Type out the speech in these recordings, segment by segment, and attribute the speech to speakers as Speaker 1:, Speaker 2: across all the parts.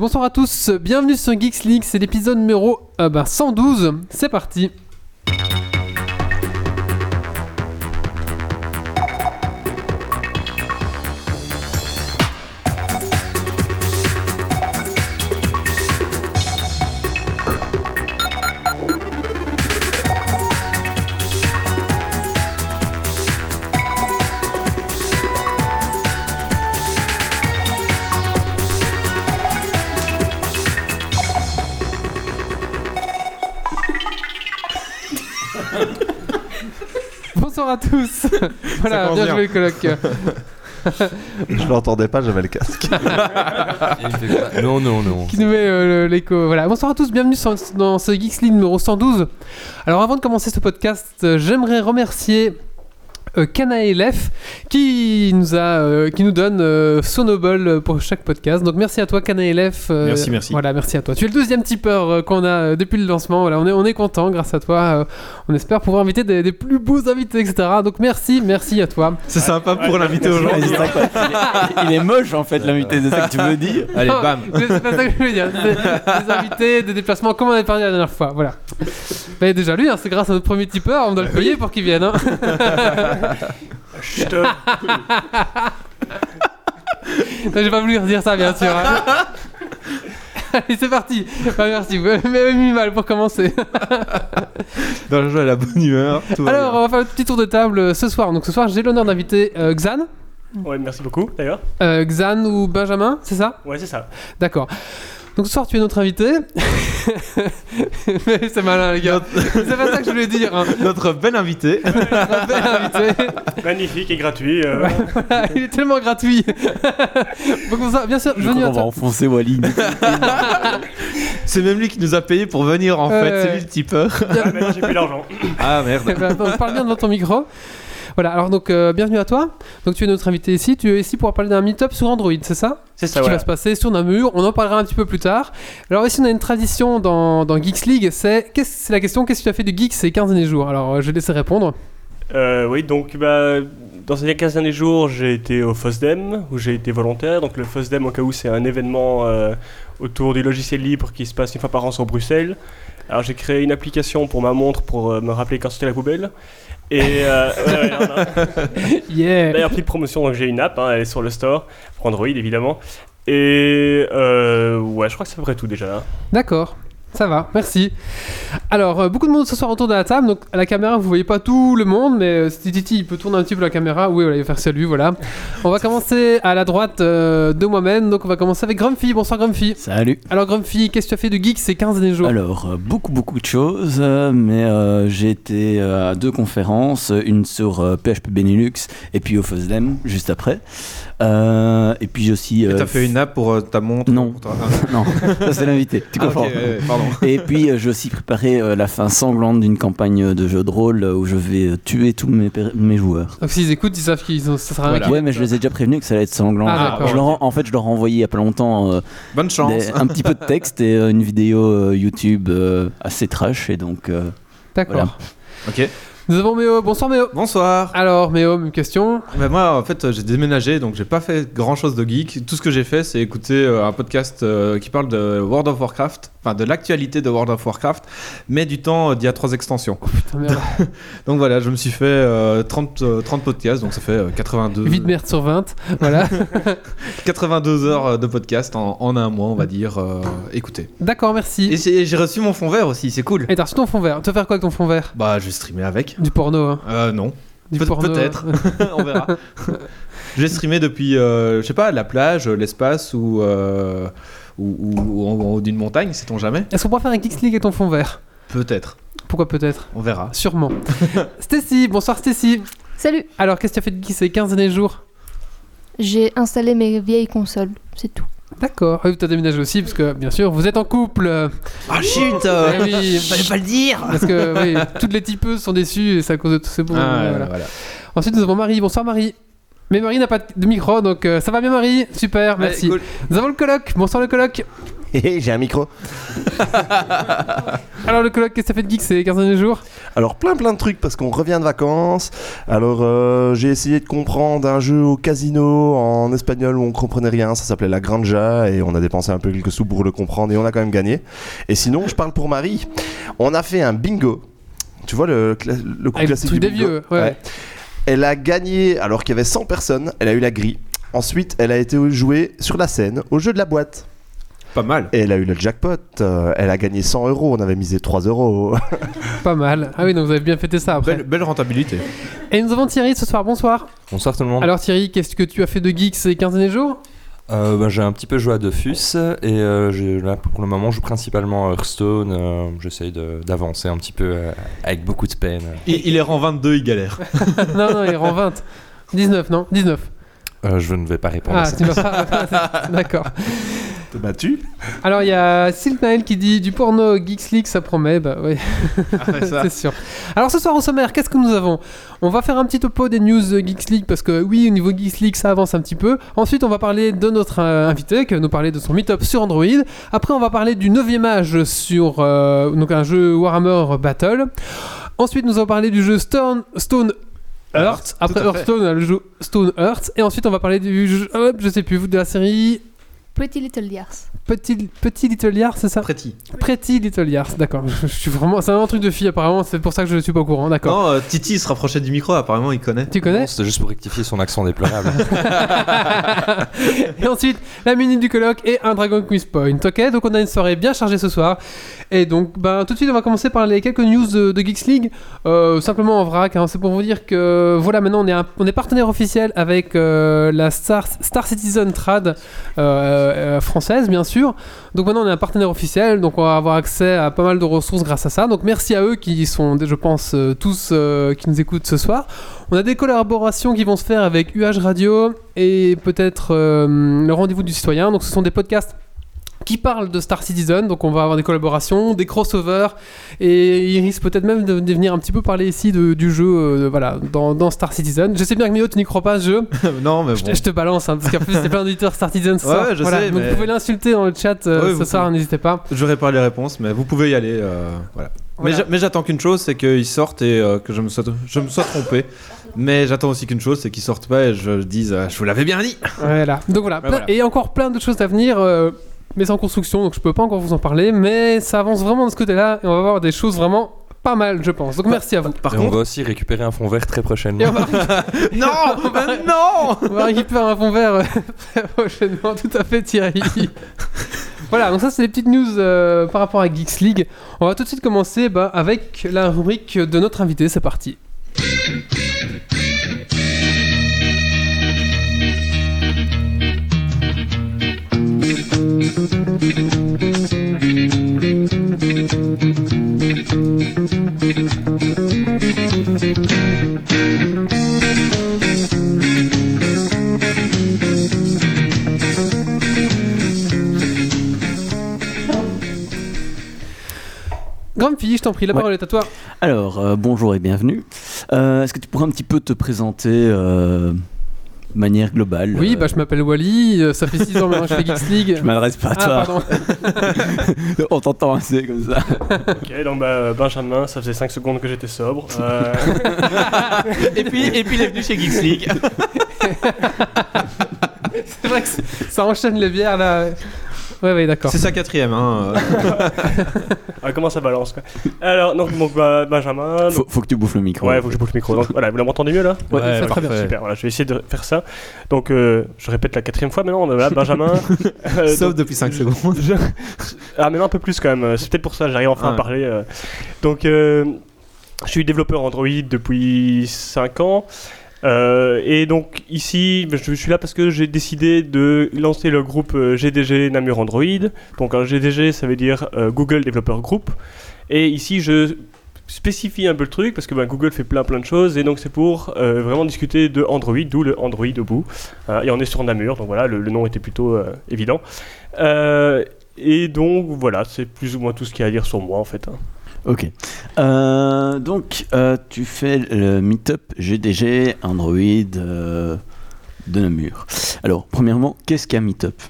Speaker 1: Bonsoir à tous, bienvenue sur Geeks League, c'est l'épisode numéro euh, ben, 112, c'est parti Bonsoir à tous Voilà,
Speaker 2: commence
Speaker 1: bien
Speaker 2: bien.
Speaker 1: joué coloc
Speaker 3: Je l'entendais pas, j'avais le casque.
Speaker 2: Non, non, non.
Speaker 1: qui nous met euh, le- l'écho. Voilà. Bonsoir à tous, bienvenue sur- dans ce Geeks League numéro 112. Alors avant de commencer ce podcast, euh, j'aimerais remercier euh, Kana Elef qui nous a euh, qui nous donne euh, son Noble pour chaque podcast. Donc merci à toi Kana Elef. euh,
Speaker 2: Merci, merci.
Speaker 1: Voilà, merci à toi. Tu es le deuxième tipeur euh, qu'on a euh, depuis le lancement. Voilà, on est on est content grâce à toi. Euh, on espère pouvoir inviter des, des plus beaux invités etc. Donc merci, merci à toi.
Speaker 2: C'est sympa pour l'inviter aujourd'hui.
Speaker 4: Il est moche en fait l'invité, c'est ça que tu me dis
Speaker 2: Allez,
Speaker 1: Ah,
Speaker 2: bam.
Speaker 1: C'est c'est pas ça que je voulais dire. Des, des invités, des déplacements, comme on avait parlé la dernière fois. Voilà. Mais déjà, lui, hein, c'est grâce à notre premier tipeur, on doit le payer pour qu'il vienne. hein. Ah. Non, J'ai pas voulu dire ça, bien sûr. hein. Allez, c'est parti. Bah, merci. Vous m'avez mis mal pour commencer.
Speaker 2: Dans le jeu à la bonne humeur. tout va
Speaker 1: Alors, on va faire le petit tour de table euh, ce soir. Donc, ce soir, j'ai l'honneur d'inviter euh, Xan.
Speaker 5: Ouais, merci beaucoup d'ailleurs.
Speaker 1: Euh, Xan ou Benjamin, c'est ça
Speaker 5: Ouais, c'est ça.
Speaker 1: D'accord. Donc ce soir, tu es notre invité. Mais c'est malin, les gars. c'est pas ça que je voulais dire. hein.
Speaker 2: bien. Notre bel invité.
Speaker 1: Notre bel invité.
Speaker 5: Magnifique et gratuit. euh,
Speaker 1: Ah, Il est tellement gratuit. Donc, bonsoir. bien sûr, bienvenue à
Speaker 4: on va
Speaker 1: toi.
Speaker 4: enfoncer Wally.
Speaker 2: C'est même lui qui nous a payé pour venir en
Speaker 1: Ouais,
Speaker 2: fait. C'est
Speaker 1: ouais.
Speaker 2: lui le tipeur.
Speaker 5: ah, maintenant, j'ai plus d'argent.
Speaker 2: Ah merde.
Speaker 1: Eh ben, parle bien devant ton micro. Voilà, alors donc euh, bienvenue à toi. Donc tu es notre invité ici. Tu es ici pour parler d'un meet-up sur Android, c'est ça
Speaker 5: C'est ça,
Speaker 1: qui
Speaker 5: Ah, voilà.
Speaker 1: va se passer sur Namur. On en parlera un petit peu plus tard. Alors ici, on a une tradition dans, dans Geeks League. C'est qu'est-ce- c'est la question qu'est-ce que tu as fait de Geeks ces 15 derniers jours Alors euh, je vais laisser répondre.
Speaker 5: Euh, oui, donc bah, dans ces 15 derniers jours, j'ai été au FOSDEM, où j'ai été volontaire. Donc le FOSDEM, au cas où, c'est un événement euh, autour du logiciel libre qui se passe une fois par an sur Bruxelles. Alors j'ai créé une application pour ma montre pour euh, me rappeler quand c'était la poubelle. Et euh, ouais, ouais, non, non.
Speaker 1: Yeah
Speaker 5: D'ailleurs, petite promotion, donc j'ai une app, hein, elle est sur le store, pour Android évidemment. Et euh, ouais, je crois que c'est à peu près tout déjà. hein.
Speaker 1: D'accord. Ça va, merci. Alors, euh, beaucoup de monde ce soir autour de la table. Donc, à la caméra, vous voyez pas tout le monde, mais euh, si Titi il peut tourner un petit peu la caméra. Oui, voilà, il va faire celui, voilà. On va commencer à la droite euh, de moi-même. Donc, on va commencer avec Grumpy. Bonsoir, Grumpy.
Speaker 4: Salut.
Speaker 1: Alors, Grumpy, qu'est-ce que tu as fait de geek ces 15 derniers jours
Speaker 4: Alors, euh, beaucoup beaucoup de choses, euh, mais euh, j'ai été euh, à deux conférences, une sur euh, PHP Benelux et puis au FOSDEM juste après. Euh, et puis j'ai aussi...
Speaker 2: Et
Speaker 4: euh,
Speaker 2: T'as fait une app pour euh, ta montre
Speaker 4: Non.
Speaker 2: pour ta- Ah,
Speaker 4: Non, ça, c'est l'invité, tu
Speaker 2: ah, ok, ouais,
Speaker 4: comprends
Speaker 2: ouais, pardon.
Speaker 4: Et puis euh, j'ai aussi préparé euh, la fin sanglante d'une campagne de jeu de rôle euh, où je vais euh, tuer tous mes, per- mes joueurs.
Speaker 1: Donc, Ah, s'ils écoutent, ils savent qu'ils ont. Ça sera un
Speaker 2: Voilà.
Speaker 4: Ouais, mais je les ai déjà prévenus que ça allait être sanglant.
Speaker 1: Ah, d'accord.
Speaker 4: Je leur en- en fait, je leur ai envoyé il y a pas longtemps euh,
Speaker 2: Bonne chance.
Speaker 4: Des- un petit peu de texte et euh, une vidéo euh, YouTube euh, assez trash et donc euh,
Speaker 1: D'accord.
Speaker 4: Voilà.
Speaker 2: Ok.
Speaker 1: Nous avons Méo. Bonsoir, Méo.
Speaker 2: Bonsoir.
Speaker 1: Alors, Méo, même question.
Speaker 2: Bah, moi, en fait, j'ai déménagé, donc j'ai pas fait grand chose de geek. Tout ce que j'ai fait, c'est écouter euh, un podcast euh, qui parle de World of Warcraft, enfin de l'actualité de World of Warcraft, mais du temps euh, d'il y a trois extensions.
Speaker 1: Putain, merde.
Speaker 2: Donc voilà, je me suis fait euh, 30, euh, 30 podcasts, donc ça fait euh, 82,
Speaker 1: Vite merde sur 20. Voilà.
Speaker 2: 82 heures euh, de podcast en, en un mois, on va dire. euh, écoutez.
Speaker 1: D'accord,
Speaker 2: Et
Speaker 1: merci.
Speaker 2: j'ai j'ai reçu mon fond vert aussi, c'est cool.
Speaker 1: Et t'as reçu ton fond vert. Tu vas faire quoi avec ton fond vert
Speaker 2: Bah, je vais streamer avec.
Speaker 1: Du porno, hein.
Speaker 2: Euh, non,
Speaker 1: Du
Speaker 2: Peut-
Speaker 1: porno, hein.
Speaker 2: peut-être. on verra. J'ai streamé depuis, euh, je sais pas, la plage, euh, l'espace ou, euh, ou, ou- ou en en haut d'une montagne, sait-on jamais
Speaker 1: Est-ce qu'on pourra faire un Geeks League et ton fond vert
Speaker 2: Peut-être,
Speaker 1: Pourquoi peut-être
Speaker 2: on verra.
Speaker 1: Sûrement. Stacy, bonsoir Stacy.
Speaker 6: Salut,
Speaker 1: Alors, qu'est-ce que tu as fait de geek ces 15 derniers jours
Speaker 6: j'ai installé mes vieilles consoles, c'est tout.
Speaker 1: D'accord. Ah Oui, t'as déménagé aussi, parce que bien sûr, vous êtes en couple.
Speaker 2: Ah chut
Speaker 1: Eh oui. Euh, Fallait pas le dire Ah, Parce que
Speaker 2: Ah,
Speaker 1: oui, toutes les typeuses sont déçues et c'est à cause de tout ce bon. voilà. Ensuite, nous avons Marie. Bonsoir Marie. Mais Marie n'a pas de micro, donc euh, ça va bien Marie Super, merci.
Speaker 2: Ouais, cool.
Speaker 1: Nous avons le colloque, bonsoir le colloque.
Speaker 7: Hé, hé, j'ai un micro.
Speaker 1: Alors le colloque, qu'est-ce que ça fait de geek ces 15 derniers jours
Speaker 7: Alors plein plein de trucs parce qu'on revient de vacances. Alors euh, j'ai essayé de comprendre un jeu au casino en espagnol où on comprenait rien. Ça s'appelait La Granja et on a dépensé un peu quelques sous pour le comprendre et on a quand même gagné. Et sinon, je parle pour Marie. On a fait un bingo. Tu vois le, cla- le
Speaker 1: Avec
Speaker 7: coup
Speaker 1: Ah, le
Speaker 7: classique
Speaker 1: truc
Speaker 7: du
Speaker 1: des
Speaker 7: bingo.
Speaker 1: vieux, ouais.
Speaker 7: Elle a gagné alors qu'il y avait 100 personnes. Elle a eu la grille. Ensuite, elle a été jouer sur la scène au jeu de la boîte.
Speaker 2: Pas mal.
Speaker 7: Et elle a eu le jackpot. Euh, elle a gagné 100 euros. On avait misé 3 euros.
Speaker 1: Pas mal. Ah oui, donc vous avez bien fêté ça après.
Speaker 2: Belle, belle rentabilité.
Speaker 1: Et nous avons Thierry ce soir, bonsoir.
Speaker 8: Bonsoir tout le monde.
Speaker 1: Alors Thierry, qu'est-ce que tu as fait de geek ces 15 derniers jours
Speaker 8: Euh, bah, j'ai un petit peu joué à Dofus et euh, j'ai- là pour le moment je joue principalement à Hearthstone. euh, J'essaye de- d'avancer un petit peu euh, avec beaucoup de peine.
Speaker 2: Il, il est rang 22, il galère.
Speaker 1: Non, non, il rend 20. 19, non 19.
Speaker 8: Euh, je ne vais pas répondre à
Speaker 1: Ah,
Speaker 8: ça.
Speaker 1: tu vas pas. D'accord.
Speaker 7: T'es
Speaker 2: Bah,
Speaker 7: battu
Speaker 1: Alors il y a Silk Nile qui dit du porno Geeks League, ça promet. Bah oui,
Speaker 2: Après Ah, ça.
Speaker 1: c'est sûr. Alors ce soir au sommaire, qu'est-ce que nous avons On va faire un petit topo des news euh, Geeks League parce que oui, au niveau Geeks League, ça avance un petit peu. Ensuite, on va parler de notre euh, invité qui va nous parler de son meet-up sur Android. Après, on va parler du 9 âge sur euh, donc un jeu Warhammer Battle. Ensuite, nous allons parler du jeu Stone, Stone Earth. Après
Speaker 2: Tout à fait.
Speaker 1: Hearthstone, on a le jeu Stone Earth. Et ensuite, on va parler du jeu, hop, je sais plus, de la série
Speaker 6: Pretty Little Liars.
Speaker 1: Petit, Petit Little Liars, c'est ça
Speaker 2: Pretty.
Speaker 1: Pretty Little Liars, d'accord. Je, je suis vraiment, c'est un truc de fille apparemment. C'est pour ça que je ne suis pas au courant, d'accord.
Speaker 2: Non, euh, Titi il se rapprochait du micro, apparemment il connaît.
Speaker 1: Tu connais
Speaker 8: Non, C'était juste pour rectifier son accent déplorable.
Speaker 1: Et ensuite, la minute du colloque et un Dragon Quiz Point. Ok, donc on a une soirée bien chargée ce soir. Et donc, ben, tout de suite, on va commencer par les quelques news de, de Geeks League. Euh, simplement en vrac, hein. c'est pour vous dire que voilà, maintenant on est, un- on est partenaire officiel avec euh, la Star, Star Citizen Trad euh, euh, française, bien sûr. Donc maintenant on est un partenaire officiel, donc on va avoir accès à pas mal de ressources grâce à ça. Donc merci à eux qui sont, je pense, euh, tous euh, qui nous écoutent ce soir. On a des collaborations qui vont se faire avec UH Radio et peut-être euh, le rendez-vous du citoyen. Donc ce sont des podcasts qui parlent de Star Citizen, donc on va avoir des collaborations, des crossovers, et il risque peut-être même de, de venir un petit peu parler ici de- du jeu, euh, voilà, dans, dans Star Citizen. Je sais bien que Mio, tu n'y crois pas ce jeu,
Speaker 2: non, mais
Speaker 1: je,
Speaker 2: Ah bon.
Speaker 1: te- je te balance, hein, parce qu'en plus, c'est plein d'auditeurs Star Citizen ce
Speaker 2: Ouais,
Speaker 1: soir.
Speaker 2: ouais, je
Speaker 1: Voilà,
Speaker 2: sais,
Speaker 1: donc
Speaker 2: mais-
Speaker 1: vous pouvez l'insulter dans le chat euh,
Speaker 2: Ouais,
Speaker 1: ce
Speaker 2: vous
Speaker 1: soir, n'hésitez pas.
Speaker 2: J'aurai pas les réponses, mais vous pouvez y aller. euh, voilà.
Speaker 1: Voilà.
Speaker 2: Mais j'a- Mais j'attends qu'une chose, c'est qu'ils sortent et euh, que je me, sois, je me sois trompé. Mais j'attends aussi qu'une chose, c'est qu'ils sortent pas et je dise, euh, je vous l'avais bien dit.
Speaker 1: Voilà. Donc voilà,
Speaker 2: Bah,
Speaker 1: plein-
Speaker 2: voilà.
Speaker 1: et encore plein de choses à venir. euh, mais c'est en construction, donc je peux pas encore vous en parler, mais ça avance vraiment de ce côté-là, et on va voir des choses vraiment pas mal, je pense. Donc merci à vous.
Speaker 2: Par
Speaker 8: Et on
Speaker 2: contre,
Speaker 8: va aussi récupérer un fond vert très
Speaker 1: Et on
Speaker 8: prochainement.
Speaker 1: va,
Speaker 2: non, mais euh, non.
Speaker 1: on va récupérer un fond vert euh, très prochainement, tout à fait Thierry. voilà, donc ça c'est les petites news euh, par rapport à Geeks League. On va tout de suite commencer bah, avec la rubrique de notre invité, c'est parti. Grande fille, je t'en prie, la
Speaker 4: Ouais.
Speaker 1: parole est à toi.
Speaker 4: Alors, euh, bonjour et bienvenue. Euh, Est-ce que tu pourrais un petit peu te présenter euh, de manière globale
Speaker 1: Oui,
Speaker 4: euh,
Speaker 1: bah je m'appelle Wally, euh, ça fait 6 ans maintenant que je fais Geeks League.
Speaker 4: je m'adresse pas à
Speaker 1: Ah,
Speaker 4: toi.
Speaker 1: pardon.
Speaker 4: On t'entend assez comme ça.
Speaker 5: Ok, donc bah, euh, Benjamin, ça faisait 5 secondes que j'étais sobre. Euh,
Speaker 2: Et puis, et puis il est venu chez Geeks League.
Speaker 1: C'est vrai que c'est- ça enchaîne les bières là. Ouais, ouais, d'accord.
Speaker 2: C'est sa quatrième. Hein. euh.
Speaker 5: ah, comment ça balance quoi Alors, donc, donc, bah, Benjamin. donc-
Speaker 4: Faut, faut que tu bouffes le micro.
Speaker 5: Ouais, faut que je bouge le micro. Donc, voilà, vous m'entendez mieux là
Speaker 1: Ouais, ça, très bien.
Speaker 2: parfait.
Speaker 5: Super, voilà, je vais essayer de faire ça. Donc, euh, je répète la quatrième fois maintenant. Voilà, Benjamin. euh, donc-
Speaker 2: Sauf depuis 5 secondes.
Speaker 5: Ah, mais non, un peu plus quand même. euh, C'est peut-être pour ça que j'arrive enfin à
Speaker 2: Ouais.
Speaker 5: parler. euh. Donc, euh, je suis développeur Android depuis 5 ans. Euh, et donc, ici, ben, je suis là parce que j'ai décidé de lancer le groupe euh, GDG Namur Android. Donc, un GDG, ça veut dire euh, Google Developer Group. Et ici, je spécifie un peu le truc parce que bah, Google fait plein plein de choses et donc c'est pour euh, vraiment discuter de Android, d'où le Android au bout. Euh, et on est sur Namur, donc voilà, le, le nom était plutôt euh, évident. Euh, et donc voilà, c'est plus ou moins tout ce qu'il y a à dire sur moi en fait. hein.
Speaker 4: Ok. Euh, donc, euh, tu fais le Meetup GDG, Android, euh, de Namur. Alors, premièrement, qu'est-ce qu'un meet-up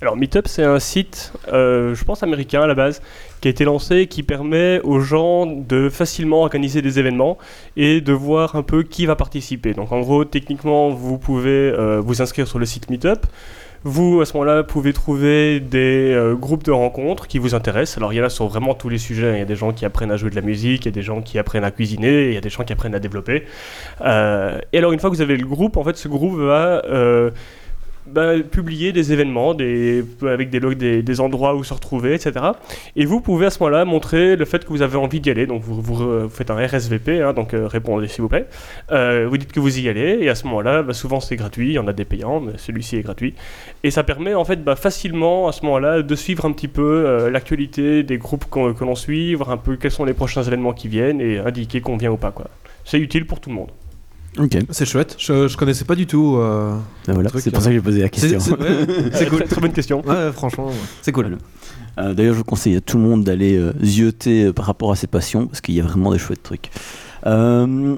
Speaker 5: Alors Meetup, c'est un site, euh, je pense américain à la base, qui a été lancé et qui permet aux gens de facilement organiser des événements et de voir un peu qui va participer. Donc en gros, techniquement, vous pouvez euh, vous inscrire sur le site Meetup. Vous, à ce moment-là, pouvez trouver des euh, groupes de rencontres qui vous intéressent. Alors, il y en a sur vraiment tous les sujets. hein. Il y a des gens qui apprennent à jouer de la musique, il y a des gens qui apprennent à cuisiner, il y a des gens qui apprennent à développer. Euh, et alors, une fois que vous avez le groupe, en fait, ce groupe va euh, bah, publier des événements des, avec des, lo- des, des endroits où se retrouver, etc. Et vous pouvez à ce moment-là montrer le fait que vous avez envie d'y aller. Donc, vous, vous, euh, vous faites un RSVP, hein, donc euh, répondez s'il vous plaît. Euh, vous dites que vous y allez, et à ce moment-là, bah, souvent c'est gratuit. Il y en a des payants, mais celui-ci est gratuit. Et ça permet en fait bah, facilement à ce moment-là de suivre un petit peu euh, l'actualité des groupes qu'on- que l'on suit, voir un peu quels sont les prochains événements qui viennent et indiquer qu'on vient ou pas. quoi. C'est utile pour tout le monde.
Speaker 4: Ok,
Speaker 2: C'est chouette, je, je connaissais pas du tout. euh,
Speaker 4: ben voilà,
Speaker 2: Truc,
Speaker 4: c'est pour
Speaker 2: euh,
Speaker 4: ça que j'ai posé la
Speaker 2: c'est-
Speaker 4: question.
Speaker 2: c'est- ouais, c'est
Speaker 5: Euh,
Speaker 2: cool.
Speaker 5: Très, très bonne question.
Speaker 2: Ouais, franchement, ouais. c'est cool.
Speaker 4: Euh, D'ailleurs, je conseille à tout le monde d'aller euh, zioter euh, par rapport à ses passions, parce qu'il y a vraiment des chouettes trucs. Euh,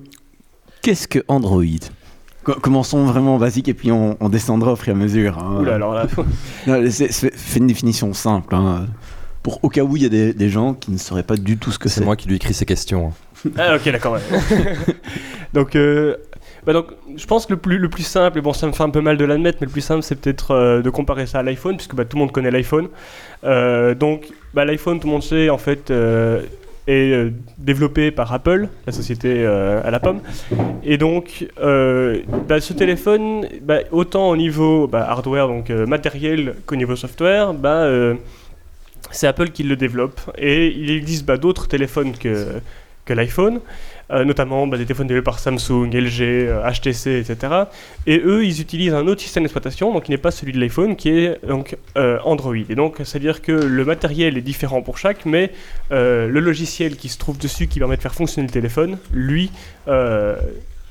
Speaker 4: Qu'est-ce que Android Co- Commençons vraiment basique et puis on, on descendra au fur et à mesure. hein.
Speaker 5: Oula, alors là,
Speaker 4: Non, c'est- c'est- Fais une définition simple. hein. Pour au cas où il y a des, des gens qui ne sauraient pas du tout ce que
Speaker 8: C'est
Speaker 4: c'est.
Speaker 8: moi qui lui écris ces questions. hein.
Speaker 5: Ah ok d'accord. ouais. donc, euh, bah donc je pense que le plus, le plus simple, et bon ça me fait un peu mal de l'admettre, mais le plus simple c'est peut-être euh, de comparer ça à l'iPhone, puisque bah, tout le monde connaît l'iPhone. Euh, donc bah, l'iPhone tout le monde sait en fait euh, est euh, développé par Apple, la société euh, à la pomme. Et donc euh, bah, ce téléphone, bah, autant au niveau bah, hardware, donc euh, matériel qu'au niveau software, bah, euh, c'est Apple qui le développe. Et il existe bah, d'autres téléphones que que l'iPhone, euh, notamment bah, des téléphones développés par Samsung, LG, euh, HTC, etc. Et eux, ils utilisent un autre système d'exploitation, donc qui n'est pas celui de l'iPhone, qui est donc euh, Android. Et donc, c'est-à-dire que le matériel est différent pour chaque, mais euh, le logiciel qui se trouve dessus, qui permet de faire fonctionner le téléphone, lui, euh,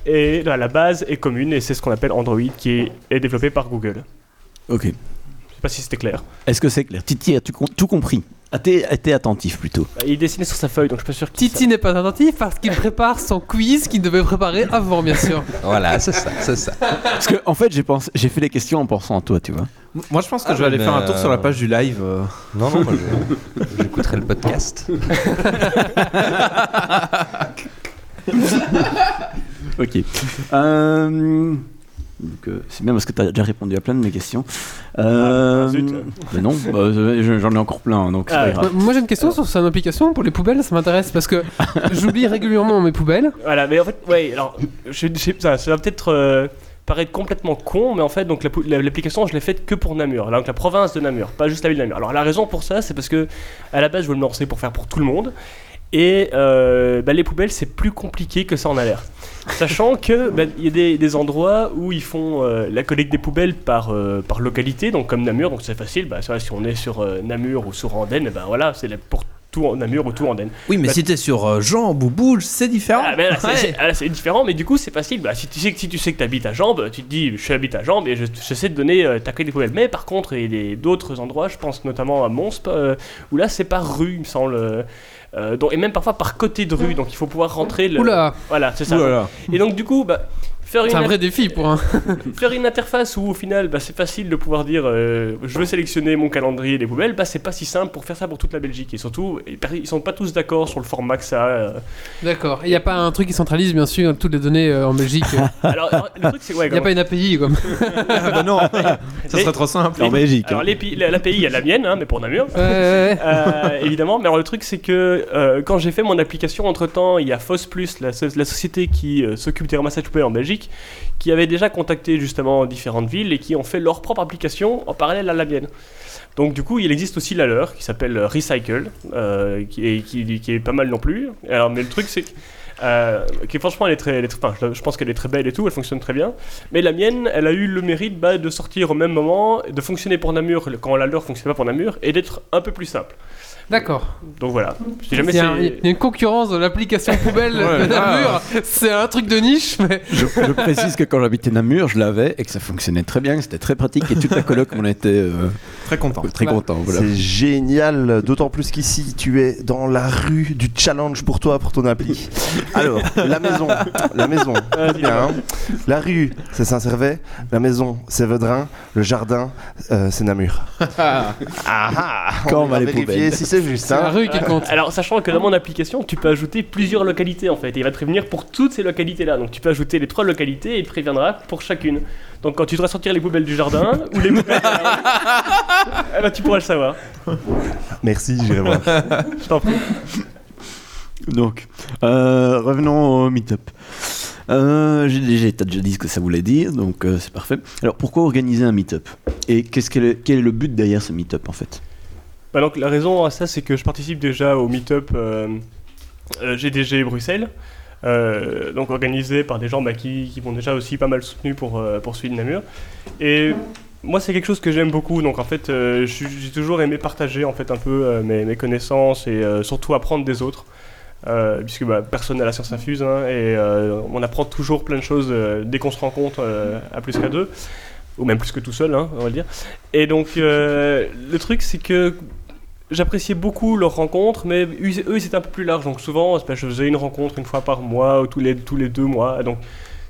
Speaker 5: est, à la base est commune, et c'est ce qu'on appelle Android, qui est, est développé par Google.
Speaker 4: Ok.
Speaker 5: Je sais pas si c'était clair.
Speaker 4: Est-ce que c'est clair Titi, as-tu com- tout compris Ah, t'es- T'es attentif plutôt.
Speaker 5: Bah, Il est dessiné sur sa feuille, donc je suis pas sûr que
Speaker 1: Titi n'est pas attentif parce qu'il prépare son quiz qu'il devait préparer avant, bien sûr.
Speaker 8: Voilà, c'est ça, c'est ça.
Speaker 4: Parce que en fait, j'ai pensé- j'ai fait les questions en pensant à toi, tu vois.
Speaker 2: Moi, je pense que
Speaker 8: Ah,
Speaker 2: je vais aller
Speaker 8: mais,
Speaker 2: faire un tour
Speaker 8: euh,
Speaker 2: sur la page du live. euh.
Speaker 8: Non, non, moi, je- j'écouterai le podcast.
Speaker 4: Ok. Euh, donc, euh, c'est bien parce que tu as déjà répondu à plein de mes questions. Euh,
Speaker 5: Ah, zut.
Speaker 4: bah non, bah, euh, je- j'en ai encore plein, donc c'est pas
Speaker 5: Ah, ouais.
Speaker 1: Moi,
Speaker 4: grave.
Speaker 1: Euh, moi, j'ai une question sur son application pour les poubelles, ça m'intéresse parce que j'oublie régulièrement mes poubelles.
Speaker 5: Voilà, mais en fait, ouais, alors, je, je- ça, ça va peut-être euh, paraître complètement con, mais en fait, donc la pou- la- l'application, je l'ai faite que pour Namur, là, donc la province de Namur, pas juste la ville de Namur. Alors, la raison pour ça, c'est parce que, à la base, je voulais me lancer pour faire pour tout le monde, et euh, bah, les poubelles, c'est plus compliqué que ça en a l'air. Sachant que bah, il y a des, des endroits où ils font euh, la collecte des poubelles par, euh, par localité, donc comme Namur, donc c'est facile. Bah, c'est vrai, si on est sur euh, Namur ou sur Andenne, bah, voilà, c'est la- pour tout en- Namur ou tout Andenne.
Speaker 2: Oui, mais
Speaker 5: Bah-
Speaker 2: si t'es sur euh, Jean Boubou, c'est différent.
Speaker 5: Ah, mais là, c'est-
Speaker 2: Ouais.
Speaker 5: c'est- là, c'est différent, mais du coup, c'est facile. Bah, si, tu sais, que- si tu sais que tu habites à Jambes, tu te dis, je habite à Jambes et je, je sais te donner euh, ta clé des poubelles. Mais par contre, il y a d'autres endroits, je pense notamment à Mons, euh, où là, c'est par rue, il me semble. Euh, donc- et même parfois par côté de rue, donc il faut pouvoir rentrer. Le...
Speaker 1: Oula,
Speaker 5: Voilà, c'est ça.
Speaker 2: Ouh là là.
Speaker 5: Et donc, du coup, bah, faire,
Speaker 1: c'est
Speaker 5: une
Speaker 1: un vrai défi pour un.
Speaker 5: faire une interface où au final, bah, c'est facile de pouvoir dire, euh, je veux sélectionner mon calendrier des poubelles, bah, c'est pas si simple pour faire ça pour toute la Belgique. Et surtout, ils sont pas tous d'accord sur le format que ça a. euh,
Speaker 1: D'accord. Il n'y a pas un truc qui centralise, bien sûr, toutes les données euh, en Belgique. Il
Speaker 5: Alors, alors, le truc, c'est ouais,
Speaker 1: n'y a pas une API comme.
Speaker 2: Ah, bah non, ça
Speaker 5: Mais- hein.
Speaker 2: serait trop simple.
Speaker 5: En
Speaker 2: Belgique. hein.
Speaker 5: Alors l'API, la- l'API, il y a la mienne, hein, mais pour Namur.
Speaker 1: Ouais, ouais, ouais.
Speaker 5: Euh, évidemment, mais alors le truc c'est que euh, quand j'ai fait mon application, entre temps, il y a Foss Plus, la, so- la société qui euh, s'occupe des ramassages poubelles en Belgique, qui avait déjà contacté justement différentes villes et qui ont fait leur propre application en parallèle à la mienne. Donc du coup, il existe aussi la leur qui s'appelle euh, Recycle, euh, qui, est, qui- qui est pas mal non plus. Alors, mais le truc c'est que euh, qui, franchement, elle est très, elle est très- enfin, je, je pense qu'elle est très belle et tout, elle fonctionne très bien. Mais la mienne, elle a eu le mérite bah, de sortir au même moment, de fonctionner pour Namur quand la leur fonctionnait pas pour Namur, et d'être un peu plus simple.
Speaker 1: D'accord.
Speaker 5: Donc voilà. Si Ah.
Speaker 1: Il
Speaker 5: jamais
Speaker 1: y,
Speaker 5: c'est.
Speaker 1: a un- il y a une concurrence dans l'application poubelle de
Speaker 2: Ouais,
Speaker 1: Namur. C'est un truc de niche, mais.
Speaker 4: Je, je précise que quand j'habitais Namur, je l'avais et que ça fonctionnait très bien, que c'était très pratique et toute la coloc, on était euh,
Speaker 2: Très content.
Speaker 4: très
Speaker 1: Bah,
Speaker 4: contents. Voilà.
Speaker 7: C'est génial, d'autant plus qu'ici tu es dans la rue du challenge pour toi, pour ton appli. Alors, la maison, la maison,
Speaker 5: Vas-y,
Speaker 7: très bien. hein. La rue, c'est Saint-Servais. La maison, c'est Vedrin. Le jardin, euh, c'est Namur. Ah ah
Speaker 4: Quand
Speaker 7: On
Speaker 4: va
Speaker 7: va
Speaker 4: les
Speaker 7: vérifier
Speaker 4: poubelles
Speaker 7: si c'est juste.
Speaker 1: C'est la
Speaker 7: hein.
Speaker 1: rue qui compte.
Speaker 5: Alors, sachant que dans mon application, tu peux ajouter plusieurs localités en fait, et il va te prévenir pour toutes ces localités-là. Donc, tu peux ajouter les trois localités et il te préviendra pour chacune. Donc, quand tu devras sortir les poubelles du jardin ou les poubelles, de la rue, eh ben, tu pourras le savoir.
Speaker 7: Merci, j'irai voir.
Speaker 5: Je t'en prie.
Speaker 4: Donc, euh, revenons au meet-up. Euh, J'ai déjà t'as déjà dit ce que ça voulait dire, donc euh, c'est parfait. Alors, pourquoi organiser un meet-up Et qu'est-ce que le- quel est le but derrière ce meet-up en fait
Speaker 5: Bah donc la raison à ça, c'est que je participe déjà au meet-up euh, euh, GDG Bruxelles, euh, donc organisé par des gens bah, qui, qui m'ont déjà aussi pas mal soutenu pour, euh, pour celui de Namur. Et moi, c'est quelque chose que j'aime beaucoup. Donc en fait, euh, je suis- j'ai toujours aimé partager en fait un peu euh, mes, mes connaissances et euh, surtout apprendre des autres. euh, puisque bah, personne n'a la science infuse hein, et euh, on apprend toujours plein de choses euh, dès qu'on se rencontre euh, à plus qu'à deux ou même plus que tout seul hein, on va le dire et donc euh, le truc c'est que J'appréciais beaucoup leurs rencontres, mais eux, eux, c'était un peu plus large. Donc souvent, c'est pas- je faisais une rencontre une fois par mois ou tous les, tous les deux mois. Donc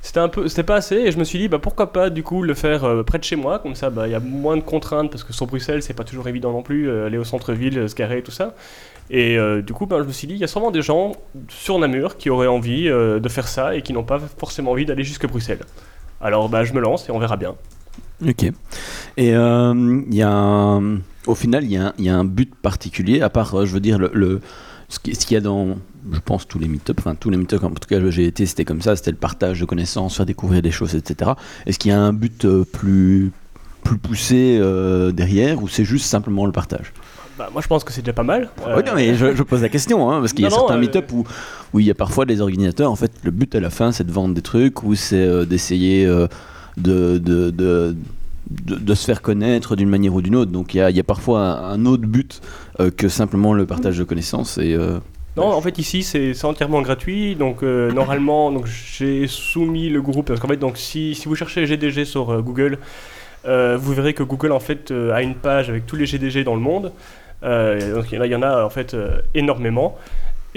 Speaker 5: c'était un peu, c'était pas assez. Et je me suis dit, bah pourquoi pas du coup le faire euh, près de chez moi, comme ça, bah il y a moins de contraintes parce que sur Bruxelles, c'est pas toujours évident non plus euh, aller au centre-ville, euh, se garer et tout ça. Et euh, du coup, bah, je me suis dit, il y a sûrement des gens sur Namur qui auraient envie euh, de faire ça et qui n'ont pas forcément envie d'aller jusque Bruxelles. Alors bah je me lance et on verra bien.
Speaker 4: Ok. Et euh, il y a un- au final, il y, a un- il y a un but particulier, à part, euh, je veux dire, le, le- ce qui- ce qu'il y a dans, je pense, tous les meet-ups, enfin tous les meet-ups, en tout cas, j'ai été, c'était comme ça, c'était le partage de connaissances, faire découvrir des choses, etc. Est-ce qu'il y a un but euh, plus, plus poussé euh, derrière ou c'est juste simplement le partage
Speaker 5: Bah moi je pense que c'est déjà pas mal.
Speaker 4: Ah Oui, non, mais je, je pose la question, hein, parce qu'il y a
Speaker 5: Euh, Non, non,
Speaker 4: certains
Speaker 5: euh,
Speaker 4: meet-ups où, où il y a parfois des organisateurs, en fait, le but à la fin, c'est de vendre des trucs, ou c'est euh, d'essayer euh, de, de, de, de- de se faire connaître d'une manière ou d'une autre. Donc il y a, il y a parfois un, un autre but euh, que simplement le partage de connaissances. Et, euh,
Speaker 5: Non, en fait ici c'est c'est entièrement gratuit, donc euh, normalement donc j'ai soumis le groupe parce qu'en fait donc si, si vous cherchez GDG sur euh, Google, euh, vous verrez que Google en fait euh, a une page avec tous les GDG dans le monde. Euh, et donc il y en a- il y en a en fait euh, énormément.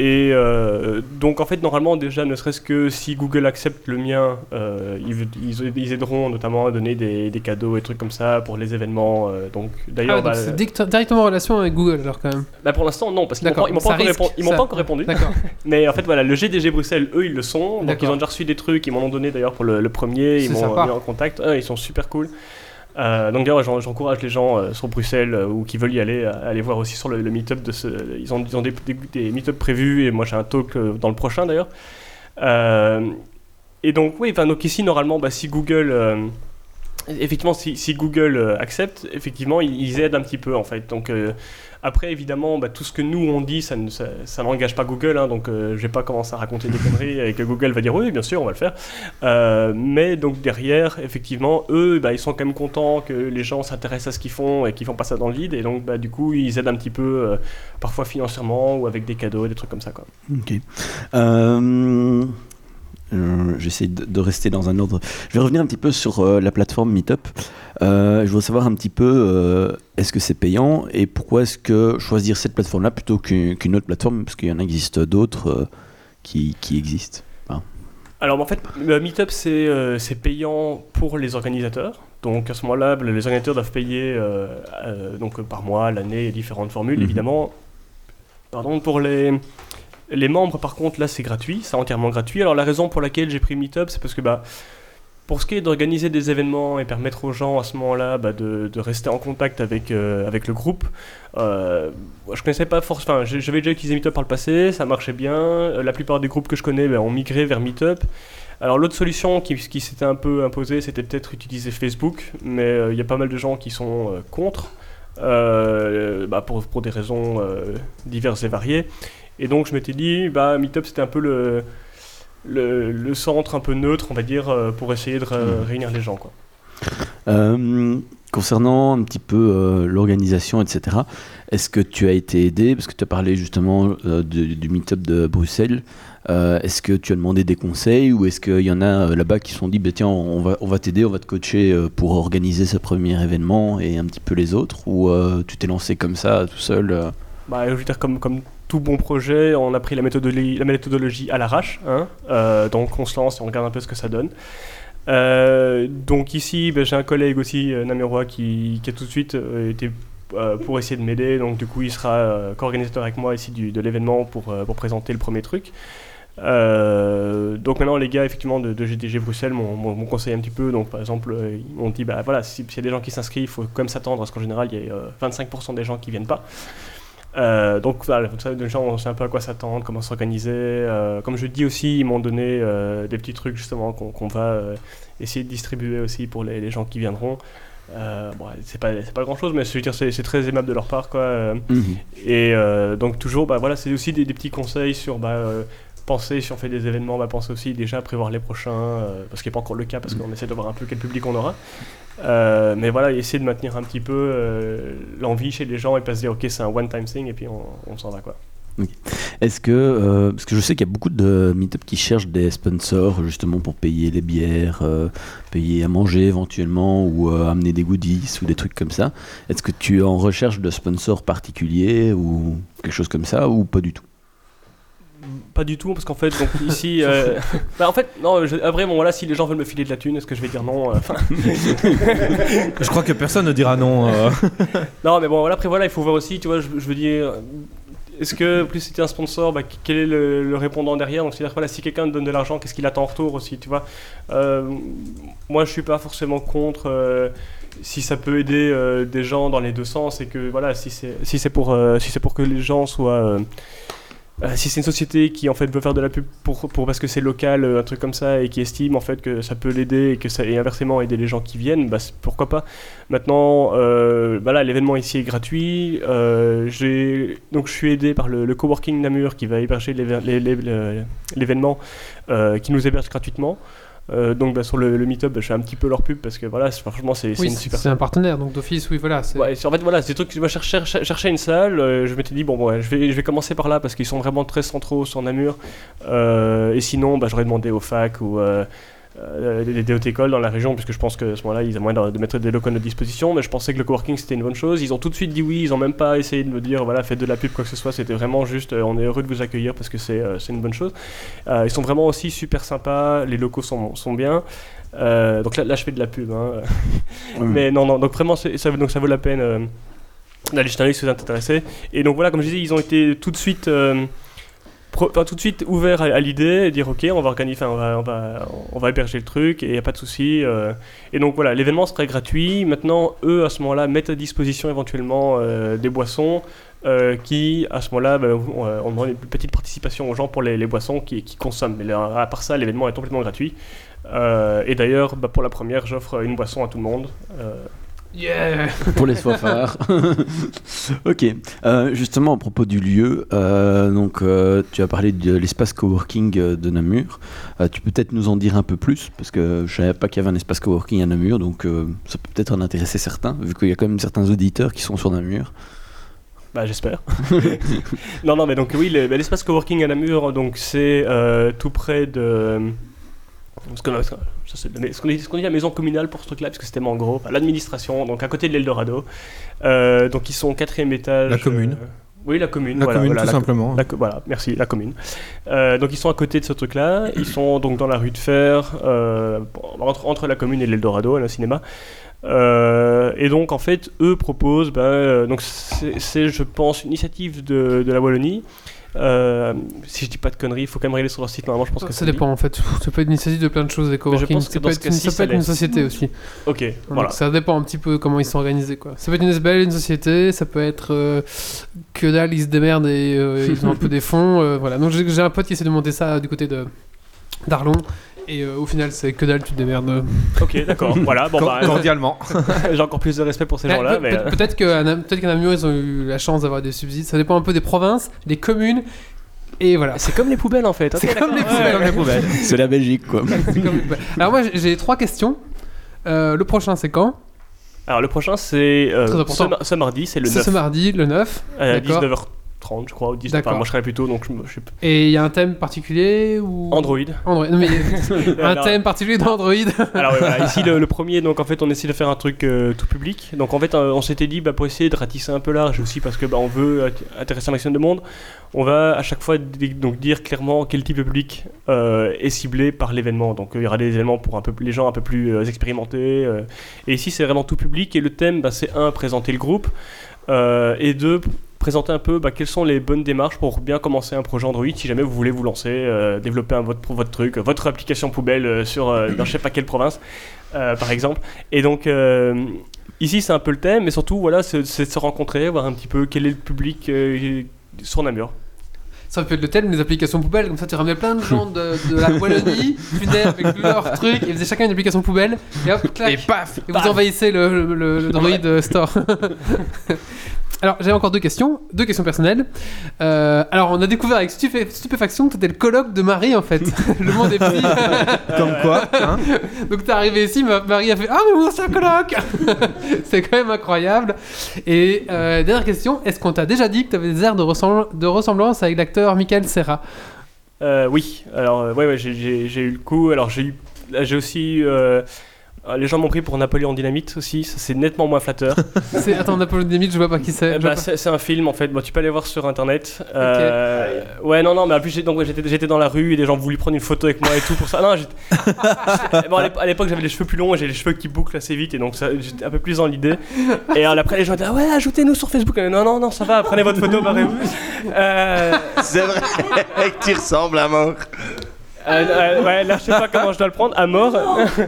Speaker 5: Et euh, donc en fait normalement déjà ne serait-ce que si Google accepte le mien, euh, ils, ils- ils aideront notamment à donner des, des cadeaux et trucs comme ça pour les événements. euh, donc
Speaker 1: Ah,
Speaker 5: d'ailleurs
Speaker 1: donc
Speaker 5: bah,
Speaker 1: c'est direct- directement en relation avec Google, alors quand même.
Speaker 5: bah, pour l'instant non parce qu'ils m'ont
Speaker 1: D'accord,
Speaker 5: pas- ils m'ont pas,
Speaker 1: ça
Speaker 5: encore
Speaker 1: risque,
Speaker 5: répon- ils m'ont
Speaker 1: ça.
Speaker 5: pas encore répondu.
Speaker 1: D'accord.
Speaker 5: Mais en fait, voilà, le GDG Bruxelles, eux, ils le sont. Donc,
Speaker 1: D'accord.
Speaker 5: ils ont déjà reçu des trucs. Ils m'en ont donné d'ailleurs pour le, le premier.
Speaker 1: C'est
Speaker 5: Ils m'ont
Speaker 1: sympa.
Speaker 5: euh, mis en contact. Ah, ils sont super cool. Euh, donc, d'ailleurs, j'en- j'encourage les gens euh, sur Bruxelles euh, ou qui veulent y aller à à aller voir aussi sur le, le meet-up. De ce, ils ont, ils ont des, des, des meet-up prévus. Et moi, j'ai un talk euh, dans le prochain d'ailleurs. Euh, et donc, oui, enfin, donc ici, normalement, bah, si Google. euh, Effectivement, si, si Google euh, accepte, effectivement, ils, ils aident un petit peu en fait. Donc, euh, après, évidemment, bah, tout ce que nous on dit, ça, ne- ça, ça n'engage pas Google, hein, donc euh, je vais pas commencer à raconter des conneries et que Google va dire oui, bien sûr, on va le faire. Euh, mais donc derrière, effectivement, eux, bah, ils sont quand même contents que les gens s'intéressent à ce qu'ils font et qu'ils font pas ça dans le vide, et donc bah, du coup, ils aident un petit peu, euh, parfois financièrement ou avec des cadeaux, des trucs comme ça. Quoi.
Speaker 4: Ok. Euh, euh, J'essaie de, de rester dans un ordre. Je vais revenir un petit peu sur euh, la plateforme Meetup. Euh, je voudrais savoir un petit peu, euh, est-ce que c'est payant et pourquoi est-ce que choisir cette plateforme-là plutôt qu'une qu'une autre plateforme Parce qu'il y en existe d'autres euh, qui, qui existent.
Speaker 5: Alors en fait, le Meetup c'est euh, c'est payant pour les organisateurs. Donc à ce moment-là, ben, les organisateurs doivent payer euh, euh, donc par mois, l'année, et différentes formules
Speaker 4: Mhm.
Speaker 5: évidemment. Pardon pour les les membres par contre là c'est gratuit, c'est entièrement gratuit. Alors la raison pour laquelle j'ai pris Meetup c'est parce que bah pour ce qui est d'organiser des événements et permettre aux gens à ce moment-là bah, de, de rester en contact avec, euh, avec le groupe, euh, moi, je connaissais pas forcément. Enfin, j'ai- j'avais déjà utilisé Meetup par le passé, ça marchait bien. Euh, La plupart des groupes que je connais bah, ont migré vers Meetup. Alors l'autre solution qui, qui s'était un peu imposée, c'était peut-être utiliser Facebook, mais euh, il y a pas mal de gens qui sont euh, contre, euh, bah, pour, pour des raisons euh, diverses et variées. Et donc je m'étais dit, bah, Meetup c'était un peu le, le, le centre un peu neutre, on va dire, euh, pour essayer de euh, réunir les gens. Quoi.
Speaker 4: Euh, concernant un petit peu euh, l'organisation, etc., est-ce que tu as été aidé Parce que tu as parlé justement euh, du, du meet-up de Bruxelles. Euh, est-ce que tu as demandé des conseils ou est-ce qu'il y en a euh, là-bas qui se sont dit bah, tiens, on va, on va t'aider, on va te coacher euh, pour organiser ce premier événement et un petit peu les autres Ou euh, tu t'es lancé comme ça tout seul euh
Speaker 5: Bah, je veux dire, comme, comme tout bon projet, on a pris la méthodologie, la méthodologie à l'arrache. hein. Euh, donc on se lance et on regarde un peu ce que ça donne. Euh, donc ici, ben, j'ai un collègue aussi, euh, Namurois, qui, qui a tout de suite euh, été euh, pour essayer de m'aider. Donc du coup, il sera euh, co-organisateur avec moi ici du- de l'événement pour, euh, pour présenter le premier truc. Euh, donc maintenant les gars effectivement de, de GDG Bruxelles m'ont m'ont- m'ont conseillé un petit peu donc par exemple euh, ils m'ont dit bah voilà si- s'il y a des gens qui s'inscrivent il faut quand même s'attendre à ce qu'en général il y ait euh, 25% des gens qui viennent pas euh, donc voilà, comme ça, déjà, on sait un peu à quoi s'attendre, comment s'organiser. Euh, comme je dis aussi, ils m'ont donné euh, des petits trucs justement qu'on qu'on va euh, essayer de distribuer aussi pour les, les gens qui viendront. Euh, bon, c'est pas, c'est pas grand chose, mais je veux dire, c'est c'est très aimable de leur part. Quoi. Euh, et euh, donc toujours, bah, voilà, c'est aussi des, des petits conseils sur bah, euh, penser, si on fait des événements, bah, penser aussi déjà à prévoir les prochains, euh, parce qu'il n'est pas encore le cas, parce qu'on essaie de voir un peu quel public on aura. Euh, mais voilà, essayer de maintenir un petit peu euh, l'envie chez les gens et pas se dire ok c'est un one-time thing et puis on, on s'en va quoi.
Speaker 4: Est-ce que, euh, parce que je sais qu'il y a beaucoup de meet-up qui cherchent des sponsors justement pour payer les bières, euh, payer à manger éventuellement ou euh, amener des goodies ou des trucs comme ça. Est-ce que tu es en recherche de sponsors particuliers ou quelque chose comme ça ou pas du tout
Speaker 5: Pas du tout parce qu'en fait donc ici, euh, bah, en fait non, je, ah, vraiment voilà si les gens veulent me filer de la thune est-ce que je vais dire non euh, enfin,
Speaker 2: Je crois que personne ne dira non. euh.
Speaker 5: Non, mais bon, voilà, après, voilà, il faut voir aussi, tu vois, je, je veux dire, est-ce que plus c'était un sponsor, bah, quel est le, le répondant derrière Donc, c'est-à-dire, voilà, si quelqu'un te donne de l'argent, qu'est-ce qu'il attend en retour aussi, tu vois Euh, Moi, je suis pas forcément contre euh, si ça peut aider euh, des gens dans les deux sens et que, voilà, si c'est si c'est pour, euh, si c'est pour que les gens soient. euh, euh, si c'est une société qui en fait veut faire de la pub pour, pour parce que c'est local, euh, un truc comme ça, et qui estime en fait que ça peut l'aider et que ça et inversement aider les gens qui viennent, bah, c'est- pourquoi pas. Maintenant, euh, bah là, l'événement ici est gratuit. Euh, j'ai- donc, je suis aidé par le, le coworking Namur qui va héberger l'éve- l'é- l'é- l'é- l'événement, euh, qui nous héberge gratuitement. Euh, donc, bah, sur le, le meet-up, bah, je fais un petit peu leur pub parce que voilà, c'est- franchement, c'est c'est
Speaker 1: Oui,
Speaker 5: une
Speaker 1: c'est
Speaker 5: super
Speaker 1: c'est un partenaire, donc d'office, oui, voilà. c'est-
Speaker 5: Ouais, c'est- en fait, voilà, c'est des trucs que je cherchais, cherchais une salle. euh, je m'étais dit, bon, ouais, je, vais, je vais commencer par là parce qu'ils sont vraiment très centraux sur Namur. Euh, et sinon, bah, j'aurais demandé aux facs ou euh, euh, des, des hautes écoles dans la région, puisque je pense que à ce moment-là, ils avaient moyen de, de mettre des locaux à notre disposition. Mais je pensais que le coworking c'était une bonne chose. Ils ont tout de suite dit oui, ils ont même pas essayé de me dire, voilà, faites de la pub, quoi que ce soit. C'était vraiment juste, euh, on est heureux de vous accueillir parce que c'est euh, c'est une bonne chose. Euh, ils sont vraiment aussi super sympas, les locaux sont, sont bien. Euh, donc là, là, je fais de la pub. hein. Mais non, non, donc vraiment, c'est- ça, donc ça vaut la peine euh, d'aller jeter un œil si vous êtes intéressé. Et donc voilà, comme je disais, ils ont été tout de suite. euh, pro- enfin, tout de suite ouverts à, à l'idée et dire ok on va organiser enfin, on va on va on va héberger le truc et il n'y a pas de souci euh. et donc voilà l'événement serait gratuit maintenant eux à ce moment-là mettent à disposition éventuellement euh, des boissons euh, qui à ce moment-là bah, on, euh, on demande une petite participation aux gens pour les, les boissons qui, qui consomment mais là, à part ça l'événement est complètement gratuit Euh, et d'ailleurs bah, pour la première j'offre une boisson à tout le monde Euh,
Speaker 1: Yeah
Speaker 4: pour les soifards. ok. Euh, justement, à propos du lieu, euh, donc euh, tu as parlé de l'espace coworking euh, de Namur. Euh, tu peux peut-être nous en dire un peu plus parce que je savais pas qu'il y avait un espace coworking à Namur, donc euh, ça peut peut-être en intéresser certains vu qu'il y a quand même certains auditeurs qui sont sur Namur.
Speaker 5: Bah j'espère. non non mais donc oui le- bah, l'espace coworking à Namur donc c'est euh, tout près de euh, ce qu'on ça, c'est la- ce qu'on dit, ce qu'on dit la maison communale pour ce truc-là parce que c'est tellement gros Enfin, l'administration donc à côté de l'Eldorado Euh, donc ils sont au quatrième étage.
Speaker 2: La commune.
Speaker 5: euh, oui la commune.
Speaker 2: La
Speaker 5: voilà,
Speaker 2: commune,
Speaker 5: voilà,
Speaker 2: tout
Speaker 5: la-
Speaker 2: simplement.
Speaker 5: la co- voilà, merci, la commune. Euh, donc ils sont à côté de ce truc-là, ils sont donc dans la rue de fer, euh, entre, entre la commune et l'Eldorado, et le cinéma. Euh, et donc en fait, eux proposent, ben, euh, donc c'est, c'est, je pense, une initiative de, de la Wallonie. Euh, si je dis pas de conneries, il faut quand même regarder sur leur site, normalement je pense que
Speaker 1: ça
Speaker 5: c'est-
Speaker 1: dépend en fait. Pff, Ça peut être une initiative de plein de choses, les coworking.
Speaker 5: pense que
Speaker 1: ça
Speaker 5: dans
Speaker 1: peut
Speaker 5: ce
Speaker 1: être, une-
Speaker 5: cas-ci,
Speaker 1: ça
Speaker 5: ça
Speaker 1: peut être une
Speaker 5: laisse.
Speaker 1: société aussi.
Speaker 5: Ok, voilà.
Speaker 1: Donc, ça dépend un petit peu comment ils sont organisés quoi. Ça peut être une SBL, une société, ça peut être euh, que dalle, ils se démerdent et euh, ils ont un peu des fonds. euh, voilà. Donc j'ai j'ai un pote qui essaie de monter ça euh, du côté de d'Arlon et euh, au final c'est que dalle, tu te démerdes. euh,
Speaker 5: Ok, d'accord. voilà, bon,
Speaker 2: Cor-
Speaker 5: bah,
Speaker 2: cordialement.
Speaker 5: j'ai encore plus de respect pour ces
Speaker 1: Ah,
Speaker 5: gens-là.
Speaker 1: peut-
Speaker 5: mais,
Speaker 1: peut-
Speaker 5: euh,
Speaker 1: Peut-être qu'à Nam- peut-être qu'à Namur ils ont eu la chance d'avoir des subsides. Ça dépend un peu des provinces, des communes et voilà.
Speaker 5: euh, C'est comme les poubelles en fait. hein.
Speaker 1: C'est comme les poubelles.
Speaker 4: C'est la Belgique, quoi.
Speaker 1: C'est comme- bah, Alors moi j'ai- j'ai trois questions. Euh, le prochain c'est quand
Speaker 5: Alors le prochain c'est euh,
Speaker 1: Très
Speaker 5: ce,
Speaker 1: important.
Speaker 5: ma- ce mardi, c'est le
Speaker 1: C'est
Speaker 5: 9
Speaker 1: ce mardi, le 9.
Speaker 5: à
Speaker 1: D'accord.
Speaker 5: 19h30 30, je crois, ou 10.
Speaker 1: D'accord.
Speaker 5: Enfin, moi, je serais plutôt, donc je, me- je sais pas.
Speaker 1: Et il y a un thème particulier ou
Speaker 5: Android.
Speaker 1: Android. Non, mais un
Speaker 5: Alors-
Speaker 1: thème particulier d'Android.
Speaker 5: Alors ouais, voilà, ici le, le premier, donc en fait on essaie de faire un truc euh, tout public. Donc en fait euh, on s'était dit bah, pour essayer de ratisser un peu large aussi parce que bah, on veut at- intéresser un maximum de monde, on va à chaque fois di- donc dire clairement quel type de public euh, est ciblé par l'événement. Donc euh, il y aura des événements pour un peu plus- les gens un peu plus euh, expérimentés. euh. Et ici c'est vraiment tout public et le thème bah, c'est un présenter le groupe euh, et deux p- présenter un peu bah, quelles sont les bonnes démarches pour bien commencer un projet Android si jamais vous voulez vous lancer, euh, développer un, votre, votre truc, votre application poubelle euh, sur euh, dans je sais pas quelle province, euh, par exemple. Et donc euh, ici c'est un peu le thème, mais surtout voilà c'est c'est de se rencontrer, voir un petit peu quel est le public euh, sur Namur.
Speaker 1: Ça peut être le thème des applications poubelles, comme ça tu ramenais plein de gens de, de la Wallonie, tu venais avec leur truc, ils faisaient chacun une application poubelle, et hop, clac,
Speaker 2: Et paf
Speaker 1: et vous envahissez le, le- le- le Android euh, Store. alors, j'ai encore deux questions, deux questions personnelles. Euh, alors, on a découvert avec stupé- stupéfaction que t'étais le colloque de Marie, en fait. le monde est petit.
Speaker 2: Comme quoi hein
Speaker 1: Donc t'es arrivé ici, ma- Marie a fait Ah mais bon c'est un coloc C'est quand même incroyable. Et euh, dernière question, est-ce qu'on t'a déjà dit que t'avais des airs de, ressembl- de ressemblance avec l'acteur Michael Serra
Speaker 5: Euh, oui, alors euh, ouais, ouais, j'ai- j'ai j'ai eu le coup. Alors j'ai eu, là, j'ai aussi. euh, euh, les gens m'ont pris pour Napoléon Dynamite aussi, ça, c'est nettement moins flatteur.
Speaker 1: C'est- Attends, Napoléon Dynamite, je vois pas qui c'est.
Speaker 5: Eh
Speaker 1: je vois
Speaker 5: bah,
Speaker 1: pas.
Speaker 5: c'est c'est un film en fait, bon, tu peux aller voir sur internet. Euh, Ouais, non, non, mais en plus j'ai- donc, ouais, j'étais j'étais dans la rue et des gens voulaient prendre une photo avec moi et tout pour ça. Non, j'étais- bon, à l'ép- à l'époque j'avais les cheveux plus longs et j'ai les cheveux qui bouclent assez vite et donc ça, j'étais un peu plus dans l'idée. Et alors, après les gens étaient ah ouais, ajoutez-nous sur Facebook. Euh, Non, non, non, ça va, prenez votre photo, barrez-vous. Euh,
Speaker 7: C'est vrai que tu ressembles à mort.
Speaker 5: Euh, euh, ouais, là, je sais pas comment je dois le prendre. À mort.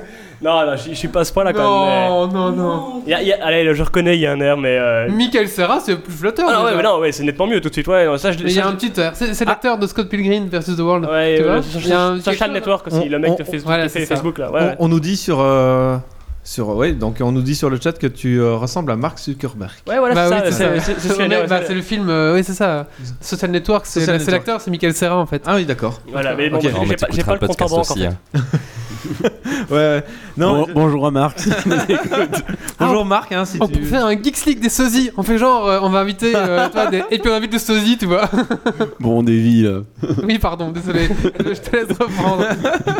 Speaker 5: non, non, je je suis pas à ce point-là quand même.
Speaker 1: Non, non, non.
Speaker 5: mais- Y a- y a- allez, je reconnais, il y a un air, mais. euh,
Speaker 1: Michael Serra, c'est plus flotteur.
Speaker 5: Ah non, ouais,
Speaker 1: déjà.
Speaker 5: mais non, ouais, c'est nettement mieux tout de suite. Ouais, non, ça, je Ah.
Speaker 1: Mais il y a
Speaker 5: ça,
Speaker 1: un petit air. C'est c'est l'acteur de Scott Pilgrim versus The World.
Speaker 5: Ouais,
Speaker 1: tu
Speaker 5: euh,
Speaker 1: vois
Speaker 5: sur-
Speaker 1: Il y a un-
Speaker 5: sur Social
Speaker 1: quelque-
Speaker 5: Network aussi,
Speaker 2: On-
Speaker 5: le mec
Speaker 2: on-
Speaker 5: de Facebook,
Speaker 1: voilà,
Speaker 5: qui
Speaker 1: c'est
Speaker 5: fait
Speaker 1: ça.
Speaker 5: Facebook là. Ouais, ouais.
Speaker 2: on, on nous dit sur. euh, Sur, ouais, donc on nous dit sur le chat que tu euh, ressembles à Mark Zuckerberg.
Speaker 5: Ouais, Ah, voilà,
Speaker 1: Bah
Speaker 5: c'est
Speaker 1: oui,
Speaker 5: ça, c'est-
Speaker 1: c'est
Speaker 5: c'est- c'est ce
Speaker 1: ça.
Speaker 5: qu'il y a
Speaker 1: Ouais,
Speaker 5: dit,
Speaker 1: bah,
Speaker 5: ouais,
Speaker 1: C'est le film, euh, oui, c'est ça. Social Network, c'est
Speaker 2: Social
Speaker 1: c'est
Speaker 2: Network.
Speaker 1: l'acteur, c'est Michael Serra en fait.
Speaker 2: Ah oui, d'accord.
Speaker 5: Voilà, mais bon,
Speaker 2: Ok.
Speaker 5: j'ai-
Speaker 8: Non, mais
Speaker 5: j'ai pas- j'ai
Speaker 8: t'écouteras
Speaker 5: pas le compte en
Speaker 8: podcast
Speaker 5: banque en
Speaker 8: aussi.
Speaker 5: fait.
Speaker 8: hein.
Speaker 2: Ouais, ouais. Non,
Speaker 4: Bon- bonjour à Marc.
Speaker 2: bonjour Marc. Hein, si
Speaker 1: On
Speaker 2: tu-
Speaker 1: peut faire un Geeks League des sosies. On fait genre, euh, on va inviter, euh, toi, des... et puis on invite le sosie, tu vois.
Speaker 4: bon, on dévie. euh. là.
Speaker 1: oui, pardon, désolé. Je te laisse reprendre.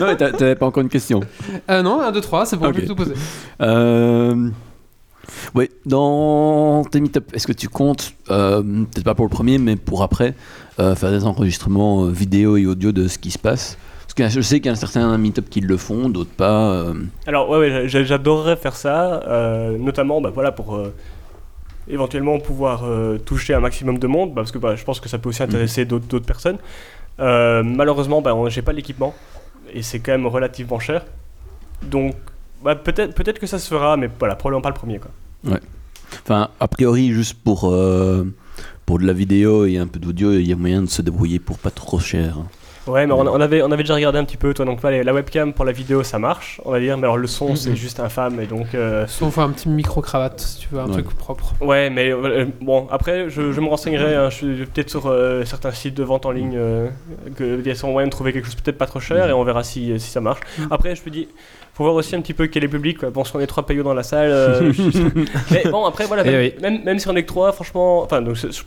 Speaker 4: Non, mais t'a- t'avais pas encore une question.
Speaker 1: Euh, non, 1, 2, 3, c'est bon,
Speaker 4: Ok.
Speaker 1: je vais tout poser.
Speaker 4: Euh... Ouais, dans tes meet est-ce que tu comptes, euh, peut-être pas pour le premier, mais pour après, euh, faire des enregistrements euh, vidéo et audio de ce qui se passe Parce que je sais qu'il y a certains meet qui le font, d'autres pas. euh,
Speaker 5: Alors ouais, ouais, j'a- j'adorerais faire ça, euh, notamment bah, voilà, pour euh, éventuellement pouvoir euh, toucher un maximum de monde, bah, parce que bah, je pense que ça peut aussi intéresser d'autres d'autres personnes. Euh, malheureusement, bah, on- j'ai pas l'équipement, et c'est quand même relativement cher. Donc bah, peut-être peut que ça se fera, mais voilà, probablement pas le premier. Quoi.
Speaker 4: Enfin, a priori, juste pour, euh, pour de la vidéo et un peu d'audio, il y a moyen de se débrouiller pour pas trop cher.
Speaker 5: Ouais, mais on, on avait, on avait déjà regardé un petit peu, toi, donc allez, la webcam pour la vidéo, ça marche, on va dire, mais alors le son, c'est juste infâme, et donc... euh,
Speaker 1: Soit on fait un petit micro-cravate, si tu veux, un
Speaker 4: Ouais.
Speaker 1: truc propre.
Speaker 5: Ouais, mais euh, bon, après, je, je me renseignerai. hein, je suis peut-être sur euh, certains sites de vente en ligne euh, que via moyen de trouver quelque chose peut-être pas trop cher
Speaker 2: Mhm.
Speaker 5: et on verra si, si ça marche.
Speaker 1: Mhm.
Speaker 5: Après, je me dis, faut voir aussi un petit peu quel est le public. Quoi. Bon, si on est trois paillots dans la salle. euh, je- mais bon, après, voilà,
Speaker 2: Eh
Speaker 5: même,
Speaker 2: oui.
Speaker 5: même, même si on est que trois, franchement. Enfin, donc. c'est- c'est-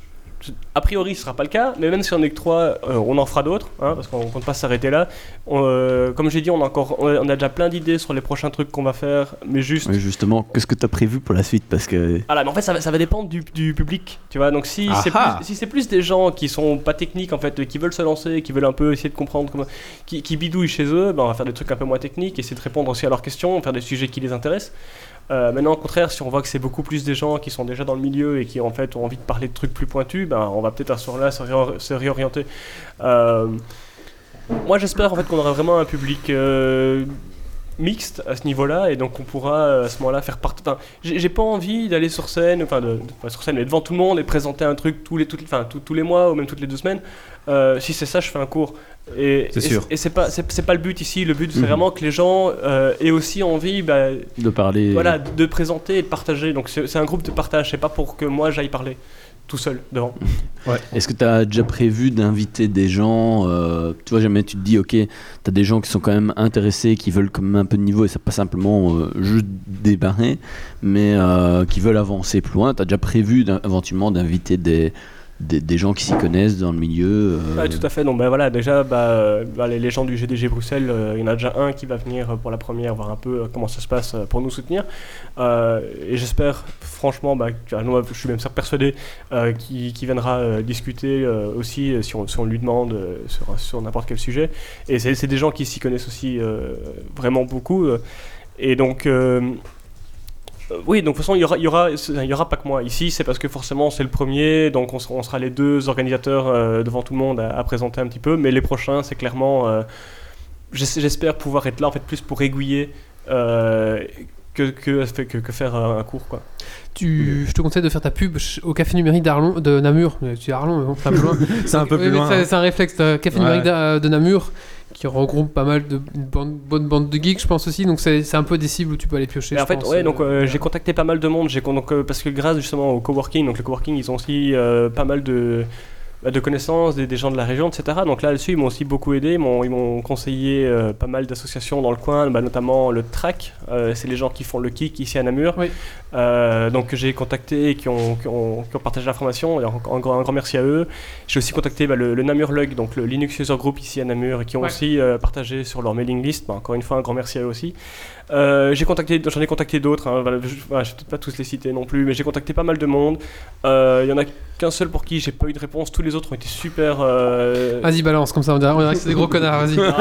Speaker 5: a priori, ce sera pas le cas, mais même si on est que trois, euh, on en fera d'autres, hein, parce qu'on compte pas s'arrêter là. On, euh, comme j'ai dit, on a encore, on a, on a déjà plein d'idées sur les prochains trucs qu'on va faire, mais juste
Speaker 4: Ouais, justement, qu'est-ce que tu as prévu pour la suite Parce que.
Speaker 5: ah là, mais en fait, ça va, ça va dépendre du, du public, tu vois. Donc, si
Speaker 2: Ah
Speaker 5: c'est
Speaker 2: ah.
Speaker 5: plus, si c'est plus des gens qui sont pas techniques, en fait, qui veulent se lancer, qui veulent un peu essayer de comprendre, comment, qui, qui bidouillent chez eux, ben, on va faire des trucs un peu moins techniques, essayer de répondre aussi à leurs questions, faire des sujets qui les intéressent. Euh, maintenant, au contraire, si on voit que c'est beaucoup plus des gens qui sont déjà dans le milieu et qui, en fait, ont envie de parler de trucs plus pointus, ben, on va peut-être à ce moment-là se, réor- se réorienter. Euh, moi, j'espère, en fait, qu'on aura vraiment un public... euh, mixte à ce niveau-là et donc on pourra euh, à ce moment-là faire partie enfin, j'ai j'ai pas envie d'aller sur scène enfin de, de- pas sur scène mais devant tout le monde et présenter un truc tous les toutes, enfin, tous- tous les mois ou même toutes les deux semaines Euh, si c'est ça je fais un cours et
Speaker 2: C'est
Speaker 5: et
Speaker 2: sûr.
Speaker 5: et c'est pas c'est c'est pas le but ici le but c'est
Speaker 4: Mhm.
Speaker 5: vraiment que les gens euh, aient aussi envie bah,
Speaker 4: de parler.
Speaker 5: voilà de, de présenter et de partager donc c'est c'est un groupe de partage c'est pas pour que moi j'aille parler tout seul devant
Speaker 4: Est-ce que tu as déjà prévu d'inviter des gens euh, Tu vois, jamais tu te dis, ok, tu as des gens qui sont quand même intéressés, qui veulent quand même un peu de niveau, et ça pas simplement euh, juste débarrer, mais euh, qui veulent avancer plus loin. Tu as déjà prévu d'in- éventuellement d'inviter des, des, des gens qui s'y connaissent dans le milieu. euh,
Speaker 5: Ouais, tout à fait. Non, bah, voilà, déjà, bah, euh, bah, les, les gens du GDG Bruxelles, euh, il y en a déjà un qui va venir euh, pour la première, voir un peu euh, comment ça se passe euh, pour nous soutenir. Euh, et j'espère, franchement, bah, que- ah, non, je suis même sûr persuadé euh, qu'il qu'il viendra euh, discuter euh, aussi euh, si on, si on lui demande euh, sur, sur n'importe quel sujet. Et c'est c'est des gens qui s'y connaissent aussi euh, vraiment beaucoup. euh. et donc. euh, euh, oui, donc de toute façon, il y aura, il y aura, il y aura pas que moi ici. C'est parce que forcément, c'est le premier, donc on sera, on sera les deux organisateurs euh, devant tout le monde à, à présenter un petit peu. Mais les prochains, c'est clairement, euh, j'ess- j'espère pouvoir être là en fait plus pour aiguiller euh, que, que, que, que faire euh, un cours quoi.
Speaker 1: Tu, je te conseille de faire ta pub ch- au café numérique d'Arlon, de Namur. Euh, Tu dis Arlon, mais bon, c'est un peu loin.
Speaker 2: C'est un peu
Speaker 1: Oui,
Speaker 2: plus
Speaker 1: mais
Speaker 2: loin.
Speaker 1: c'est-
Speaker 2: hein.
Speaker 1: C'est un réflexe. t'as un café
Speaker 2: Ouais.
Speaker 1: numérique d'A- de Namur qui regroupe pas mal de une bande- bonnes bandes de geeks, je pense aussi. Donc c'est c'est un peu des cibles où tu peux aller piocher.
Speaker 5: Mais en
Speaker 1: je
Speaker 5: fait,
Speaker 1: pense.
Speaker 5: ouais, donc euh,
Speaker 1: Euh,
Speaker 5: j'ai contacté pas mal de monde, j'ai con- donc, euh, parce que grâce justement au coworking, donc le coworking, ils ont aussi euh, pas mal de bah, de connaissances des, des gens de la région, etc. Donc là, dessus ils m'ont aussi beaucoup aidé, ils m'ont- ils m'ont conseillé euh, pas mal d'associations dans le coin, bah, notamment le TRAC, euh, c'est les gens qui font le kick ici à Namur.
Speaker 1: Oui.
Speaker 5: Euh, donc que j'ai contacté et qui ont, qui ont, qui ont partagé l'information, et en- en grand- un, grand merci à eux. J'ai aussi contacté bah, le, le Namur Lug, donc le Linux User Group ici à Namur, et qui ont
Speaker 1: Ouais.
Speaker 5: aussi euh, partagé sur leur mailing list. Bah, encore une fois, un grand merci à eux aussi. Euh, j'ai contacté, j'en ai contacté d'autres. hein, voilà, je, voilà, je vais peut-être pas tous les citer non plus, mais j'ai contacté pas mal de monde. Euh, Il y en a qu'un seul pour qui j'ai pas eu de réponse. Tous les autres ont été super. euh,
Speaker 1: Vas-y, balance comme ça, on dirait, on dirait que c'est des gros connards, vas-y.
Speaker 5: non, non,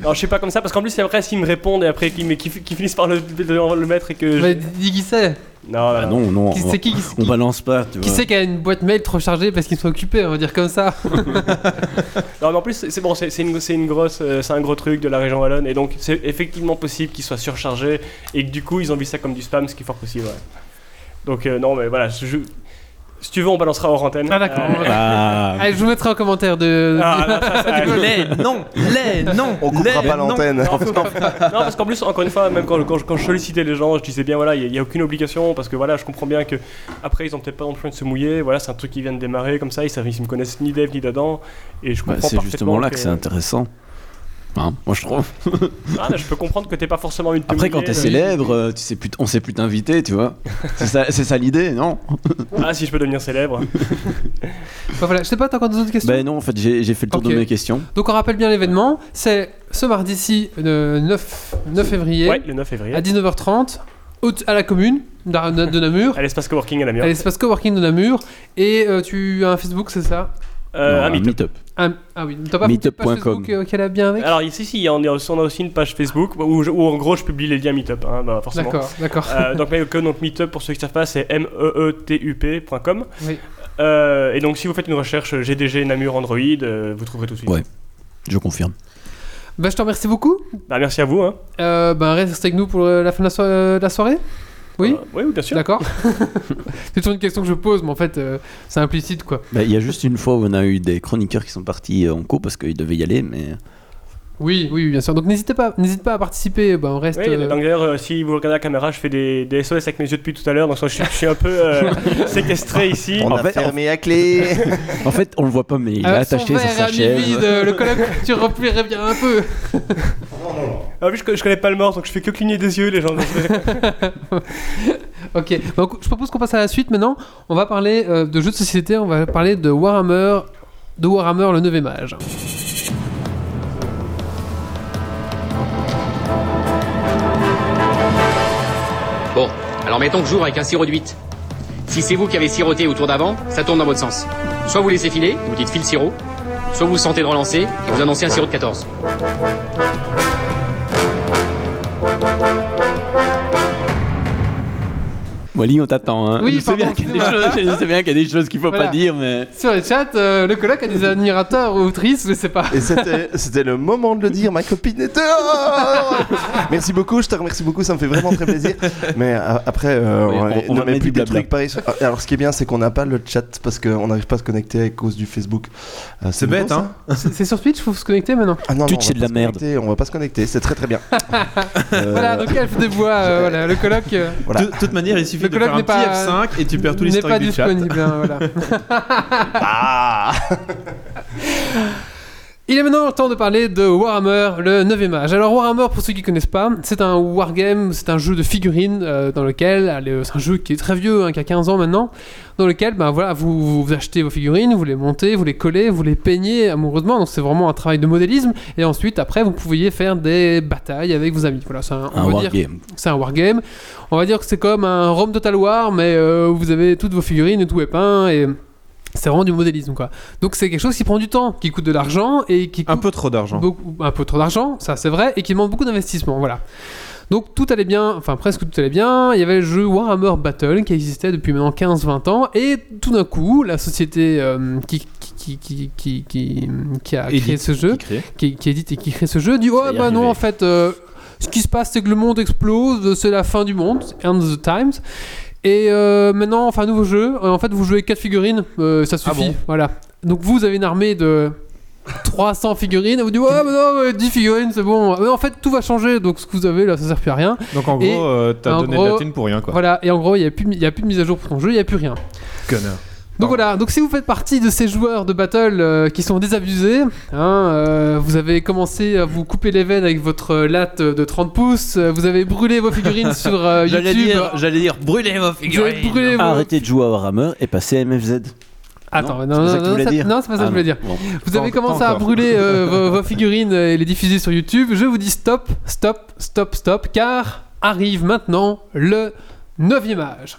Speaker 5: je- non, je suis pas comme ça parce qu'en plus, après, s'ils me répondent et après qu'ils me- qu'ils- qu'ils finissent par le, le- le mettre et que. je-
Speaker 1: Mais dis qui c'est
Speaker 5: Non,
Speaker 4: ah
Speaker 5: non, non.
Speaker 4: non, non,
Speaker 1: Qui
Speaker 4: on,
Speaker 1: c'est qui qui-
Speaker 4: on
Speaker 1: qui-
Speaker 4: balance pas. Tu
Speaker 1: Qui
Speaker 4: vois.
Speaker 1: c'est qui a une boîte mail trop chargée parce qu'ils sont occupés, on va dire comme ça
Speaker 5: Non, mais en plus, c'est c'est bon, c'est c'est une, c'est une grosse, euh, c'est un gros truc de la région wallonne et donc c'est effectivement possible qu'ils soient surchargés et que du coup, ils ont vu ça comme du spam, ce qui est fort possible. ouais. Donc euh, non, mais voilà, je- je- si tu veux, on balancera hors antenne.
Speaker 1: Ah, d'accord.
Speaker 5: Euh,
Speaker 4: Ah,
Speaker 1: Allez, je vous mettrai en commentaire de.
Speaker 5: Ah, non, ça, ça,
Speaker 2: Les non, les non.
Speaker 7: On coupera
Speaker 2: les
Speaker 7: pas
Speaker 2: non.
Speaker 7: l'antenne.
Speaker 5: Non, parce qu'en- non, parce qu'en plus, encore une fois, même quand, quand je- quand je sollicitais les gens, je disais bien, voilà, il n'y a, aucune obligation, parce que voilà, je comprends bien que après, ils ont peut-être pas besoin de se mouiller, voilà, c'est un truc qui vient de démarrer comme ça, ils savent, ils me connaissent ni Dave ni d'Adam, et je
Speaker 4: bah,
Speaker 5: comprends
Speaker 4: c'est
Speaker 5: parfaitement
Speaker 4: justement là
Speaker 5: que-
Speaker 4: que c'est intéressant. Hein, moi je trouve.
Speaker 5: Ah, mais je peux comprendre que t'es pas forcément une
Speaker 4: Après quand t'es célèbre, euh, tu sais plus t- on sait plus t'inviter, tu vois. C'est ça, c'est ça l'idée, non
Speaker 5: Ah, si je peux devenir célèbre.
Speaker 1: Enfin, voilà, je sais pas, t'as encore d'autres questions
Speaker 4: Ben non, en fait j'ai j'ai fait le tour
Speaker 1: Ok.
Speaker 4: de mes questions.
Speaker 1: Donc on rappelle bien l'événement, c'est ce mardi-ci, le 9, 9 février,
Speaker 5: Ouais, le 9 février.
Speaker 1: à 19h30, au- à la commune d'Ar- de Namur,
Speaker 5: À l'espace coworking à la
Speaker 1: à
Speaker 5: mienne.
Speaker 1: l'espace coworking de Namur, et euh, tu as un Facebook, c'est ça
Speaker 5: Euh,
Speaker 4: Non,
Speaker 5: à
Speaker 4: un
Speaker 5: Meetup.
Speaker 4: meet-up.
Speaker 1: ah, ah oui, t'as pas fait
Speaker 4: Meetup.com.
Speaker 1: page Facebook euh, qu'elle a bien avec
Speaker 5: Alors, ici, si, on, est aussi- on a aussi une page Facebook où, je- où, en gros je publie les liens Meetup, hein, bah, forcément.
Speaker 1: D'accord, d'accord.
Speaker 5: Euh, donc, mais, que- donc Meetup, pour ceux qui ne savent pas, c'est E meetup.com.
Speaker 1: Oui.
Speaker 5: Euh, et donc, si vous faites une recherche euh, GDG Namur Android, euh, vous trouverez tout de suite.
Speaker 4: Ouais. Je confirme.
Speaker 1: Bah, je te remercie beaucoup.
Speaker 5: Bah, merci à vous. hein.
Speaker 1: Euh, bah, reste avec nous pour euh, la fin de la, so- euh, de la soirée. Oui
Speaker 5: Euh, oui, oui, bien sûr.
Speaker 1: D'accord. c'est toujours une question que je pose, mais en fait, euh, c'est implicite, quoi.
Speaker 4: Ben, Il y a juste une fois où on a eu des chroniqueurs qui sont partis euh, en co parce qu'ils devaient y aller, mais euh,
Speaker 1: Oui, oui, bien sûr. Donc n'hésitez pas, n'hésite pas à participer. Bah, on reste.
Speaker 5: Oui,
Speaker 1: euh,
Speaker 5: donc d'ailleurs, euh, si vous regardez la caméra, je fais des, des SOS avec mes yeux depuis tout à l'heure, donc je suis, je suis un peu euh, séquestré ici.
Speaker 7: On
Speaker 4: En
Speaker 7: a
Speaker 4: fait,
Speaker 7: fermé à clé.
Speaker 4: en fait on le voit pas, mais il est
Speaker 1: avec Ah, son
Speaker 4: attaché sur
Speaker 1: verre
Speaker 4: sa
Speaker 1: à mi-vide,
Speaker 4: chaise.
Speaker 1: euh, le colloque, tu replierais bien un peu.
Speaker 5: Ah, En plus, je, co- je connais pas le mort, donc je fais que cligner des yeux, les gens.
Speaker 1: Ok, donc je propose qu'on passe à la suite maintenant. On va parler euh, de jeux de société, on va parler de Warhammer, de Warhammer le 9 mage.
Speaker 9: Bon, alors mettons que j'ouvre avec un sirop de 8. Si c'est vous qui avez siroté au tour d'avant, ça tourne dans votre sens. Soit vous laissez filer, vous dites file sirop, soit vous vous sentez de relancer et vous annoncez un sirop de 14.
Speaker 4: Wally, on t'attend. Hein.
Speaker 1: Oui,
Speaker 4: je sais
Speaker 1: pardon,
Speaker 4: bien qu'il y a des choses- je sais bien qu'il y a des choses qu'il faut
Speaker 1: Voilà.
Speaker 4: pas dire, mais
Speaker 1: Sur le chat, euh, le colloque a des admirateurs ou autrices, je sais pas.
Speaker 7: Et c'était c'était le moment de le dire, ma copine est dehors Merci beaucoup, je te remercie beaucoup, ça me fait vraiment très plaisir. Mais euh, après, euh,
Speaker 4: Oui, on- on
Speaker 7: ne
Speaker 4: va
Speaker 7: mets
Speaker 4: mettre
Speaker 7: plus
Speaker 4: du
Speaker 7: des
Speaker 4: blabla.
Speaker 7: trucs pareils. sur- Ah, Alors ce qui est bien, c'est qu'on n'a pas le chat parce qu'on n'arrive pas à se connecter à cause du Facebook. Euh,
Speaker 2: C'est
Speaker 7: nouveau,
Speaker 2: bête,
Speaker 7: ça
Speaker 2: hein.
Speaker 1: C'est c'est sur Twitch, faut se connecter maintenant.
Speaker 7: Ah, non, non,
Speaker 4: Twitch,
Speaker 7: on va
Speaker 4: c'est de
Speaker 7: pas
Speaker 4: la
Speaker 7: se
Speaker 4: merde.
Speaker 7: connecter, On va pas se connecter, c'est très très bien. Euh,
Speaker 1: Voilà, donc Elf des Bois, euh, voilà, le colloque euh,
Speaker 7: Voilà.
Speaker 2: De toute manière, il suffit
Speaker 1: Le
Speaker 2: de
Speaker 1: colloque
Speaker 2: faire un
Speaker 1: n'est
Speaker 2: petit
Speaker 1: pas-
Speaker 2: F5 et tu perds tout
Speaker 1: n'est pas
Speaker 2: l'historique du chat.
Speaker 4: euh,
Speaker 1: disponible. hein, voilà.
Speaker 7: Ah
Speaker 1: Il est maintenant temps de parler de Warhammer, le 9e âge. Alors Warhammer, pour ceux qui ne connaissent pas, c'est un wargame, c'est un jeu de figurines euh, dans lequel, allez, c'est un jeu qui est très vieux, hein, qui a 15 ans maintenant, dans lequel ben, voilà, vous, vous- vous achetez vos figurines, vous les montez, vous les collez, vous les peignez amoureusement, donc c'est vraiment un travail de modélisme, et ensuite après vous pouviez faire des batailles avec vos amis. Voilà, c'est un, on
Speaker 4: Un
Speaker 1: va dire-
Speaker 4: wargame.
Speaker 1: c'est un wargame. On va dire que c'est comme un Rome Total War, mais euh, vous avez toutes vos figurines et tout est peint et c'est vraiment du modélisme quoi. Donc c'est quelque chose qui prend du temps, qui coûte de l'argent et qui
Speaker 2: Un
Speaker 1: coûte
Speaker 2: peu trop d'argent.
Speaker 1: beaucoup- un peu trop d'argent, ça c'est vrai, et qui demande beaucoup d'investissement. Voilà. Donc tout allait bien, enfin presque tout allait bien. Il y avait le jeu Warhammer Battle qui existait depuis maintenant 15-20 ans, et tout d'un coup, la société euh, qui, qui, qui, qui, qui, qui a créé
Speaker 2: Édite,
Speaker 1: ce jeu
Speaker 2: qui crée.
Speaker 1: qui, qui édite et qui crée ce jeu dit oh
Speaker 4: va y
Speaker 1: bah non
Speaker 4: arriver.
Speaker 1: en fait euh, ce qui se passe c'est que le monde explose c'est la fin du monde end of the times et euh, maintenant enfin nouveau jeu Euh, en fait vous jouez 4 figurines euh, ça suffit
Speaker 2: Ah bon
Speaker 1: voilà donc vous avez une armée de 300 figurines et vous dites ouais mais non mais 10 figurines c'est bon mais en fait tout va changer donc ce que vous avez là ça sert plus à rien
Speaker 2: Donc en
Speaker 1: Et-
Speaker 2: gros, euh, t'as
Speaker 1: en
Speaker 2: donné de
Speaker 1: gros-
Speaker 2: la thune pour rien quoi.
Speaker 1: voilà et en gros il n'y a, plus de- il y a plus de mise à jour pour ton jeu il n'y a plus rien
Speaker 2: Connard.
Speaker 1: donc
Speaker 2: Pardon.
Speaker 1: voilà, donc si vous faites partie de ces joueurs de battle euh, qui sont désabusés, hein, euh, vous avez commencé à vous couper les veines avec votre euh, latte de 30 pouces, euh, vous avez brûlé vos figurines sur euh, YouTube,
Speaker 2: j'allais dire, brûlez vos
Speaker 1: vous avez brûlé vos...
Speaker 4: Arrêtez de jouer à Warhammer et passez à MFZ.
Speaker 1: Attends, non,
Speaker 4: C'est
Speaker 1: non,
Speaker 4: ça que
Speaker 1: non,
Speaker 4: tu voulais
Speaker 1: ça-
Speaker 4: dire Ah
Speaker 1: non, c'est pas ça que je voulais dire.
Speaker 4: Bon.
Speaker 1: Vous
Speaker 2: Pas
Speaker 1: avez
Speaker 2: encore-
Speaker 1: commencé
Speaker 2: pas
Speaker 1: à
Speaker 2: encore.
Speaker 1: brûler euh, vos, vos figurines euh, et les diffuser sur YouTube. Je vous dis stop, stop, stop, stop, car arrive maintenant le 9e âge.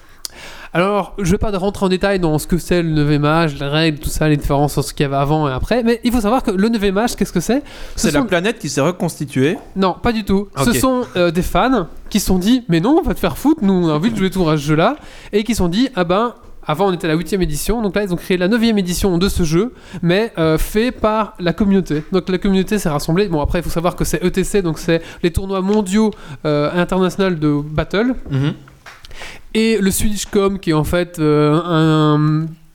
Speaker 1: Alors, je vais pas rentrer en détail dans ce que c'est le 9e âge, les règles, tout ça, les différences entre ce qu'il y avait avant et après, mais il faut savoir que le 9e âge, qu'est-ce que c'est Ce
Speaker 2: C'est la
Speaker 1: sont-
Speaker 2: planète qui s'est reconstituée.
Speaker 1: Non, pas du tout.
Speaker 2: Ok.
Speaker 1: Ce sont euh, des fans qui se sont dit Mais non, on va te faire foutre, nous on a envie de jouer tout à ce jeu-là. Et qui se sont dit Ah ben, avant on était à la 8ème édition, donc là ils ont créé la 9ème édition de ce jeu, mais euh, fait par la communauté. Donc la communauté s'est rassemblée. Bon, après il faut savoir que c'est ETC, donc c'est les tournois mondiaux euh, internationaux de Battle.
Speaker 2: Mhm.
Speaker 1: Et le Switchcom qui est en fait euh, un,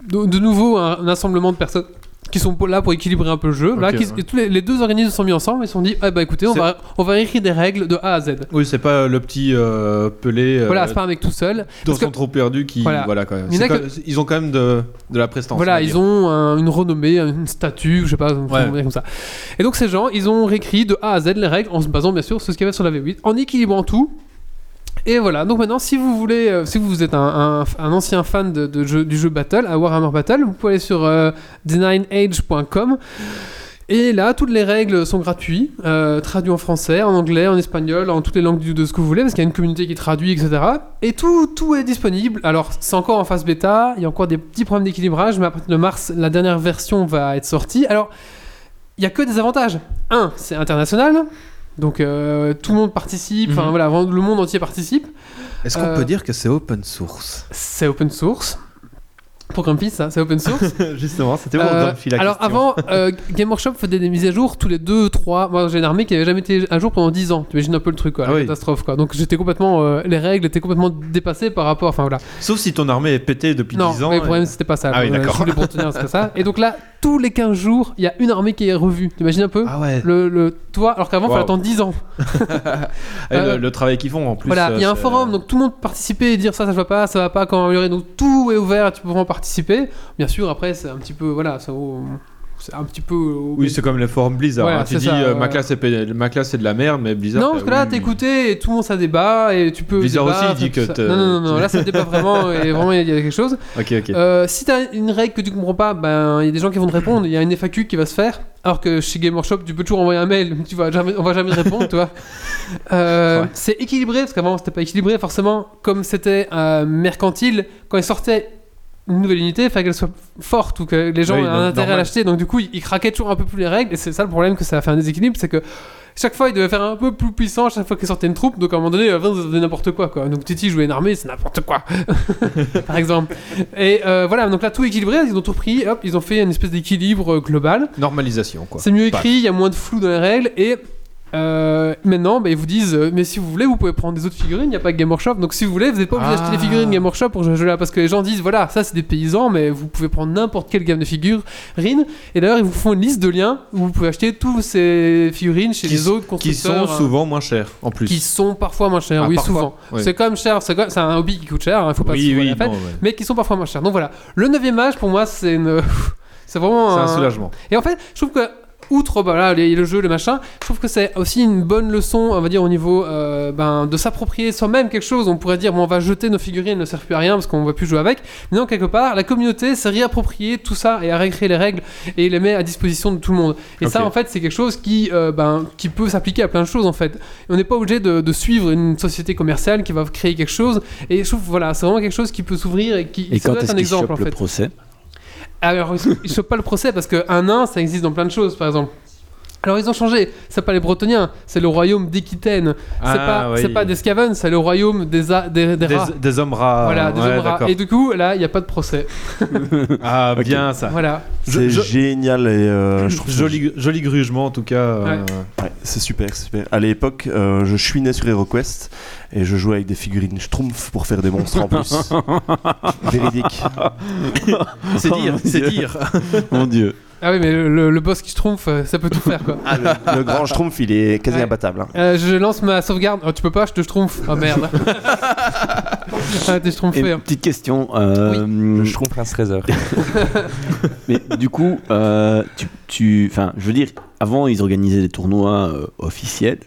Speaker 1: de, de nouveau un, un assemblement de personnes qui sont pour- là pour équilibrer un peu le jeu. Là,
Speaker 2: Ok,
Speaker 1: qui-
Speaker 2: ouais.
Speaker 1: et tous les, les deux organismes se sont mis ensemble et se sont dit ah bah écoutez on
Speaker 2: C'est- Euh,
Speaker 1: va on va écrire des règles de A à Z.
Speaker 2: Oui, c'est pas le petit euh, Pelé euh,
Speaker 1: voilà, c'est pas un mec tout seul.
Speaker 2: dans
Speaker 1: parce que-
Speaker 2: son trou perdu qui.
Speaker 1: Voilà.
Speaker 2: Voilà, quoi.
Speaker 1: Il y en
Speaker 2: C'est
Speaker 1: a que-
Speaker 2: quand- Ils ont quand même de, de la prestance. on
Speaker 1: Voilà,
Speaker 2: va
Speaker 1: ils
Speaker 2: dire.
Speaker 1: ont un- une renommée, une statue, je sais pas,
Speaker 2: Ouais.
Speaker 1: comme ça. Et donc ces gens, ils ont réécrit de A à Z les règles en se basant bien sûr sur ce qu'il y avait sur la V8, en équilibrant tout. Et voilà, donc maintenant, si vous voulez, euh, si vous êtes un, un- un ancien fan de, de jeu, du jeu Battle, à Warhammer Battle, vous pouvez aller sur euh, designagecom Et là, toutes les règles sont gratuites, euh, traduites en français, en anglais, en espagnol, en toutes les langues du- de ce que vous voulez, parce qu'il y a une communauté qui traduit, etc. Et tout, tout est disponible. Alors, c'est encore en phase bêta, il y a encore des petits problèmes d'équilibrage, mais à partir de mars, la dernière version va être sortie. Alors, il y a que des avantages. Un, c'est international, donc euh, tout le monde participe, enfin
Speaker 2: Mhm.
Speaker 1: voilà, vraiment, le monde entier participe.
Speaker 2: Est-ce qu'on
Speaker 1: Euh,
Speaker 2: peut dire que c'est open source
Speaker 1: C'est open source. Pour Grumpy, ça, c'est open source.
Speaker 2: Justement, c'était
Speaker 1: Euh, alors avant, euh, Game Workshop faisait des mises à jour tous les 2, 3. Moi j'ai une armée qui n'avait jamais été à jour pendant 10 ans. Tu imagines un peu le truc, quoi,
Speaker 2: Ah
Speaker 1: la
Speaker 2: oui.
Speaker 1: catastrophe. Quoi. Donc j'étais complètement. euh, les règles étaient complètement dépassées par rapport. Enfin voilà.
Speaker 2: Sauf si ton armée est pétée depuis
Speaker 1: non,
Speaker 2: 10 ans.
Speaker 1: mais
Speaker 2: et-
Speaker 1: le problème c'était pas ça.
Speaker 2: Ah oui,
Speaker 1: Voilà,
Speaker 2: d'accord.
Speaker 1: Je voulais pour tenir, c'était ça. Et donc là, tous les 15 jours, il y a une armée qui est revue. Tu imagines un peu
Speaker 2: Ah ouais.
Speaker 1: le, le- Toi, alors qu'avant il fallait
Speaker 2: Waouh.
Speaker 1: attendre 10 ans.
Speaker 2: Et
Speaker 1: euh,
Speaker 2: le, le travail qu'ils font en plus.
Speaker 1: voilà,
Speaker 2: euh,
Speaker 1: il y a un
Speaker 2: c'est-
Speaker 1: forum, donc tout le monde peut participer et dire ça, ça va pas, ça va pas, comment améliorer. Donc tout est ouvert, tu peux vraiment participer. Bien sûr, après, c'est un petit peu, voilà, ça vaut- c'est un petit peu. euh, au-
Speaker 2: Oui, c'est comme les forums Blizzard.
Speaker 1: Voilà,
Speaker 2: hein. Tu
Speaker 1: c'est
Speaker 2: dis
Speaker 1: ça,
Speaker 2: euh, ma,
Speaker 1: ouais.
Speaker 2: classe est pé- ma classe c'est de la merde, mais Blizzard. euh,
Speaker 1: non, parce que là, t'es écouté et tout le monde ça débat et tu peux.
Speaker 2: Blizzard
Speaker 1: débattre,
Speaker 2: aussi, il dit
Speaker 1: tout
Speaker 2: que
Speaker 1: ça.
Speaker 2: t'es-
Speaker 1: Non, non, non, non, là ça débat vraiment et vraiment il y a quelque chose.
Speaker 2: Ok, ok.
Speaker 1: Euh, si t'as une règle que tu comprends pas, ben il y a des gens qui vont te répondre, il y a une FAQ qui va se faire. Alors que chez Game Workshop, tu peux toujours envoyer un mail, tu vas jamais, on va jamais te répondre, tu vois. Euh,
Speaker 2: Ouais.
Speaker 1: C'est équilibré parce qu'avant c'était pas équilibré forcément. Comme c'était euh, mercantile, quand ils sortaient une nouvelle unité, il fallait qu'elle soit forte ou que les gens
Speaker 2: Oui,
Speaker 1: aient un
Speaker 2: no-
Speaker 1: intérêt à
Speaker 2: normal.
Speaker 1: l'acheter. Donc du coup, ils, ils craquaient toujours un peu plus les règles et c'est ça le problème que ça a fait un déséquilibre, c'est que chaque fois, il devait faire un peu plus puissant chaque fois qu'il sortait une troupe. Donc, à un moment donné, euh, vous avez n'importe quoi, quoi. Donc, Titi jouait une armée, c'est n'importe quoi, par exemple. Et euh, voilà, donc là, tout équilibré, ils ont tout repris, hop, ils ont fait une espèce d'équilibre euh, global.
Speaker 2: Normalisation, quoi.
Speaker 1: C'est mieux
Speaker 2: Paf.
Speaker 1: écrit, il y a moins de flou dans les règles et euh, maintenant bah, ils vous disent euh, mais si vous voulez vous pouvez prendre des autres figurines, il n'y a pas que Game Workshop donc si vous voulez vous n'êtes pas obligé
Speaker 2: Ah.
Speaker 1: d'acheter les figurines Game Workshop pour jouer à ce jeu-là parce que les gens disent voilà ça c'est des paysans mais vous pouvez prendre n'importe quelle gamme de figurines et d'ailleurs ils vous font une liste de liens où vous pouvez acheter tous ces figurines chez
Speaker 2: Qui
Speaker 1: les
Speaker 2: s-
Speaker 1: autres
Speaker 2: Qui sont
Speaker 1: constructeurs euh,
Speaker 2: souvent moins chers en plus.
Speaker 1: qui sont parfois moins chers,
Speaker 2: Ah,
Speaker 1: oui
Speaker 2: parfois,
Speaker 1: souvent
Speaker 2: oui.
Speaker 1: c'est quand même cher, c'est quand- c'est un hobby qui coûte cher, il faut pas se
Speaker 2: oui,
Speaker 1: voiler
Speaker 2: oui,
Speaker 1: la face,
Speaker 2: non, ouais.
Speaker 1: mais qui sont parfois moins chers donc voilà, le 9 âge pour moi c'est une... c'est vraiment
Speaker 2: C'est un soulagement.
Speaker 1: et en fait, je trouve que outre bah, voilà, les- le jeu, le machin, je trouve que c'est aussi une bonne leçon, on va dire, au niveau euh, ben, de s'approprier soi-même quelque chose. On pourrait dire, bon, on va jeter nos figurines, elles ne servent plus à rien parce qu'on ne va plus jouer avec. Mais non, quelque part, la communauté s'est réappropriée tout ça et a récréé les règles et les met à disposition de tout le monde. Et ça,
Speaker 2: Ok.
Speaker 1: en fait, c'est quelque chose qui, euh, ben, qui peut s'appliquer à plein de choses, en fait. On n'est pas obligé de, de suivre une société commerciale qui va créer quelque chose. Et je trouve, voilà, c'est vraiment quelque chose qui peut s'ouvrir et qui
Speaker 4: Et
Speaker 1: ça
Speaker 4: quand
Speaker 1: doit être
Speaker 4: est-ce
Speaker 1: un
Speaker 4: qu'il
Speaker 1: exemple, en
Speaker 4: chope le
Speaker 1: fait.
Speaker 4: procès
Speaker 1: Alors, ils- ils chopent pas le procès parce qu'un nain, ça existe dans plein de choses, par exemple. Alors, ils ont changé. C'est pas les Bretoniens, c'est le royaume d'Équitaine. c'est
Speaker 2: Ah,
Speaker 1: pas,
Speaker 2: oui.
Speaker 1: c'est pas des Scaven, c'est le royaume des, a- des, des
Speaker 2: Des,
Speaker 1: rats.
Speaker 2: des hommes rats.
Speaker 1: Voilà, des
Speaker 2: ouais,
Speaker 1: hommes rats.
Speaker 2: d'accord.
Speaker 1: Et du coup, là, il n'y a pas de procès.
Speaker 2: Ah, bien ça.
Speaker 1: Voilà.
Speaker 7: C'est
Speaker 2: je-
Speaker 7: génial et euh, je trouve ça
Speaker 2: Joli, joli grugement en tout cas. euh,
Speaker 7: Ouais, c'est super, c'est super. À l'époque, euh, je suis né sur HeroQuest et je jouais avec des figurines Schtroumpf pour faire des monstres en plus. Véridique.
Speaker 2: C'est dire, c'est dire.
Speaker 4: Mon dieu.
Speaker 1: Ah oui, mais le, le boss qui se trompe, euh, ça peut tout faire, quoi.
Speaker 7: Ah, Le, le grand Schtroumpf, il est quasi
Speaker 1: Ouais.
Speaker 7: imbattable. hein.
Speaker 1: Euh, je lance ma sauvegarde. Oh, tu peux pas, je te trompe. Oh merde. ah, t'es
Speaker 4: Et
Speaker 1: trompé.
Speaker 4: petite question. euh,
Speaker 5: Mm.
Speaker 8: Je trouve Prince Trésor.
Speaker 4: Mais du coup, euh, tu, tu- enfin, je veux dire, avant ils organisaient des tournois euh, officiels.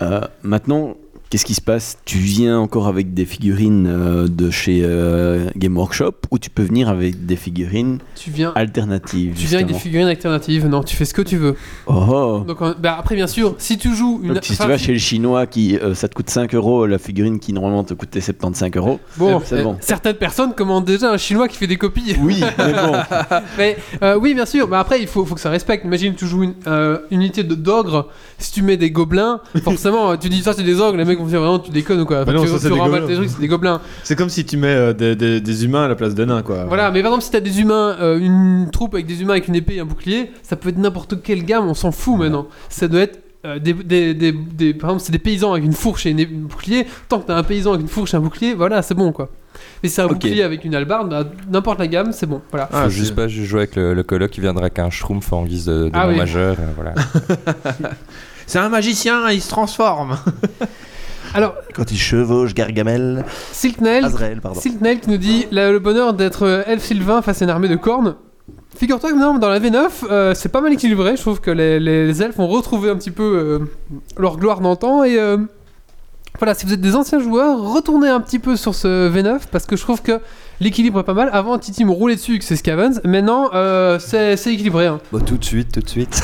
Speaker 4: Euh, maintenant, qu'est-ce qui se passe Tu viens encore avec des figurines euh, de chez euh, Game Workshop ou tu peux venir avec des figurines
Speaker 1: Tu viens.
Speaker 4: alternatives
Speaker 1: Tu viens avec des
Speaker 4: justement
Speaker 1: figurines alternatives, non, tu fais ce que tu veux.
Speaker 4: Oh, oh.
Speaker 1: Donc, on- bah, après, bien sûr, si tu joues une.
Speaker 4: Donc, si tu
Speaker 1: enfin,
Speaker 4: vas chez le chinois qui euh, ça te coûte 5 euros la figurine qui normalement te coûtait 75 euros.
Speaker 1: Bon,
Speaker 4: Eh, C'est bon.
Speaker 1: euh, certaines personnes commandent déjà un chinois qui fait des copies.
Speaker 4: Oui, mais bon.
Speaker 1: Mais euh, oui, bien sûr. Mais après, il faut, faut que ça respecte. Imagine, tu joues une euh, unité de d'ogre. Si tu mets des gobelins, forcément, euh, tu dis ça, c'est des ogres. Les mecs vont dire vraiment, tu déconnes ou quoi.
Speaker 2: Mais non,
Speaker 1: tu
Speaker 2: ça, c'est
Speaker 1: tu
Speaker 2: des
Speaker 1: remballes
Speaker 2: gobelins.
Speaker 1: tes trucs, c'est des gobelins.
Speaker 2: C'est comme si tu mets euh, des, des- des humains à la place des nains quoi.
Speaker 1: Voilà. Mais par exemple, si t'as des humains, euh, une troupe avec des humains avec une épée et un bouclier, ça peut être n'importe quelle gamme. On s'en fout maintenant. Ça doit être euh, des, des, des, des- par exemple, c'est des paysans avec une fourche et une, une bouclier. Tant que t'as un paysan avec une fourche et un bouclier, voilà, c'est bon quoi. Mais si c'est un
Speaker 4: Ok.
Speaker 1: bouclier avec une hallebarde, bah, n'importe la gamme, c'est bon. Voilà.
Speaker 2: Ah,
Speaker 8: Faut
Speaker 2: c'est-
Speaker 8: juste pas jouer avec le, le coloc qui viendra qu'un schtroumpf en guise de, de
Speaker 1: Ah
Speaker 8: nom
Speaker 1: oui.
Speaker 8: majeur. euh, voilà.
Speaker 2: C'est un magicien, il se transforme.
Speaker 1: Alors,
Speaker 7: Quand il chevauche Gargamel,
Speaker 1: Silk
Speaker 2: Ah,
Speaker 1: Nail,
Speaker 7: Azrael, pardon.
Speaker 1: Siltnail qui nous dit la- le bonheur d'être euh, elfe sylvain face à une armée de cornes. Figure-toi que non, dans la V9, euh, c'est pas mal équilibré. Je trouve que les, les- les elfes ont retrouvé un petit peu euh, leur gloire d'antan. Et euh, voilà, si vous êtes des anciens joueurs, retournez un petit peu sur ce V9 parce que je trouve que l'équilibre est pas mal. Avant, Titi me roulait dessus que c'est Scavens. Maintenant, euh, c'est c'est équilibré. hein.
Speaker 8: Bon, tout de suite, tout de suite.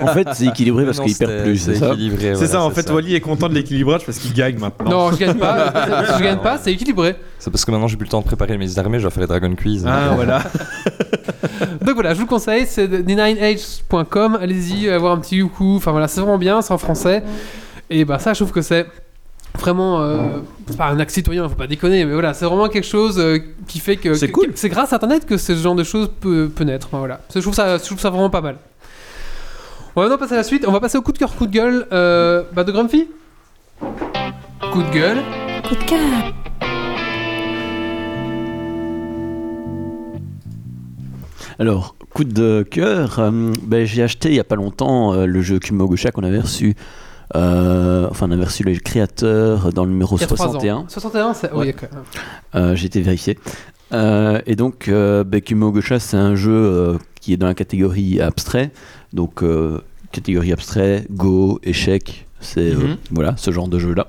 Speaker 4: En fait, c'est équilibré parce
Speaker 8: Non,
Speaker 4: qu'ils
Speaker 8: c'était-
Speaker 4: perdent plus, c'est ça
Speaker 8: équilibré,
Speaker 2: C'est
Speaker 8: voilà,
Speaker 2: ça, en fait, Wally est content de l'équilibrage parce qu'il gagne
Speaker 1: Non.
Speaker 2: maintenant. Ah,
Speaker 1: je gagne pas. je je gagne pas, c'est équilibré.
Speaker 8: C'est parce que maintenant j'ai plus le temps de préparer mes armées, je dois faire les Dragon Quiz.
Speaker 2: Ah, voilà.
Speaker 1: Donc voilà, je vous le conseille, c'est d9age.com, allez-y, euh, avoir un petit coucou, enfin voilà, c'est vraiment bien, c'est en français. Et bah ça, je trouve que c'est vraiment euh, c'est pas un acte citoyen, faut pas déconner, mais voilà, c'est vraiment quelque chose euh, qui fait que
Speaker 2: C'est
Speaker 1: que-
Speaker 2: cool.
Speaker 1: que- C'est grâce à internet que ce genre de choses peut, peut naître. Enfin, voilà, je trouve ça, je trouve ça vraiment pas mal. On va maintenant passer à la suite. On va passer au coup de cœur, coup de gueule euh, bah, de Grumpy. Coup de gueule.
Speaker 6: Coup de cœur.
Speaker 4: Alors, coup de cœur, euh, ben, j'ai acheté il n'y a pas longtemps euh, le jeu Kumogusha qu'on avait reçu. euh, enfin, on avait reçu le créateur dans le numéro
Speaker 1: Il y a trois ans.
Speaker 4: 61.
Speaker 1: 61, c'est. oui,
Speaker 4: Ouais.
Speaker 1: d'accord.
Speaker 4: Euh, j'ai été vérifié. Euh, et donc, euh, ben, Kumogusha, c'est un jeu euh, qui est dans la catégorie abstrait. Donc, euh, catégorie abstrait, Go, échec, c'est euh,
Speaker 2: Mhm.
Speaker 4: voilà, ce genre de jeu-là.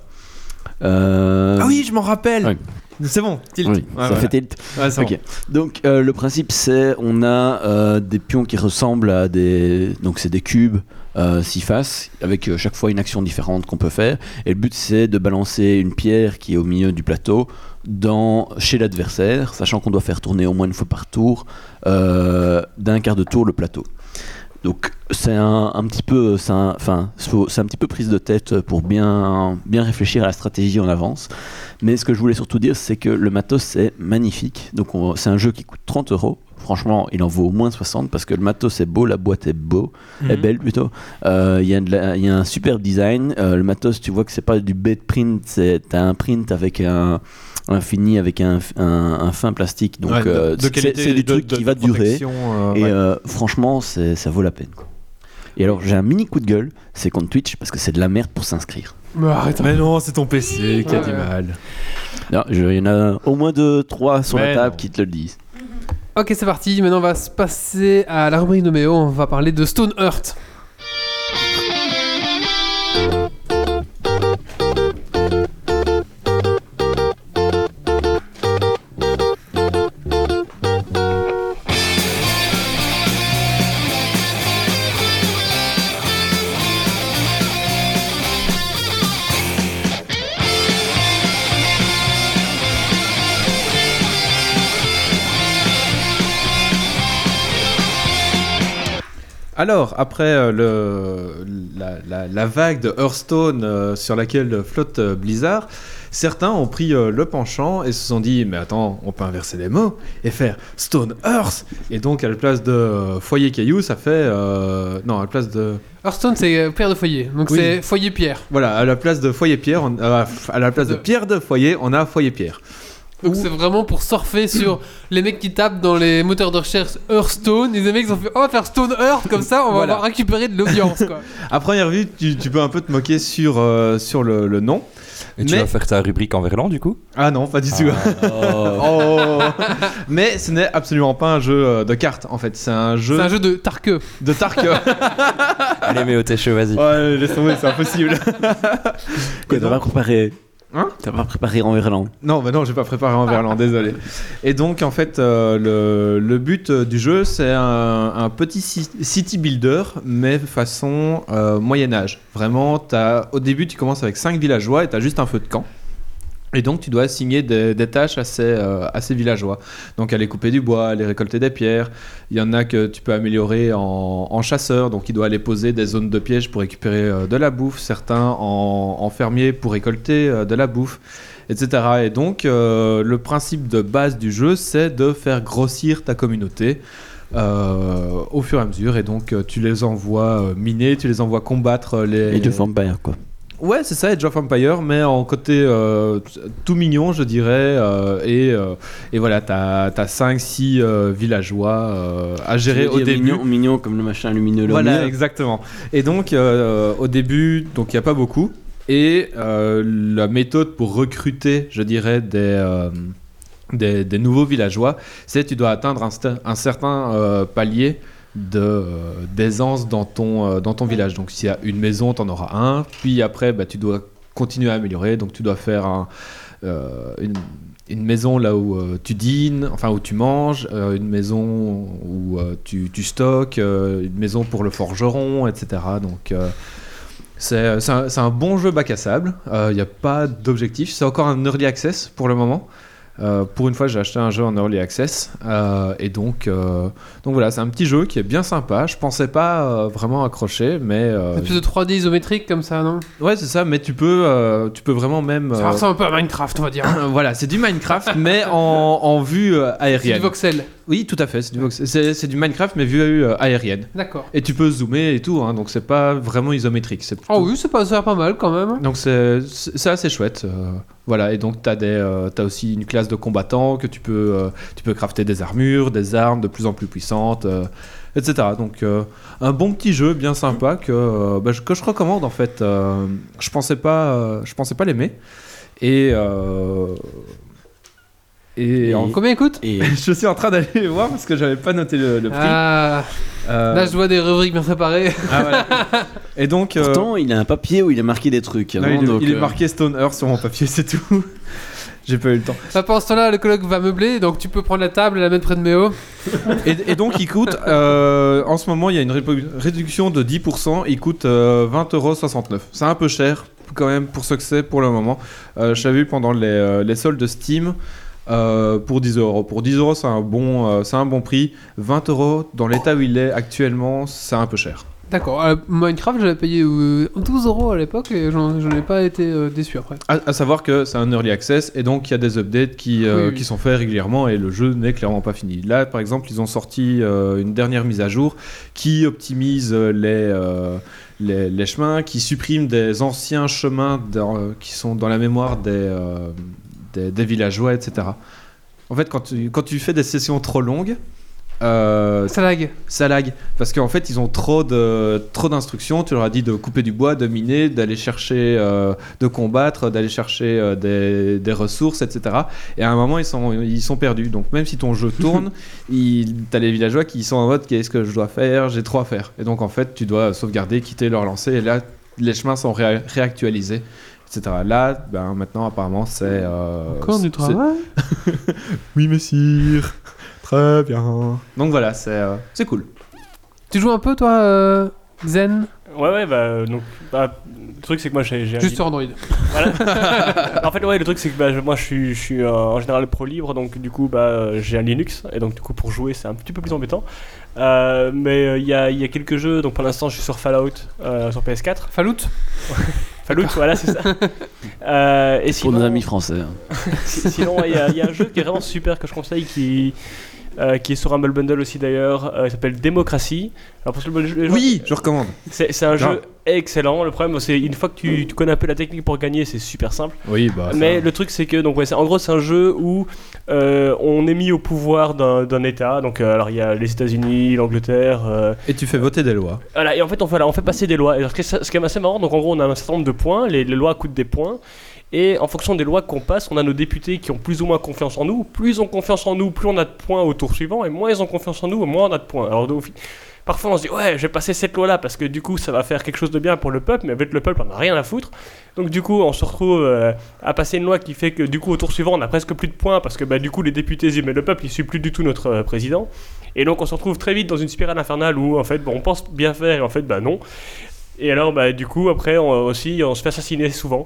Speaker 4: Euh,
Speaker 2: Ah oui, je m'en rappelle.
Speaker 4: Ouais.
Speaker 2: C'est bon, tilt.
Speaker 4: oui,
Speaker 2: Ouais,
Speaker 4: ça
Speaker 2: voilà.
Speaker 4: fait tilt.
Speaker 2: Ouais, c'est
Speaker 4: Ok. Donc euh, le principe c'est on a euh, des pions qui ressemblent à des donc c'est des cubes euh, six faces avec euh, chaque fois une action différente qu'on peut faire et le but c'est de balancer une pierre qui est au milieu du plateau dans chez l'adversaire sachant qu'on doit faire tourner au moins une fois par tour euh, d'un quart de tour le plateau. Donc c'est un, un petit peu c'est un, enfin, faut- c'est un petit peu prise de tête pour bien bien réfléchir à la stratégie en avance. Mais ce que je voulais surtout dire, c'est que le matos est magnifique. Donc on- c'est un jeu qui coûte 30 euros. Franchement, il en vaut au moins 60 parce que le matos est beau, la boîte est beau,
Speaker 2: Mhm.
Speaker 4: est belle plutôt. Euh, Il y, a de la- il y a un superbe design. Euh, le matos, tu vois que c'est pas du bed print, c'est t'as un print avec un, un fini avec un, un- un fin plastique. Donc
Speaker 2: Ouais, de-
Speaker 4: euh,
Speaker 2: de
Speaker 4: c'est-
Speaker 2: qualité,
Speaker 4: c'est du
Speaker 2: de-
Speaker 4: truc
Speaker 2: de-
Speaker 4: qui va
Speaker 2: de
Speaker 4: durer.
Speaker 2: protection, euh,
Speaker 4: Et
Speaker 2: ouais.
Speaker 4: euh, franchement, c'est- ça vaut la peine. quoi. Et alors j'ai un mini coup de gueule, c'est contre Twitch parce que c'est de la merde pour s'inscrire.
Speaker 1: Mais Bah, arrête.
Speaker 2: Mais non, c'est ton PC qui a
Speaker 1: Ouais.
Speaker 2: du mal.
Speaker 4: Non, je- Il y en a au moins deux, trois sur
Speaker 2: Mais
Speaker 4: la table
Speaker 2: non.
Speaker 4: qui te le disent.
Speaker 1: Ok, c'est parti. Maintenant, on va se passer à la rubrique de Méo. On va parler de Stone Heart.
Speaker 2: Alors, après euh, le, la, la- la vague de Hearthstone euh, sur laquelle flotte euh, Blizzard, certains ont pris euh, le penchant et se sont dit Mais attends, on peut inverser les mots et faire Stone Earth Et donc, à la place de euh, Foyer Caillou, ça fait. euh, non, à la place de.
Speaker 1: Hearthstone, c'est euh, pierre de foyer. Donc
Speaker 2: Oui.
Speaker 1: c'est foyer pierre.
Speaker 2: Voilà, à la place de Foyer Pierre, on- euh, à la place de Pierre de Foyer, on a Foyer Pierre.
Speaker 1: Donc c'est vraiment pour surfer sur les mecs qui tapent dans les moteurs de recherche Hearthstone. Et les mecs ils ont fait Oh, on va faire Stone Earth comme ça, on va
Speaker 2: Voilà.
Speaker 1: avoir récupéré de l'audience quoi.
Speaker 2: À première vue, tu, tu peux un peu te moquer sur, euh, sur le, le nom.
Speaker 8: Et tu
Speaker 2: Mais-
Speaker 8: vas faire ta rubrique en verlan du coup
Speaker 2: Ah non, pas du tout. Oh. Mais ce n'est absolument pas un jeu euh, de cartes en fait, c'est un jeu
Speaker 1: C'est un jeu de tarqueux.
Speaker 2: de Tark.
Speaker 8: Allez, mais au chaud, vas-y.
Speaker 2: ouais, laisse tomber, c'est impossible.
Speaker 4: Quoi, t'as pas préparé.
Speaker 2: Hein
Speaker 4: T'as pas préparé en verlan.
Speaker 2: Non, bah non, j'ai pas préparé en verlan, désolé. Et donc, en fait, euh, le, le but euh, du jeu, c'est un, un petit ci- city builder, mais façon euh, Moyen-Âge. Vraiment, t'as- au début, tu commences avec 5 villageois et t'as juste un feu de camp. Et donc, tu dois assigner des, des tâches à ces, euh, à ces villageois. Donc, aller couper du bois, aller récolter des pierres. Il y en a que tu peux améliorer en, en chasseur, donc il doit aller poser des zones de pièges pour récupérer euh, de la bouffe. Certains en, en fermier pour récolter euh, de la bouffe etc. Et donc, euh, le principe de base du jeu, c'est de faire grossir ta communauté euh, au fur et à mesure. Et donc, euh, tu les envoies euh, miner, tu les envoies combattre euh, les.
Speaker 4: Et de vampire, quoi.
Speaker 2: Ouais, c'est ça, Age of Empire, mais en côté euh, tout mignon, je dirais. euh, et, euh, et voilà, t'as 5-6 villageois euh, à gérer au début.
Speaker 4: Mignon, mignon comme le machin lumineux. là, au
Speaker 2: Voilà,
Speaker 4: milieu.
Speaker 2: exactement. Et donc, euh, au début, donc il n'y a pas beaucoup. Et euh, la méthode pour recruter, je dirais, des, euh, des, des nouveaux villageois, c'est tu dois atteindre un, sta- un certain euh, palier de euh, d'aisance dans ton euh, dans ton village. Donc s'il y a une maison, tu en auras un. Puis après, bah, tu dois continuer à améliorer. Donc tu dois faire un, euh, une, une maison là où euh, tu dînes, enfin où tu manges, euh, une maison où euh, tu, tu stockes, euh, une maison pour le forgeron, etc. Donc euh, c'est c'est un, c'est un bon jeu bac à sable. Il n'y a pas d'objectif. C'est encore un early access pour le moment. Euh, pour une fois, j'ai acheté un jeu en early access. Euh, et donc, euh, donc voilà, c'est un petit jeu qui est bien sympa. Je pensais pas euh, vraiment accrocher, mais euh,
Speaker 1: C'est plus de 3D isométrique comme ça, non
Speaker 2: ouais, c'est ça. Mais tu peux, euh, tu peux vraiment même.
Speaker 1: Ça
Speaker 2: euh,
Speaker 1: ressemble un peu à Minecraft, on va dire.
Speaker 2: voilà, c'est du Minecraft, mais en, en vue euh,
Speaker 1: C'est du
Speaker 2: aérienne.
Speaker 1: voxel.
Speaker 2: Oui, tout à fait. C'est du, vox- c'est- c'est du Minecraft, mais vue euh, aérienne.
Speaker 1: D'accord.
Speaker 2: Et tu peux zoomer et tout, hein, donc c'est pas vraiment isométrique. c'est plutôt-
Speaker 1: Oh oui, c'est pas, ça a l'air pas mal quand même.
Speaker 2: Donc c'est c'est- c'est assez chouette. euh, voilà, et donc t'as des, euh, t'as aussi une classe de combattants que tu peux, euh, tu peux crafter des armures, des armes de plus en plus puissantes, euh, etc. Donc euh, un bon petit jeu bien sympa que, euh, bah, je- que je recommande en fait. Euh, je pensais pas, euh, je pensais pas l'aimer. Et euh, et, en-
Speaker 1: Combien écoute
Speaker 4: Et
Speaker 2: je suis en train d'aller voir parce que j'avais pas noté le, le prix.
Speaker 1: Ah,
Speaker 2: Euh,
Speaker 1: Là, je vois des rubriques bien préparées.
Speaker 2: ah, voilà. Et donc, euh,
Speaker 4: pourtant, il a un papier où il a marqué des trucs.
Speaker 2: non,
Speaker 4: hein,
Speaker 2: il, est-
Speaker 4: donc,
Speaker 2: il est
Speaker 4: euh,
Speaker 2: marqué Stone Earth sur mon papier, c'est tout. J'ai pas eu le temps.
Speaker 1: Bah, pendant ce temps-là, le colloque va meubler, donc tu peux prendre la table et la mettre près de Méo.
Speaker 2: Et, et donc, il coûte. euh, en ce moment, il y a une répo- réduction de 10%. Il coûte euh, 20,69€. C'est un peu cher, quand même, pour ce que c'est pour le moment. Euh, J'avais vu pendant les, euh, les soldes Steam. euh, pour 10 euros. Pour 10 euros, c'est un, bon, euh, c'est un bon prix. 20 euros, dans l'état où il est actuellement, c'est un peu cher.
Speaker 1: D'accord. euh, Minecraft, j'avais payé euh, 12 euros à l'époque et j'en j'en ai pas été euh, déçu après.
Speaker 2: À, à savoir que c'est un early access et donc il y a des updates qui, euh,
Speaker 1: Oui, oui.
Speaker 2: qui sont faits régulièrement et le jeu n'est clairement pas fini. Là, par exemple, ils ont sorti euh, une dernière mise à jour qui optimise euh, les, euh, les, les chemins, qui supprime des anciens chemins dans- euh, qui sont dans la mémoire des, euh, des, des villageois, etc. En fait, quand tu, quand tu fais des sessions trop longues, euh,
Speaker 1: Ça lag.
Speaker 2: ça lag parce qu'en fait ils ont trop de trop d'instructions tu leur as dit de couper du bois de miner d'aller chercher euh, de combattre d'aller chercher euh, des, des ressources etc et à un moment ils sont ils sont perdus donc même si ton jeu tourne il- t'as les villageois qui sont en mode qu'est-ce que je dois faire j'ai trop à faire et donc en fait tu dois sauvegarder quitter leur lancer et là les chemins sont réa- réactualisés etc là ben maintenant apparemment c'est euh,
Speaker 1: Encore
Speaker 2: c'est-
Speaker 1: du travail.
Speaker 2: oui messire très bien donc voilà c'est euh, c'est cool
Speaker 1: Tu joues un peu, toi, euh, Zen
Speaker 5: Ouais, ouais, bah, euh, donc, bah, le truc c'est que moi j'ai. j'ai un
Speaker 1: Juste
Speaker 5: guide-
Speaker 1: sur Android.
Speaker 5: Voilà. en fait, ouais, le truc c'est que bah, je- moi je suis, je suis euh, en général pro libre, donc du coup, bah, euh, j'ai un Linux, et donc du coup, pour jouer, c'est un petit peu plus embêtant. Euh, mais euh, il y, a, il y a quelques jeux, donc pour l'instant, je suis sur Fallout, euh, sur PS4.
Speaker 1: Fallout
Speaker 5: Fallout, voilà, c'est ça. Euh, et
Speaker 4: Pour
Speaker 5: sinon,
Speaker 4: nos amis français. hein.
Speaker 5: si- sinon, ouais, il y, a- il y a un jeu qui est vraiment super que je conseille qui. euh, qui est sur Humble Bundle aussi d'ailleurs, euh, il s'appelle Démocratie. Alors parce que le- le-
Speaker 2: Oui, je recommande.
Speaker 5: c'est c'est un
Speaker 2: Grave.
Speaker 5: jeu excellent. Le problème, c'est une fois que tu, tu connais un peu la technique pour gagner, c'est super simple.
Speaker 2: Oui, bah.
Speaker 5: Mais le truc, c'est que donc ouais, c'est- en gros, c'est un jeu où euh, on est mis au pouvoir d'un d'un État. Donc euh, alors il y a les États-Unis, l'Angleterre. euh,
Speaker 2: Et tu fais voter des lois.
Speaker 5: voilà, et en fait, on, voilà, on fait passer des lois. Et alors, ce qui est ce qui est assez marrant, donc en gros, on a un certain nombre de points, les, les lois coûtent des points. Et en fonction des lois qu'on passe, on a nos députés qui ont plus ou moins confiance en nous. Plus ils ont confiance en nous, plus on a de points au tour suivant. Et moins ils ont confiance en nous, moins on a de points. Alors, donc, au fi- parfois, on se dit, ouais, je vais passer cette loi-là parce que du coup, ça va faire quelque chose de bien pour le peuple. Mais avec le peuple, on n'a rien à foutre. Donc, du coup, on se retrouve euh, à passer une loi qui fait que du coup, au tour suivant, on a presque plus de points parce que bah, du coup, les députés disent, mais le peuple, il suit plus du tout notre euh, président. Et donc on se retrouve très vite dans une spirale infernale où en fait bon, on pense bien faire et en fait bah non. Et alors bah du coup après on, aussi on se fait assassiner souvent.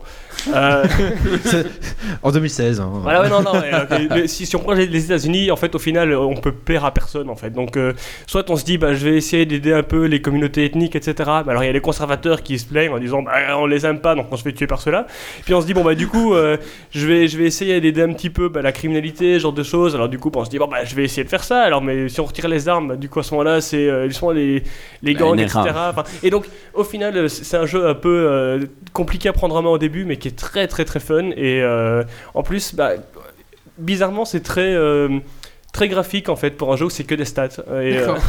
Speaker 5: Euh,
Speaker 2: En 2016. hein.
Speaker 5: voilà ouais non non. ouais, ok. Mais si, si on prend les- les États-Unis en fait au final euh, on peut plaire à personne en fait. Donc euh, soit on se dit bah je vais essayer d'aider un peu les communautés ethniques etc. Mais alors il y a les conservateurs qui se plaignent en disant bah on les aime pas donc on se fait tuer par cela. Puis on se dit bon bah du coup euh, je vais, je vais essayer d'aider un petit peu bah, la criminalité, ce genre de choses. Alors du coup, bah, on se dit bon bah je vais essayer de faire ça. Alors mais si on retire les armes, bah, du coup à ce moment-là, c'est euh, ils sont les les
Speaker 4: La
Speaker 5: gangs,
Speaker 4: NRA.
Speaker 5: etc. Enfin, et donc au final, euh, c'est c'est un jeu un peu euh, compliqué à prendre en main au début, mais qui est très très très fun. Et euh, en plus, bah, bizarrement, c'est très euh, Très graphique en fait pour un jeu où c'est que des stats. Euh, Et, euh,
Speaker 1: D'accord.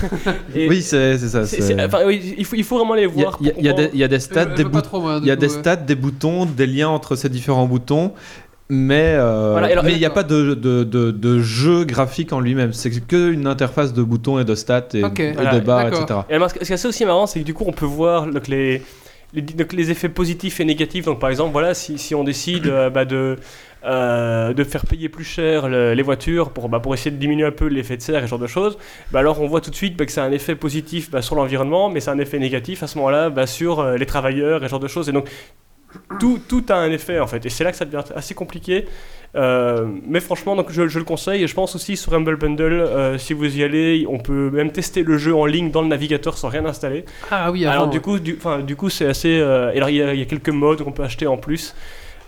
Speaker 5: et
Speaker 2: Oui, c'est c'est ça.
Speaker 5: c'est-
Speaker 2: c'est-
Speaker 5: c'est- enfin, oui, il, faut, il faut vraiment les
Speaker 2: Il y a-
Speaker 5: voir.
Speaker 2: il y a-
Speaker 5: pour
Speaker 2: il y a des-
Speaker 5: comprendre.
Speaker 2: il y a des stats,
Speaker 1: Je- je
Speaker 2: des
Speaker 1: vois pas
Speaker 2: boutons.
Speaker 1: trop, moi, euh, du
Speaker 2: Il y a
Speaker 1: coup,
Speaker 2: des
Speaker 1: ouais.
Speaker 2: stats, des boutons, des liens entre ces différents boutons, mais euh,
Speaker 5: Voilà, et alors-
Speaker 2: mais il n'y a pas de, de, de- de jeu graphique en lui-même. C'est que une interface de boutons et de stats et,
Speaker 1: Ok,
Speaker 2: et
Speaker 5: voilà,
Speaker 2: de barres,
Speaker 1: d'accord.
Speaker 2: etc.
Speaker 5: Et alors, ce qui est assez aussi marrant, c'est que du coup, on peut voir donc, les, les, donc, les effets positifs et négatifs. Donc, par exemple, voilà, si, si on décide euh, bah, de, euh, de faire payer plus cher le- les voitures pour, bah, pour essayer de diminuer un peu l'effet de serre et ce genre de choses, bah, alors on voit tout de suite bah, que ça a un effet positif bah, sur l'environnement, mais c'est un effet négatif à ce moment-là bah, sur euh, les travailleurs et ce genre de choses. Et donc, tout, tout a un effet en fait, et c'est là que ça devient assez compliqué. Euh, mais franchement, donc je, je le conseille. Et je pense aussi sur Humble Bundle, euh, si vous y allez, on peut même tester le jeu en ligne dans le navigateur sans rien installer.
Speaker 1: Ah oui,
Speaker 5: alors
Speaker 1: avant,
Speaker 5: du
Speaker 1: ouais.
Speaker 5: coup, du, enfin, du coup, c'est assez. euh, et alors il y, a- il y a quelques modes qu'on peut acheter en plus.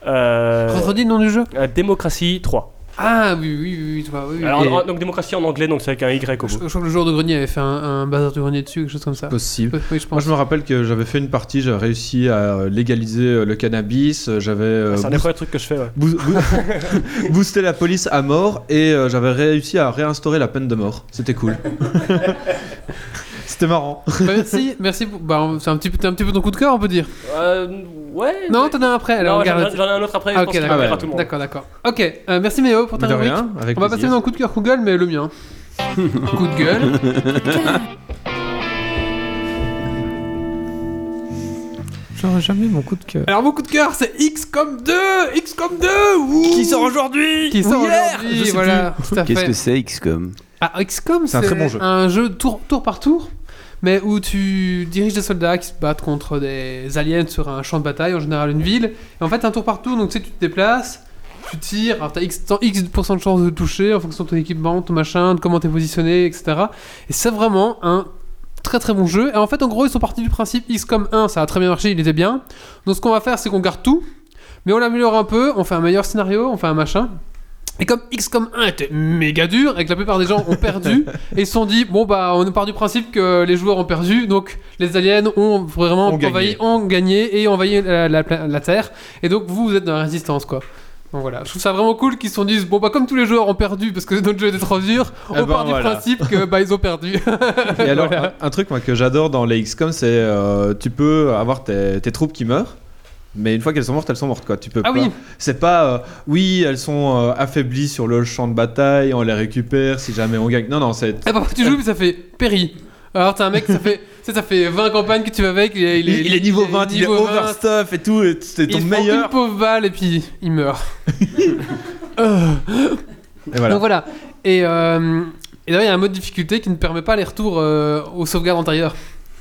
Speaker 5: Euh,
Speaker 1: Redis le nom du jeu
Speaker 5: euh, démocratie 3.
Speaker 1: Ah oui, oui, oui, oui, toi, oui, oui.
Speaker 5: Alors,
Speaker 1: Et-
Speaker 5: en- donc démocratie en anglais, donc c'est avec un Y au
Speaker 1: je, je
Speaker 5: bout.
Speaker 1: crois que le joueur de grenier avait fait un, un bazar du grenier dessus, quelque chose comme ça.
Speaker 2: Possible.
Speaker 1: Oui, je
Speaker 2: Moi,
Speaker 1: pense.
Speaker 2: je me rappelle que j'avais fait une partie, j'avais réussi à euh, légaliser euh, le cannabis, euh, j'avais euh,
Speaker 5: Ah, C'est un des premiers trucs que je fais. Ouais.
Speaker 2: bous- bous- boosté la police à mort et euh, j'avais réussi à réinstaurer la peine de mort. C'était cool. C'était marrant.
Speaker 1: Bah, merci, merci. pour- bah, on- c'est un petit, peu- un petit peu ton coup de cœur, on peut dire.
Speaker 5: Euh, ouais.
Speaker 1: Non,
Speaker 5: mais-
Speaker 1: t'en as un après. Alors,
Speaker 5: Non,
Speaker 1: regarde.
Speaker 5: j'en j'en ai un autre après. je
Speaker 1: Ah, ok,
Speaker 5: pense qu'il
Speaker 2: d'accord.
Speaker 5: plaira à tout le monde.
Speaker 1: D'accord, d'accord. Ok, euh, merci Méo pour ta
Speaker 2: Mais de
Speaker 1: rubrique.
Speaker 2: rien, avec
Speaker 1: On va passer
Speaker 2: plaisir.
Speaker 1: maintenant au coup de cœur, coup de gueule, mais le mien. coup de gueule.
Speaker 10: J'aurais jamais mon coup de cœur.
Speaker 1: Alors mon coup de cœur, c'est XCOM 2 XCOM 2
Speaker 10: Qui sort
Speaker 1: aujourd'hui Qui sort
Speaker 10: je
Speaker 1: aujourd'hui,
Speaker 10: sais
Speaker 1: voilà. tout à
Speaker 4: Qu'est-ce
Speaker 1: fait.
Speaker 4: que c'est XCOM
Speaker 1: Ah, XCOM, c'est
Speaker 2: C'est un très bon jeu.
Speaker 1: un jeu tour, tour par tour, mais où tu diriges des soldats qui se battent contre des aliens sur un champ de bataille, en général une ville. Et en fait, un tour par tour, donc tu sais, tu te déplaces, tu tires, alors t'as X, tant- X% de chance de toucher en fonction de ton équipement, ton machin, de comment t'es positionné, etc. Et c'est vraiment un très très bon jeu. Et en fait, en gros, ils sont partis du principe XCOM 1, ça a très bien marché, il était bien. Donc ce qu'on va faire, c'est qu'on garde tout, mais on l'améliore un peu, on fait un meilleur scénario, on fait un machin. Et comme XCOM 1 était méga dur et que la plupart des gens ont perdu, et ils se sont dit, bon bah on part du principe que les joueurs ont perdu, donc les aliens ont vraiment
Speaker 2: Ont gagné.
Speaker 1: envahi, ont gagné et envahi la, la pla- la Terre, et donc vous, vous êtes dans la résistance quoi. Donc voilà, je trouve ça vraiment cool qu'ils se sont dit, bon bah comme tous les joueurs ont perdu parce que notre jeu était trop dur, on
Speaker 2: Eh ben,
Speaker 1: part du
Speaker 2: voilà.
Speaker 1: principe que bah ils ont perdu.
Speaker 2: Et alors, un, un truc moi, que j'adore dans les XCOM, c'est euh, tu peux avoir tes, tes troupes qui meurent, mais une fois qu'elles sont mortes, elles sont mortes. Quoi. Tu peux
Speaker 1: Ah
Speaker 2: pas-
Speaker 1: oui.
Speaker 2: C'est pas, euh, oui, elles sont euh, affaiblies sur le champ de bataille, on les récupère si jamais on gagne. Non, non, c'est.
Speaker 1: Et parfois Eh, tu joues, mais ça fait péri. Alors t'as un mec, ça fait, tu sais, ça fait 20 campagnes que tu vas avec, il est, il est-
Speaker 2: il est niveau 20, il est
Speaker 1: niveau 20,
Speaker 2: overstuff et tout, et c'est
Speaker 1: il
Speaker 2: ton
Speaker 1: se prend
Speaker 2: meilleur.
Speaker 1: une pauvre balle et puis il meurt.
Speaker 2: Et voilà.
Speaker 1: Donc voilà. Et, euh, et d'ailleurs, il y a un mode difficulté qui ne permet pas les retours euh, aux sauvegardes antérieures.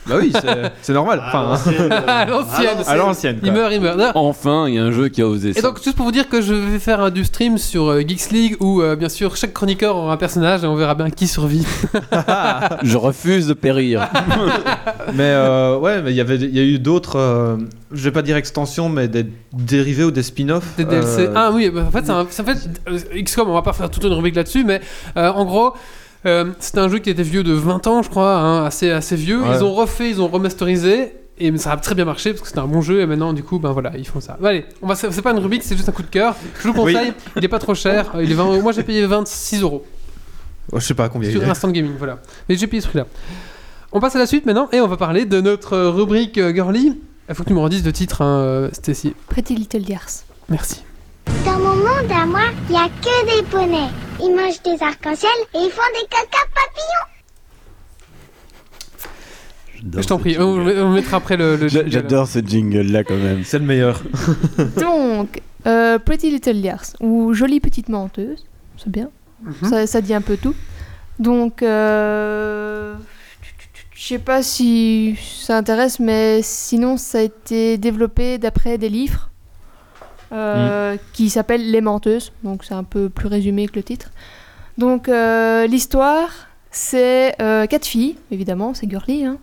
Speaker 2: Bah oui, c'est- c'est normal. Enfin, hein.
Speaker 1: à l'ancienne.
Speaker 2: À l'ancienne, quoi.
Speaker 1: Il meurt, il meurt. D'ailleurs,
Speaker 4: Enfin, il y a un jeu qui a osé
Speaker 1: Et
Speaker 4: ça.
Speaker 1: donc, juste pour vous dire que je vais faire un du stream sur euh, Geeks League où, euh, bien sûr, chaque chroniqueur aura un personnage et on verra bien qui survit.
Speaker 4: Je refuse de périr.
Speaker 2: mais euh, ouais, mais il y avait, il y a eu d'autres. euh, je vais pas dire extensions, mais des dérivés ou des spin-offs.
Speaker 1: Des DLC.
Speaker 2: euh,
Speaker 1: Ah oui, bah, en fait, c'est un- c'est en fait euh, XCOM, on va pas faire toute une rubrique là-dessus, mais euh, en gros. euh, c'était un jeu qui était vieux de 20 ans, je crois, hein, assez, assez vieux.
Speaker 2: Ouais.
Speaker 1: Ils ont refait, ils ont remasterisé, et ça a très bien marché parce que c'était un bon jeu. Et maintenant, du coup, ben voilà, ils font ça. Bah, allez, on va, c'est c'est pas une rubrique, c'est juste un coup de cœur. Je vous le
Speaker 2: Oui.
Speaker 1: conseille, il est pas trop cher. euh, Il est 20 moi, j'ai payé 26 euros.
Speaker 2: oh, je sais pas combien il y
Speaker 1: Sur
Speaker 2: a.
Speaker 1: Instant Gaming, voilà. Mais j'ai payé ce prix-là. On passe à la suite maintenant et on va parler de notre euh, rubrique euh, Girly. Il faut que tu me redisses le titre, hein, euh, Stacy.
Speaker 6: Pretty Little Liars.
Speaker 1: Merci.
Speaker 11: Dans mon monde à moi, il n'y a que des poneys. Ils mangent des arcs-en-ciel et ils font des caca papillons.
Speaker 1: Je t'en prie, on, on mettra après le. le
Speaker 4: J'a-
Speaker 1: jingle.
Speaker 4: J'adore ce jingle là quand même.
Speaker 2: C'est le meilleur.
Speaker 6: Donc, euh, Pretty Little Liars, ou Jolie Petite Menteuse, c'est bien,
Speaker 2: Mhm.
Speaker 6: ça, ça dit un peu tout. Donc, euh, je sais pas si ça intéresse, mais sinon, ça a été développé d'après des livres euh,
Speaker 2: Mhm.
Speaker 6: qui s'appellent Les Menteuses, donc c'est un peu plus résumé que le titre. Donc, euh, l'histoire, c'est euh, quatre filles, évidemment, c'est girly, hein.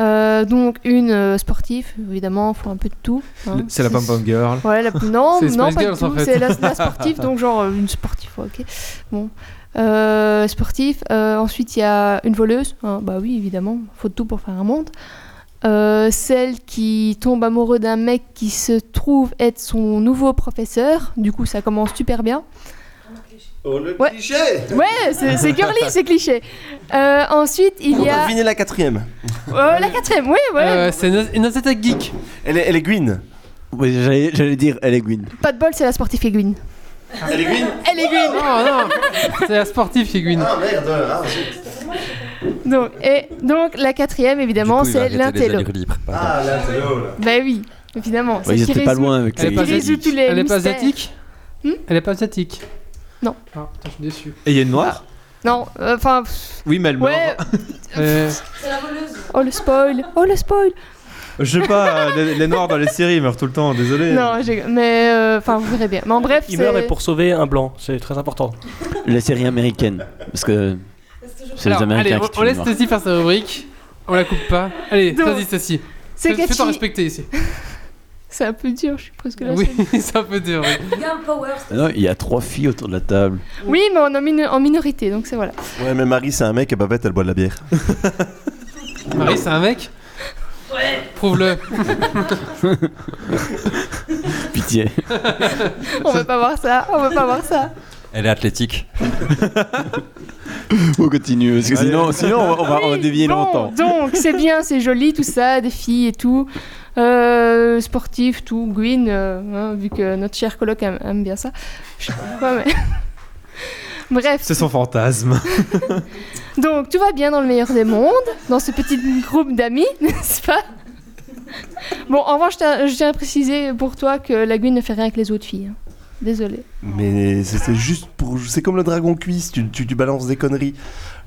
Speaker 6: Euh, donc une euh, sportive, évidemment, faut un peu de tout. hein.
Speaker 2: C'est la pom-pom girl.
Speaker 6: Ouais, la- non,
Speaker 1: C'est les
Speaker 6: non,
Speaker 1: Spice
Speaker 6: pas
Speaker 1: Girls,
Speaker 6: du tout.
Speaker 1: en fait.
Speaker 6: C'est la, la sportive, donc genre euh, une sportive, ouais, ok. Bon, Euh, sportif. euh, ensuite, il y a une voleuse. hein, bah oui, évidemment, faut de tout pour faire un monde. Euh, celle qui tombe amoureuse d'un mec qui se trouve être son nouveau professeur. Du coup, ça commence super bien.
Speaker 7: Oh le
Speaker 6: Ouais.
Speaker 7: cliché
Speaker 6: Ouais, c'est c'est girly, c'est cliché. Euh, ensuite, il
Speaker 7: On
Speaker 6: y
Speaker 7: va
Speaker 6: a
Speaker 7: deviner la quatrième.
Speaker 6: Euh, la quatrième. Oui, ouais.
Speaker 1: Euh, c'est Naz- une Attack Geek.
Speaker 7: Elle est, elle est Gwyn.
Speaker 4: Oui, J'allais j'allais dire elle est Gwyn.
Speaker 6: Pas de bol, c'est la sportive Aiguine.
Speaker 7: Ah, Elle est Gwyn
Speaker 6: Elle est Gwyn.
Speaker 1: Non, non, c'est la sportive qui
Speaker 7: Ah merde ah, zut.
Speaker 6: Donc, et donc la quatrième, évidemment, c'est l'intello.
Speaker 7: Ah là c'est l'eau, là.
Speaker 6: Bah oui, évidemment.
Speaker 4: Ouais,
Speaker 6: c'est
Speaker 4: ils
Speaker 6: ce qui
Speaker 4: étaient pas
Speaker 6: résout-
Speaker 4: loin avec
Speaker 1: Elle est
Speaker 4: les-
Speaker 1: pas
Speaker 6: Qui résout
Speaker 1: asiatique.
Speaker 6: tous les
Speaker 1: Elle est pas
Speaker 6: mystères.
Speaker 1: asiatique
Speaker 6: Hmm
Speaker 1: Elle est pas asiatique
Speaker 6: Non.
Speaker 1: Ah, putain, je suis déçu.
Speaker 2: Et il y a une noire
Speaker 6: Non, euh, enfin. pff,
Speaker 2: Oui, mais elle meurt.
Speaker 6: ouais.
Speaker 1: Euh,
Speaker 6: Oh le spoil. Oh le spoil.
Speaker 2: Je sais pas, euh, les, les noirs dans les séries meurent tout le temps, désolé.
Speaker 6: Non, j'ai- mais euh, enfin vous verrez bien. Mais en bref,
Speaker 5: Il meurt
Speaker 6: c'est-
Speaker 5: et pour sauver un blanc, c'est très important.
Speaker 4: La série américaine. Parce que c'est les
Speaker 1: alors,
Speaker 4: Américains
Speaker 1: allez,
Speaker 4: qui
Speaker 1: on,
Speaker 4: tuent
Speaker 1: on
Speaker 4: les
Speaker 1: laisse
Speaker 4: Noirs.
Speaker 1: Stacy faire sa rubrique. On la coupe pas. Allez,
Speaker 6: Donc,
Speaker 1: vas-y Stacy.
Speaker 6: c'est
Speaker 1: Fais- Fais-toi
Speaker 6: catchy.
Speaker 1: respecter ici.
Speaker 6: C'est un peu dur. Je suis presque là.
Speaker 1: Oui, c'est un peu dur. oui.
Speaker 4: Ah Non, il y a trois filles autour de la table.
Speaker 6: Oui, mais on est en mino- en minorité, donc c'est voilà.
Speaker 7: Ouais mais Marie c'est un mec et Babette elle boit de la bière.
Speaker 1: Marie, c'est un mec Ouais. Prouve-le.
Speaker 4: Pitié.
Speaker 6: On veut pas voir ça. On veut pas voir ça.
Speaker 5: Ah.
Speaker 8: Elle est athlétique.
Speaker 4: on continue. Parce que sinon, sinon on va, on va- on va
Speaker 6: Oui,
Speaker 4: dévier
Speaker 6: bon,
Speaker 4: longtemps.
Speaker 6: Donc c'est bien, c'est joli tout ça, des filles et tout. Euh, sportif, tout, Gwyn, euh, hein, vu que notre cher coloc aime, aime bien ça. Je sais pas pourquoi, mais- Bref,
Speaker 2: C'est son fantasme.
Speaker 6: donc tout va bien dans le meilleur des mondes, dans ce petit groupe d'amis, n'est-ce pas Bon, en revanche, je tiens- je tiens à préciser pour toi que la Gwyn ne fait rien avec les autres filles. hein. Désolée.
Speaker 7: Mais c'est c'est juste pour. C'est comme le dragon cuisse, tu, tu, tu balances des conneries.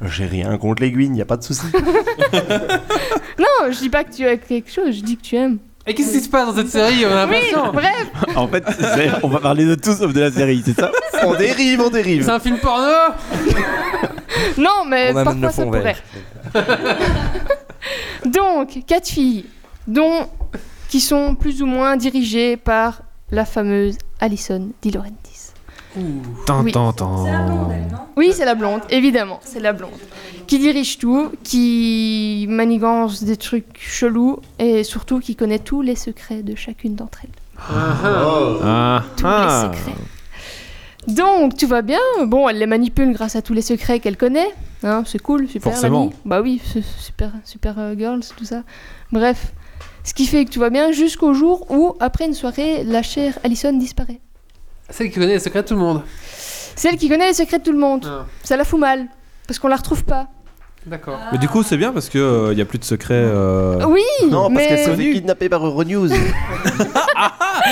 Speaker 7: J'ai rien contre les Gwyn, y a pas de souci.
Speaker 6: Non, je dis pas que tu as quelque chose, je dis que tu aimes.
Speaker 1: Et qu'est-ce qui se passe dans cette série On a
Speaker 6: Oui,
Speaker 1: l'impression.
Speaker 6: bref,
Speaker 4: En fait, c'est- on va parler de tout sauf de la série, c'est ça
Speaker 7: on dérive, on
Speaker 1: C'est
Speaker 7: dérive.
Speaker 1: un film porno
Speaker 6: non, mais
Speaker 8: On amène le
Speaker 6: parfois ça
Speaker 8: fond
Speaker 6: pourrait.
Speaker 8: vert.
Speaker 6: Donc, quatre filles, dont qui sont plus ou moins dirigées par la fameuse Alison Di Laurentiis.
Speaker 2: Tant,
Speaker 6: Oui.
Speaker 2: tant, tant.
Speaker 6: Oui, c'est la blonde, évidemment, c'est la blonde. Qui dirige tout, qui manigance des trucs chelous et surtout qui connaît tous les secrets de chacune d'entre elles.
Speaker 4: Oh.
Speaker 2: Ah,
Speaker 6: Tous
Speaker 2: ah.
Speaker 6: les secrets. Donc, tout va bien. Bon, elle les manipule grâce à tous les secrets qu'elle connaît. Hein, c'est cool, super.
Speaker 2: Forcément.
Speaker 6: l'ami. Bah oui, c'est super, super euh, girls, tout ça. Bref, ce qui fait que tout va bien jusqu'au jour où, après une soirée, la chère Allison disparaît.
Speaker 1: Celle qui connaît les secrets de tout le monde.
Speaker 6: Celle qui connaît les secrets de tout le monde.
Speaker 1: Ah,
Speaker 6: Ça la fout mal, parce qu'on la retrouve pas.
Speaker 1: D'accord.
Speaker 2: Mais du coup, c'est bien parce que euh, y a plus de secrets. euh,
Speaker 6: Oui,
Speaker 7: Non, parce
Speaker 6: mais...
Speaker 7: qu'elle s'est fait kidnapper par Euronews.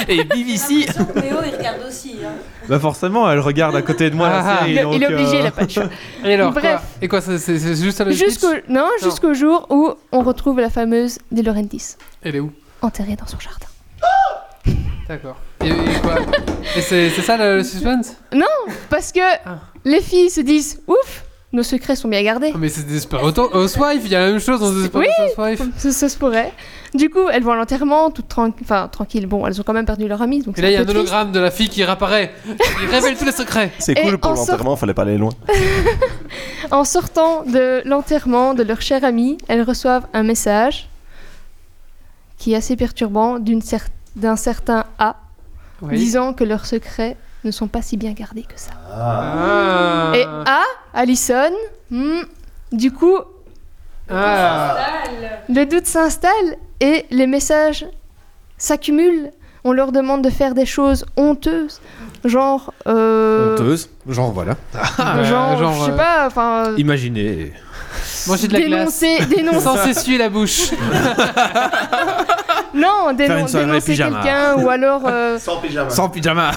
Speaker 1: Et BBC
Speaker 12: Léo est regarde aussi. Hein.
Speaker 2: Bah forcément, elle regarde à côté de moi la
Speaker 1: Ah,
Speaker 2: série.
Speaker 1: il est- il est
Speaker 2: donc,
Speaker 1: obligé,
Speaker 2: euh,
Speaker 1: il a pas de choix. Et alors quoi
Speaker 6: Bref.
Speaker 1: Et quoi, c'est- c'est c'est juste à la
Speaker 6: Jusqu'au
Speaker 1: pitch
Speaker 6: non, jusqu'au jour où on retrouve la fameuse De Laurentiis
Speaker 1: Elle est où
Speaker 6: enterrée dans son jardin.
Speaker 1: D'accord. Et, et quoi Et c'est c'est ça le, le suspense
Speaker 6: Non, parce que les filles se disent ouf, nos secrets sont bien gardés.
Speaker 1: Ah, Mais c'est Desperate Housewives, euh, il y a la même chose dans Desperate
Speaker 6: Oui,
Speaker 1: Housewives.
Speaker 6: ça, ça se pourrait. Du coup, elles vont à l'enterrement, toutes tran- enfin, tranquilles. Bon, elles ont quand même perdu leur amie, donc
Speaker 1: Et là, il y a
Speaker 6: c'est un
Speaker 1: un
Speaker 6: peu triste.
Speaker 1: hologramme de la fille qui réapparaît. Il révèle tous les secrets.
Speaker 7: C'est
Speaker 6: Et
Speaker 7: cool pour
Speaker 6: en sort-
Speaker 7: l'enterrement, fallait pas aller loin.
Speaker 6: En sortant de l'enterrement de leur chère amie, elles reçoivent un message qui est assez perturbant d'une cer- d'un certain A,
Speaker 1: Oui.
Speaker 6: disant que leurs secrets ne sont pas si bien gardés que ça.
Speaker 1: Ah.
Speaker 6: Et A, Allison, hmm, du coup,
Speaker 1: Ah.
Speaker 6: le doute s'installe et les messages s'accumulent. On leur demande de faire des choses honteuses, genre... euh,
Speaker 2: Honteuse, genre voilà.
Speaker 6: Ah.
Speaker 1: Euh, Ah,
Speaker 6: genre, je sais pas, enfin...
Speaker 2: Imaginez.
Speaker 1: Manger de la
Speaker 6: Dénoncer-
Speaker 1: glace.
Speaker 6: dénoncer.
Speaker 1: Sans s'essuyer la bouche.
Speaker 6: Non,
Speaker 2: Faire
Speaker 6: dénon-
Speaker 2: une soirée
Speaker 6: dénoncer
Speaker 2: pyjama.
Speaker 6: quelqu'un ou alors. euh,
Speaker 2: Sans pyjama.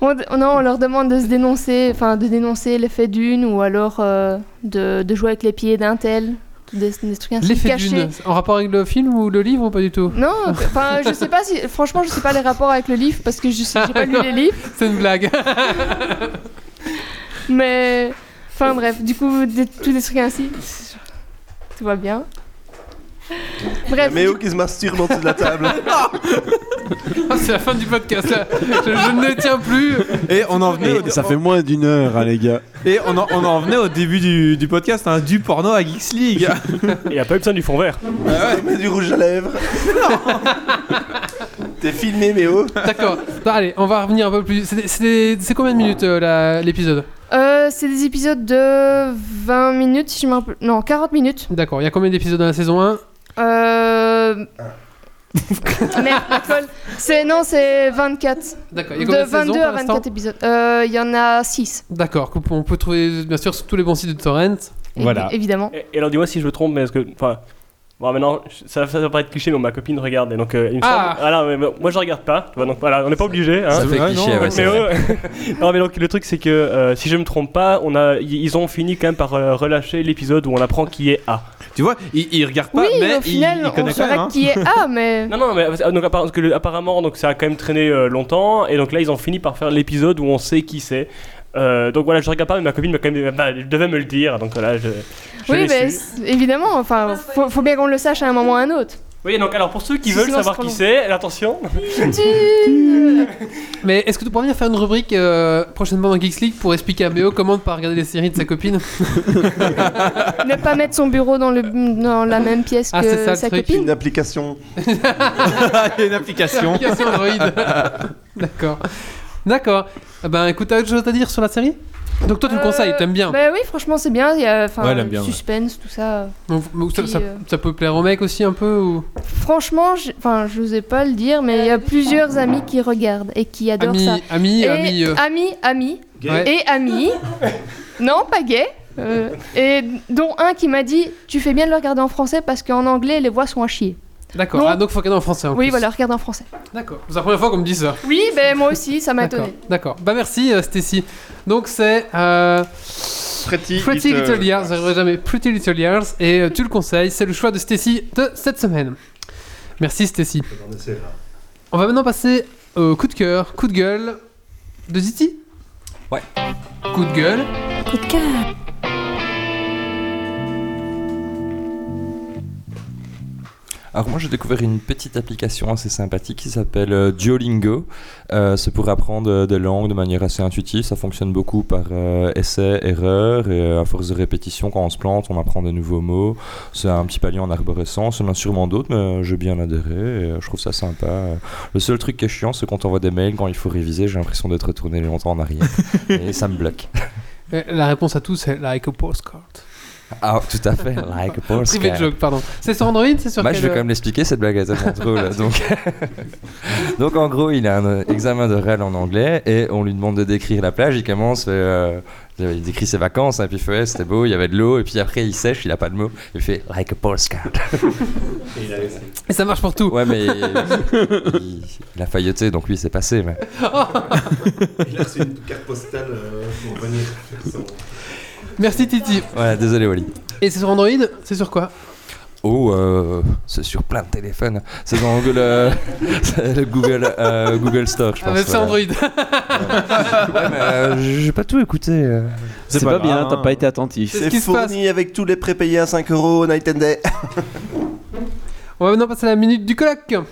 Speaker 6: on, non, on leur demande de se dénoncer, enfin de dénoncer l'effet d'une ou alors euh, de, de jouer avec les pieds d'un tel, des, des trucs ainsi
Speaker 1: L'effet
Speaker 6: cachés.
Speaker 1: d'une. En rapport avec le film ou le livre ou pas du tout
Speaker 6: Non, enfin je sais pas si. Franchement, je sais pas les rapports avec le livre parce que je sais- j'ai pas lu
Speaker 1: Non,
Speaker 6: les livres,
Speaker 1: C'est une blague.
Speaker 6: mais. Enfin bref, du coup, des- tous des trucs ainsi. Tout va bien. Bref.
Speaker 7: Mais qui se masturbe en dessous de la table.
Speaker 1: Ah, c'est la fin du podcast là. Je, je ne tiens plus.
Speaker 2: Et on en venait. au-
Speaker 4: Ça fait moins d'une heure, hein, les gars.
Speaker 2: Et on en, on en venait au début du, du podcast, hein, du porno à Geeks League.
Speaker 5: Il n'y a pas eu besoin du fond vert.
Speaker 7: Mais du rouge à lèvres. T'es filmé, Méo.
Speaker 1: D'accord. Bon, allez, on va revenir un peu plus. C'est- C'est c'est combien de minutes euh, la- l'épisode
Speaker 6: Euh, c'est des épisodes de 20 minutes, si je me rappelle. Non, 40 minutes.
Speaker 1: D'accord. Il y a combien d'épisodes dans la saison 1
Speaker 6: Euh. Merde, la colle. C'est non, c'est 24.
Speaker 1: D'accord. il y a
Speaker 6: De
Speaker 1: combien saisons
Speaker 6: 22
Speaker 1: pour
Speaker 6: à
Speaker 1: l'instant
Speaker 6: 24 épisodes. Euh, Il y en a 6.
Speaker 1: D'accord. qu'on peut- On peut trouver bien sûr sur tous les bons sites de torrent.
Speaker 2: Voilà.
Speaker 6: Évidemment.
Speaker 5: Et, et alors dis-moi si je me trompe, mais est-ce que. Enfin. Bon, maintenant, ça, ça va pas être cliché, mais ma copine regarde. Et donc, euh, il me
Speaker 1: Ah.
Speaker 5: semble- voilà, mais- mais moi, je regarde pas. tu vois, donc, voilà, on n'est pas obligé. Hein.
Speaker 8: Ça fait
Speaker 5: Ouais,
Speaker 8: cliché,
Speaker 5: non,
Speaker 8: ouais, c'est
Speaker 5: mais non, mais donc, le truc, c'est que euh, si je me trompe pas, on a, y- ils ont fini quand même par euh, relâcher l'épisode où on apprend qui est A.
Speaker 2: Tu vois, il, il regarde pas,
Speaker 6: oui,
Speaker 2: mais
Speaker 6: au
Speaker 2: il-
Speaker 6: final,
Speaker 2: il,
Speaker 6: on
Speaker 2: connaît quand même.
Speaker 6: saura
Speaker 2: hein.
Speaker 6: qui est A, mais.
Speaker 5: Non, non, mais euh, donc, appara- parce que le- apparemment, donc, ça a quand même traîné euh, longtemps, et donc là, ils ont fini par faire l'épisode où on sait qui c'est. Euh, donc voilà, je regarde pas, mais ma copine m'a quand même, bah, elle devait me le dire, donc voilà, je. je
Speaker 6: oui,
Speaker 5: l'ai
Speaker 6: mais
Speaker 5: su.
Speaker 6: c'est- évidemment, enfin, faut, faut bien qu'on le sache à un moment ou à un autre.
Speaker 5: Oui, donc alors pour ceux qui
Speaker 6: Si,
Speaker 5: veulent
Speaker 6: sinon,
Speaker 5: savoir
Speaker 6: c'est
Speaker 5: qui
Speaker 6: trop
Speaker 5: c'est, alors, attention.
Speaker 1: Mais est-ce que tu pourrais bien faire une rubrique euh, prochainement dans Geeks League pour expliquer à Méo comment ne pas regarder les séries de sa copine
Speaker 6: ne pas mettre son bureau dans, le, dans la même pièce
Speaker 1: Ah, c'est
Speaker 6: que
Speaker 1: ça, le
Speaker 6: sa
Speaker 1: truc.
Speaker 6: copine.
Speaker 7: Une application.
Speaker 2: Il y a une application.
Speaker 1: Application Android. D'accord. D'accord. Ah Ben écoute, t'as autre chose à dire sur la série Donc toi tu le
Speaker 6: Euh,
Speaker 1: conseilles, t'aimes bien.
Speaker 6: Bah oui, franchement, c'est bien. Il y a enfin,
Speaker 2: Ouais, elle aime bien, ouais.
Speaker 6: suspense, tout ça.
Speaker 1: Donc, mais ça,
Speaker 6: puis,
Speaker 1: ça-
Speaker 6: euh,
Speaker 1: ça peut plaire au mec aussi un peu ou...
Speaker 6: Franchement, je- enfin, je n'osais pas le dire, mais il y a plusieurs amis qui regardent et qui adorent
Speaker 1: Ami,
Speaker 6: ça.
Speaker 1: ami,
Speaker 6: et
Speaker 1: ami. euh,
Speaker 6: amis, amis,
Speaker 1: Ouais.
Speaker 6: et amis. non, pas gay. euh, et dont un qui m'a dit Tu fais bien de le regarder en français parce qu'en anglais, les voix sont à chier.
Speaker 1: D'accord.
Speaker 6: Non.
Speaker 1: Ah donc faut regarder en français. en
Speaker 6: oui,
Speaker 1: plus.
Speaker 6: voilà, regarde en français.
Speaker 1: D'accord. C'est la première fois qu'on me dit ça.
Speaker 6: Oui, ben moi aussi, ça m'a
Speaker 1: D'accord.
Speaker 6: étonné.
Speaker 1: D'accord. Bah merci euh, Stacy. Donc c'est euh,
Speaker 3: Pretty,
Speaker 1: Pretty Little Years, j'arriverai jamais. Pretty Little Years et euh, tu le conseilles, c'est le choix de Stacy de cette semaine. Merci Stacy. On va maintenant passer au coup de cœur, coup de gueule de Ziti.
Speaker 8: Ouais.
Speaker 1: Coup de gueule.
Speaker 12: Coup de cœur.
Speaker 8: Alors moi j'ai découvert une petite application assez sympathique qui s'appelle euh, Duolingo. Euh, c'est pour apprendre euh, des langues de manière assez intuitive. Ça fonctionne beaucoup par euh, essais, erreurs et euh, à force de répétition quand on se plante on apprend de nouveaux mots. C'est un petit palier en arborescence. Il y en a sûrement d'autres mais euh, j'ai bien adhéré et euh, je trouve ça sympa. Euh, Le seul truc qui est chiant c'est quand on voit des mails quand il faut réviser j'ai l'impression d'être retourné longtemps en arrière et ça me bloque.
Speaker 1: Euh, La réponse à tous c'est like a postcard.
Speaker 8: Ah, tout à fait. Like a horse
Speaker 1: Privé de
Speaker 8: cat.
Speaker 1: joke, pardon. C'est sur Android, c'est sur
Speaker 8: Bah,
Speaker 1: quel-
Speaker 8: je vais quand même l'expliquer, cette blague est tellement drôle. Donc, donc en gros, il a un euh, examen de RAL en anglais et on lui demande de décrire la plage. Il commence, euh, il décrit ses vacances, hein, puis il fait ouais, c'était beau, il y avait de l'eau, et puis après il sèche, il a pas de mots, il fait like a postcard.
Speaker 1: Et ça marche pour tout.
Speaker 8: Ouais, mais il, il a failloté, donc lui c'est passé. Mais...
Speaker 3: Il a reçu une carte postale euh, pour venir faire son.
Speaker 1: Merci Titi.
Speaker 8: Ouais, désolé Wally.
Speaker 1: Et c'est sur Android C'est sur quoi
Speaker 8: Oh, euh, c'est sur plein de téléphones. C'est dans Google, euh, c'est le Google, euh, Google Store, je
Speaker 1: Ah,
Speaker 8: pense.
Speaker 1: mais c'est
Speaker 8: voilà.
Speaker 1: Android.
Speaker 8: Ouais, mais, euh, j'ai pas tout écouté. euh.
Speaker 4: C'est pas, bien, t'as pas été attentif.
Speaker 7: C'est fourni avec tous les prépayés à 5 euros, night and day.
Speaker 1: On va maintenant passer à la minute du colloque.
Speaker 13: Ben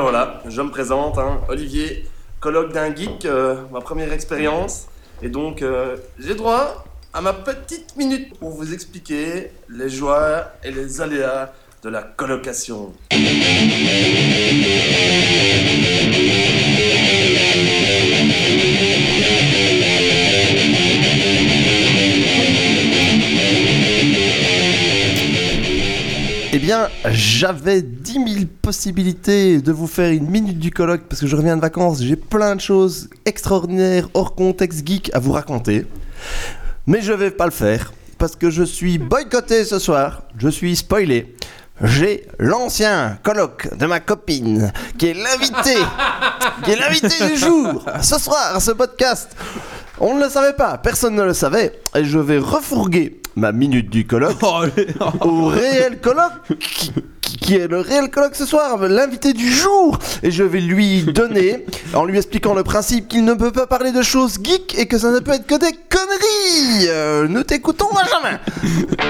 Speaker 13: voilà, je me présente, hein, Olivier, colloque d'un geek, euh, ma première expérience. Et donc, euh, j'ai droit à ma petite minute pour vous expliquer les joies et les aléas de la colocation.
Speaker 7: Eh bien, j'avais 10 000 possibilités de vous faire une minute du colloque parce que je reviens de vacances, j'ai plein de choses extraordinaires, hors contexte geek à vous raconter. Mais je vais pas le faire parce que je suis boycotté ce soir, je suis spoilé. J'ai l'ancien colloque de ma copine qui est l'invité, qui est l'invité du jour, ce soir, à ce podcast. On ne le savait pas, personne ne le savait, et je vais refourguer ma minute du colloque
Speaker 2: Oh,
Speaker 7: au réel colloque qui, qui- qui est le réel colloque ce soir, l'invité du jour, et je vais lui donner en lui expliquant le principe qu'il ne peut pas parler de choses geek et que ça ne peut être que des conneries. Euh, nous t'écoutons, Benjamin.
Speaker 2: Ah,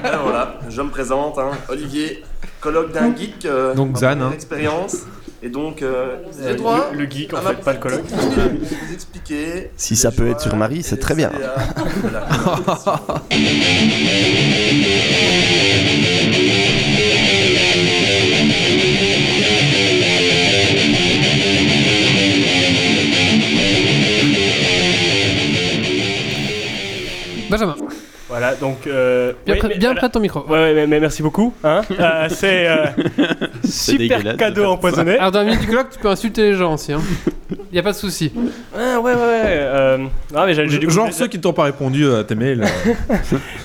Speaker 13: Ben voilà, je me présente, hein, Olivier, colloque d'un geek, euh,
Speaker 2: Donc,
Speaker 13: ma
Speaker 2: Zan,
Speaker 13: première
Speaker 2: hein.
Speaker 13: expérience. Et donc, euh,
Speaker 5: Euh,
Speaker 13: j'ai droit
Speaker 5: le- le geek, en
Speaker 13: à ma
Speaker 5: fait, pas le colloque.
Speaker 13: petite minute pour vous expliquer
Speaker 7: Si ça peut être sur Marie, c'est très bien.
Speaker 1: Benjamin.
Speaker 5: Voilà, donc. euh,
Speaker 1: Bien
Speaker 5: oui,
Speaker 1: près-
Speaker 5: mais-
Speaker 1: bien
Speaker 5: voilà.
Speaker 1: près de ton micro.
Speaker 5: Ouais, ouais, mais, mais merci beaucoup. hein. Euh, c'est euh, super cadeau empoisonné.
Speaker 1: Alors, dans la minute du colloque, tu peux insulter les gens aussi. Hein. Y a pas de souci.
Speaker 5: Ah, ouais, ouais, ouais. euh, ah, mais j'ai- j'ai- du coup,
Speaker 2: Genre
Speaker 5: j'ai-
Speaker 2: ceux qui t'ont pas répondu euh, à tes mails.